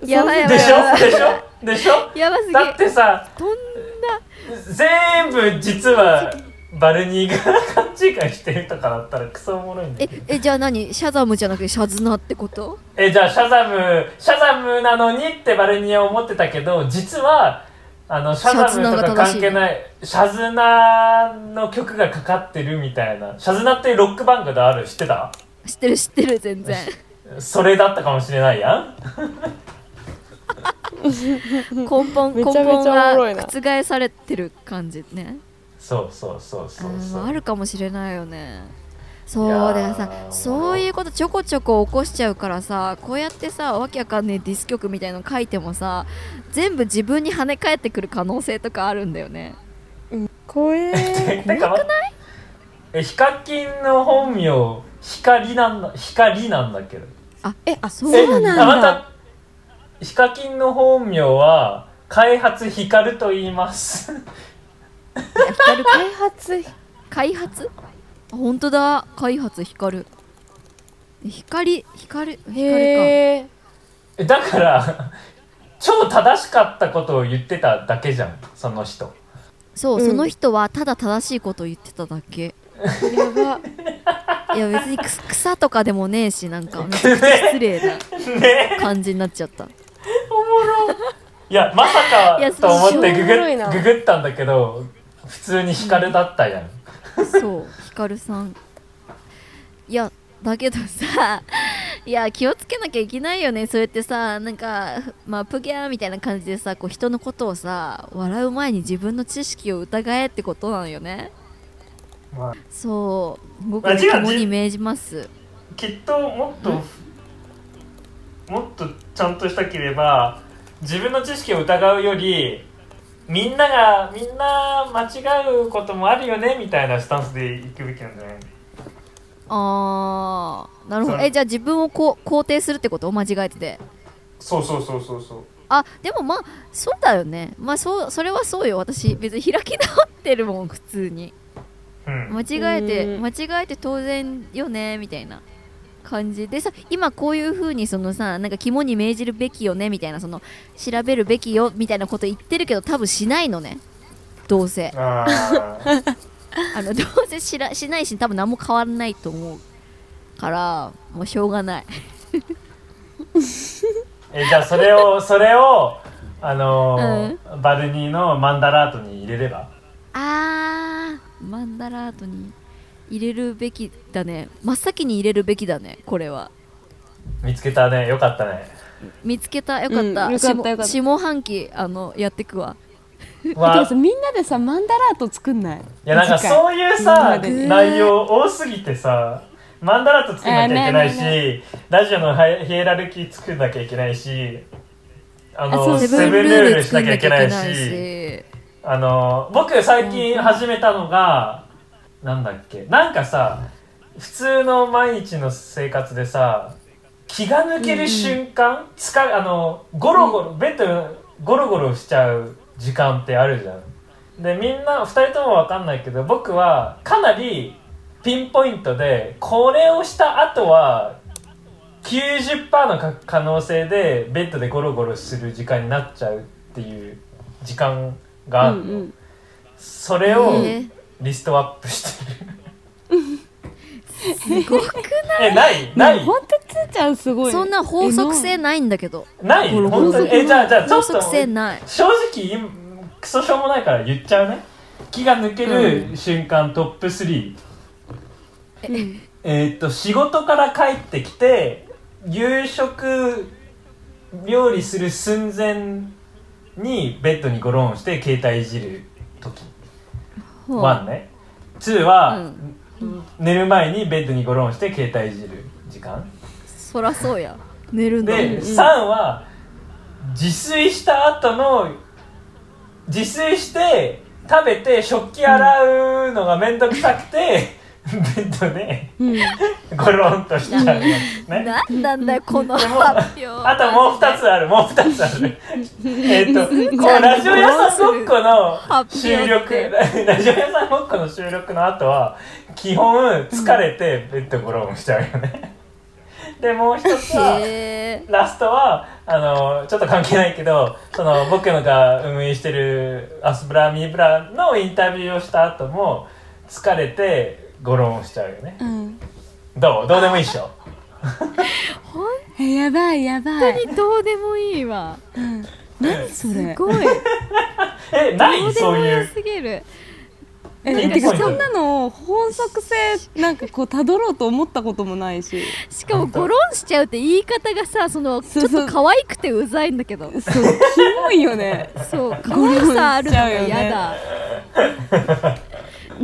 Speaker 1: やばいやばい
Speaker 3: でし
Speaker 1: やば
Speaker 3: ょ
Speaker 1: い
Speaker 3: でしょでしょ
Speaker 1: やばすぎ
Speaker 3: だってさ
Speaker 1: とんな
Speaker 3: 全部実はバルニーが勘違いしてるとかだったらクソおもろいんだ
Speaker 1: え
Speaker 3: けど
Speaker 1: えじゃあ何シャザムじゃなくてシャズナってこと
Speaker 3: えじゃあシャザムシャザムなのにってバルニーは思ってたけど実はあのシャザ
Speaker 1: シャズナ
Speaker 3: ムとか
Speaker 1: が正しい
Speaker 3: 関係ないシャズナの曲がかかってるみたいなシャズナっていうロックバンドである知ってた
Speaker 1: 知ってる知ってる全然
Speaker 3: それだったかもしれないやん
Speaker 1: 根本
Speaker 2: め
Speaker 1: 根
Speaker 2: ちゃめちゃ
Speaker 1: 本
Speaker 2: おもろい
Speaker 1: が
Speaker 2: な
Speaker 1: 覆されてる感じね
Speaker 3: そうそうそうそうそう
Speaker 1: あーあるかもしれないよね
Speaker 3: いや
Speaker 1: そう
Speaker 3: ー
Speaker 1: でさそういうことちょこちょこ起こしちゃうからさこうやってさわけわかんねえディス曲みたいの書いてもさ全部自分に跳ね返ってくる可能性とかあるんだよね
Speaker 2: 怖 え
Speaker 3: えなんかまえヒカキンの本名光なんだ光なんだけど
Speaker 1: あ
Speaker 2: え
Speaker 1: あそ
Speaker 3: え
Speaker 1: うなん
Speaker 3: あま
Speaker 1: だ
Speaker 3: たヒカキンの本名は開発ヒカルと言います
Speaker 1: 光か
Speaker 2: 開発
Speaker 1: 開発あ本当だ開発光る光光光か
Speaker 2: へえ
Speaker 3: えだから超正しかったことを言ってただけじゃんその人
Speaker 1: そう、
Speaker 2: うん
Speaker 1: その人はただ正しいことを言ってただけ
Speaker 2: やば
Speaker 1: いや別にくす草とかでもねえしなんかめ ちゃくちゃ失礼な
Speaker 3: ね
Speaker 1: 感じになっちゃった
Speaker 3: いやまさ
Speaker 1: いや
Speaker 3: かと思って
Speaker 2: そう
Speaker 3: グ
Speaker 2: おもろいな
Speaker 3: グググったんだけど普通にヒカルだったやん
Speaker 1: そう、ヒカルさん。いや、だけどさ、いや、気をつけなきゃいけないよね。そうやってさ、なんか、まあ、プギャーみたいな感じでさ、こう人のことをさ、笑う前に自分の知識を疑えってことなのよね。
Speaker 3: まあ
Speaker 1: そう、僕
Speaker 3: まあ
Speaker 1: も
Speaker 3: 違う
Speaker 1: 肝に銘じます。
Speaker 3: きっともっともっとちゃんとしたければ自分の知識を疑うよりみんながみんな間違うこともあるよねみたいなスタンスで行くべきなんじゃない
Speaker 1: あーなるほど
Speaker 3: そう
Speaker 1: えじゃあ自分をこう肯定するってこと間違えてて
Speaker 3: そうそうそうそうそう
Speaker 1: あでもまあそうだよねまあそうそれはそうよ私別に開き直ってるもん普通に
Speaker 3: うん
Speaker 1: 間違えて
Speaker 2: うん
Speaker 1: 間違えて当然よねみたいな感じでさ今こういう風にそのさなんか肝に銘じるべきよねみたいなその調べるべきよみたいなこと言ってるけど多分しないのねどう せ
Speaker 3: ああ
Speaker 1: あのどうせしらしないし多分何も変わらないと思うからもうしょうが ない
Speaker 3: えじゃあそれをそれをあのー
Speaker 1: う
Speaker 3: バルニーのマンダラートに入れれば
Speaker 1: あーマンダラートに入れるべきだね真っ先に入れるべきだねこれは
Speaker 3: 見つけたねよかったね
Speaker 1: 見つけたよかった,、
Speaker 2: うんよかったよかった
Speaker 1: 下下半期あのやってくわ
Speaker 3: わ
Speaker 2: てかさみんなでさマンダラート作んない
Speaker 3: いやなんか
Speaker 2: 次回
Speaker 3: そういうさ
Speaker 2: みんなで
Speaker 3: 内容多すぎてさマンダラート作んなきゃいけないし、
Speaker 2: あーね
Speaker 3: ラジオのハイヒエラルキー作んなきゃいけないしあ
Speaker 1: あ
Speaker 3: の
Speaker 1: そう
Speaker 3: セ
Speaker 1: セ
Speaker 3: ブン
Speaker 1: ブン
Speaker 3: ル
Speaker 1: ル
Speaker 3: ー
Speaker 1: ー
Speaker 3: ル
Speaker 1: ル
Speaker 3: し
Speaker 1: 作
Speaker 3: なんきゃ
Speaker 1: ないきゃ
Speaker 3: け
Speaker 1: い
Speaker 3: な
Speaker 1: けな
Speaker 3: い
Speaker 1: い
Speaker 3: し
Speaker 1: し
Speaker 3: あの僕最近始めたのが、なんだっけなんかさ普通の毎日の生活でさ気が抜ける瞬間、疲れあのゴロゴロ、ベッドでゴロゴロしちゃう時間ってあるじゃん。でみんな2人とも分かんないけど僕はかなりピンポイントでこれをした後は90%のか可能性でベッドでゴロゴロする時間になっちゃうっていう時間があるの、
Speaker 2: うん
Speaker 3: それを
Speaker 1: えー
Speaker 3: リストアップしてる
Speaker 1: すごく
Speaker 3: えない
Speaker 2: な
Speaker 3: ないい
Speaker 2: 本当つーちゃんすごい
Speaker 1: そんな法則性ないんだけど
Speaker 3: ない
Speaker 2: ゴロゴロ
Speaker 3: 本当にえじゃあじゃあち
Speaker 1: 法
Speaker 3: ょっと
Speaker 1: 則性ない
Speaker 3: 正直今クソしょうもないから言っちゃうね気が抜ける瞬間、トップ3
Speaker 2: うん
Speaker 3: えーっと仕事から帰ってきて夕食料理する寸前にベッドにゴロンして携帯いじる時
Speaker 1: ほう
Speaker 3: 1ね2は、
Speaker 1: うん
Speaker 3: 寝る前にベッドにゴロンして携帯いじる時間
Speaker 1: そらそうや寝るんだもん
Speaker 3: で、3は自炊した後の自炊して食べて食器洗うのが面倒くさくて、ベッドで
Speaker 2: うん
Speaker 3: ゴロンとしちゃうやつね
Speaker 1: なんなんだよこの発表
Speaker 3: あともう2つあるもう2つあるえっとこうラジオ屋さんごっこの収録 ラジオ屋さんごっこの収録の後は基本疲れてベッドゴロンしちゃうよねでもう一つは
Speaker 1: へー
Speaker 3: ラストはあのちょっと関係ないけどその僕のが運営してるアスブラミーブラのインタビューをした後も疲れてゴロンしちゃうよね
Speaker 2: うん
Speaker 3: どうどうでもいいっしょ
Speaker 2: えやばいやばい
Speaker 1: 本当にどうでもいいわ
Speaker 2: 何そ
Speaker 1: す
Speaker 2: れ
Speaker 1: ごい
Speaker 3: えない
Speaker 1: ど
Speaker 3: そうう
Speaker 1: でも
Speaker 3: い
Speaker 1: よ
Speaker 3: う
Speaker 1: すぎる
Speaker 3: ピ
Speaker 2: え
Speaker 3: ン
Speaker 2: て
Speaker 3: ポイ
Speaker 2: か
Speaker 3: ント
Speaker 2: そんなの法則性なんかこうたどろうと思ったこともないし
Speaker 1: しかもゴロンしちゃうって言い方がさそのち
Speaker 2: そ
Speaker 1: ょ
Speaker 2: う
Speaker 1: っと可愛くてうざいんだけど
Speaker 2: そうキモいよ ね
Speaker 1: そう可愛さあるのが嫌だ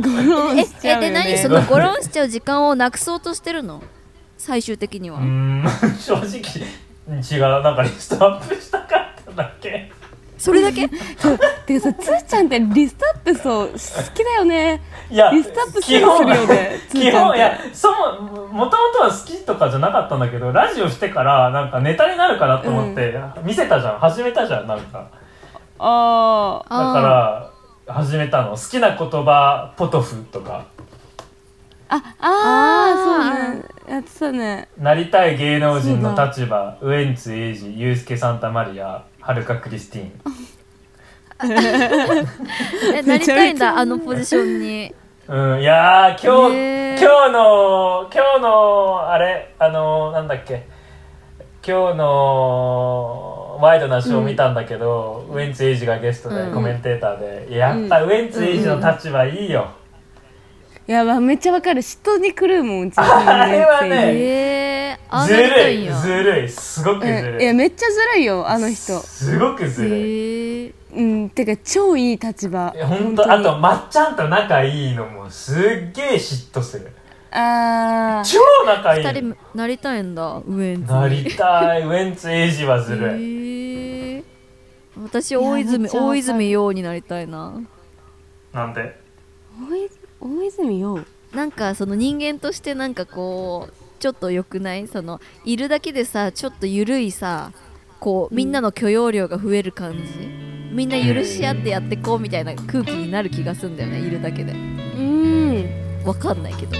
Speaker 2: ゴロン
Speaker 1: え
Speaker 2: しち
Speaker 1: え
Speaker 2: ゃうよ
Speaker 1: で何
Speaker 2: ね
Speaker 1: そのゴロンしちゃう時間をなくそうとしてるの最終的には
Speaker 3: うーん正直違うなんかリストアップしたかっただけ
Speaker 1: それだけ
Speaker 2: そうてかさつーちゃんってリストアップそう好きだよね
Speaker 3: いや
Speaker 2: リストアップす
Speaker 3: 基
Speaker 2: ぐす
Speaker 3: 本
Speaker 2: るよねつ
Speaker 3: 基
Speaker 2: ーちゃんっ
Speaker 3: 本
Speaker 2: て
Speaker 3: いやそももともとは好きとかじゃなかったんだけどラジオしてからなんかネタになるかなと思って、見せたじゃん始めたじゃんなんか
Speaker 2: あ
Speaker 3: だ
Speaker 2: あ
Speaker 3: から始めたの好きな言葉ポトフとか
Speaker 2: あ
Speaker 1: あー
Speaker 2: あーそうねやってたね
Speaker 3: なりたい芸能人の立場ウエンツ瑛士ユースケ・サンタマリアはるかクリスティー
Speaker 1: えなりたいんだあのポジションに
Speaker 3: ンうんいやー今日、
Speaker 1: へー
Speaker 3: 今日の今日のあれあのーなんだっけ今日のワイドなショー見たんだけど、ウエンツ瑛士がゲストで、
Speaker 1: うん
Speaker 3: コメンテーターでいややっぱウエンツ瑛士の立場いいよ、
Speaker 2: いやまあめっちゃわかる嫉妬に狂うもんうちの
Speaker 3: あれはね
Speaker 2: 先
Speaker 1: へえああ
Speaker 3: ず
Speaker 1: なりた
Speaker 3: る
Speaker 1: いん
Speaker 3: い
Speaker 1: や
Speaker 3: ずるいすごくず
Speaker 2: 生
Speaker 3: る
Speaker 2: うんい
Speaker 3: い、
Speaker 2: やめっちゃずるいよあの人
Speaker 3: すごくずるい、
Speaker 1: へえ
Speaker 2: うんてか超いい立場
Speaker 3: 本当あとまっちゃんと仲いいのもすっげえ嫉妬する
Speaker 2: あー
Speaker 3: 超仲い
Speaker 1: 二
Speaker 3: い
Speaker 1: 人なりたいんだウエンツ
Speaker 3: なりたいウエンツエイジはずるい
Speaker 1: へえ私大泉
Speaker 2: めっちゃわかる
Speaker 1: 大泉洋になりたいな
Speaker 3: なんで
Speaker 2: 大泉大泉洋
Speaker 1: なんかその人間としてなんかこうちょっと良くないそのいるだけでさちょっと緩いさこうみんなの許容量が増える感じ、みんな許し合ってやってこうみたいな空気になる気がすんだよねいるだけで
Speaker 2: うん
Speaker 1: わかんないけど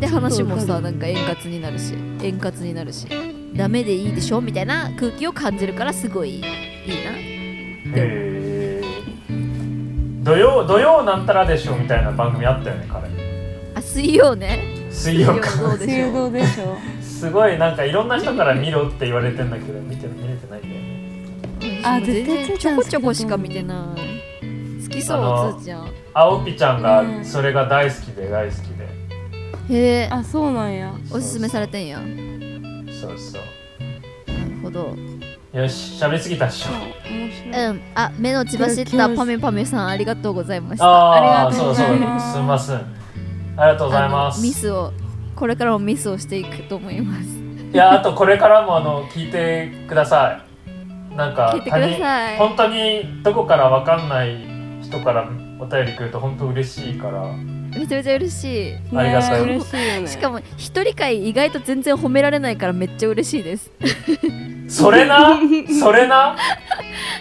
Speaker 1: で話もさ
Speaker 2: ちょっとわかる
Speaker 1: なんか円滑になるし円滑になるしダメでいいでしょみたいな空気を感じるからすごいいいな
Speaker 3: へえ土曜土曜なんたらでしょみたいな番組あったよね彼
Speaker 1: あ水曜ね
Speaker 3: 水曜か
Speaker 1: 水曜どうでし
Speaker 2: 水
Speaker 1: ょう
Speaker 2: 道でしょ
Speaker 3: すごいなんかいろんな人から見ろって言われてんだけど見て見れてないんだよね
Speaker 2: あ
Speaker 1: うん全然
Speaker 2: 絶対
Speaker 1: ち
Speaker 2: ち
Speaker 1: ょ
Speaker 2: ゃん
Speaker 1: こちょこしか見てない好きそう
Speaker 3: あの
Speaker 1: つーちゃん
Speaker 3: 青ピちゃん
Speaker 2: う
Speaker 3: が
Speaker 2: ん
Speaker 3: それが大好きで大好きで、
Speaker 1: へえ
Speaker 2: あそうなんや
Speaker 1: おすすめされてんやな
Speaker 3: そうそう
Speaker 1: るほど
Speaker 3: よし喋りすぎたっしょ
Speaker 2: そう面白い、
Speaker 1: うんあ目の血走ったパメパメさんありがとうございました
Speaker 3: あ
Speaker 2: あ
Speaker 3: あ
Speaker 2: りが
Speaker 3: そう
Speaker 2: とうご
Speaker 3: そう
Speaker 2: ざ
Speaker 3: す
Speaker 2: い
Speaker 3: み
Speaker 2: ます
Speaker 3: ませんありがとうございま
Speaker 1: あの
Speaker 3: す
Speaker 1: ミスをこれからもミスをしていくと思います
Speaker 3: いやあとこれからもあの聞いてくださいなんか
Speaker 1: 聞いてください
Speaker 3: 他人本当にどこからわかんない人からお便り来ると本当嬉しいから
Speaker 1: めちゃめちゃ嬉しい
Speaker 3: ありがたい
Speaker 2: ねえ嬉しいよね
Speaker 1: しかも一人会意外と全然褒められないからめっちゃ嬉しいです
Speaker 3: それ なそれな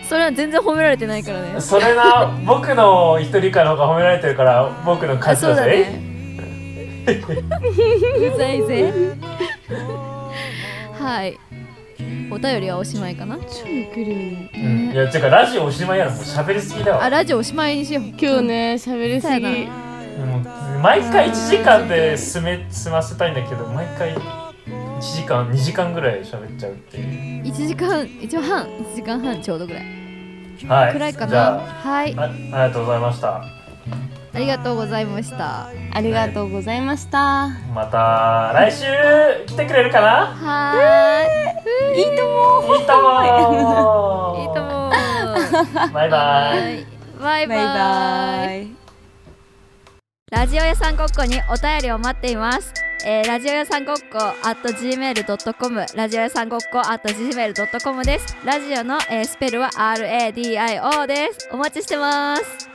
Speaker 1: それは全然褒められてないからね
Speaker 3: それな僕の一人かの方が褒められてるから僕の
Speaker 1: あ
Speaker 3: 勝ち
Speaker 1: そう
Speaker 3: だ
Speaker 1: だ
Speaker 3: ぜ
Speaker 1: ねうざいぜはいお便りはおしまいかな
Speaker 2: 超来るよね
Speaker 3: うんいやてかラジオおしまいやろもう喋りすぎだ
Speaker 1: あ
Speaker 3: わ
Speaker 1: ラジオおしまいにしよう
Speaker 2: 今日ね喋りす
Speaker 1: そう
Speaker 2: ぎ
Speaker 1: や
Speaker 3: もう毎回1時間で済め済ませたいんだけど毎回1時間2時間ぐらい喋っちゃうっていう
Speaker 1: 1時間1時間半1時間半ちょうどぐらい
Speaker 3: はい
Speaker 1: くらいか
Speaker 3: じ
Speaker 1: な
Speaker 3: ゃ
Speaker 1: はい
Speaker 3: ああありがとうございました
Speaker 1: ありがとうございました
Speaker 2: ありがとうございました
Speaker 3: また来週来てくれるかな
Speaker 1: はーいいいとも
Speaker 3: いいと
Speaker 1: い
Speaker 3: も
Speaker 1: いとも
Speaker 3: バイバイ
Speaker 1: はいバイバイ
Speaker 2: イ
Speaker 1: ラジオ屋さんごっこにお便りを待っています。えーラジオ屋さんごっこ at gmail.com ラジオ屋さんごっこ at gmail.com です。ラジオの、えースペルは RADIO です。お待ちしてます。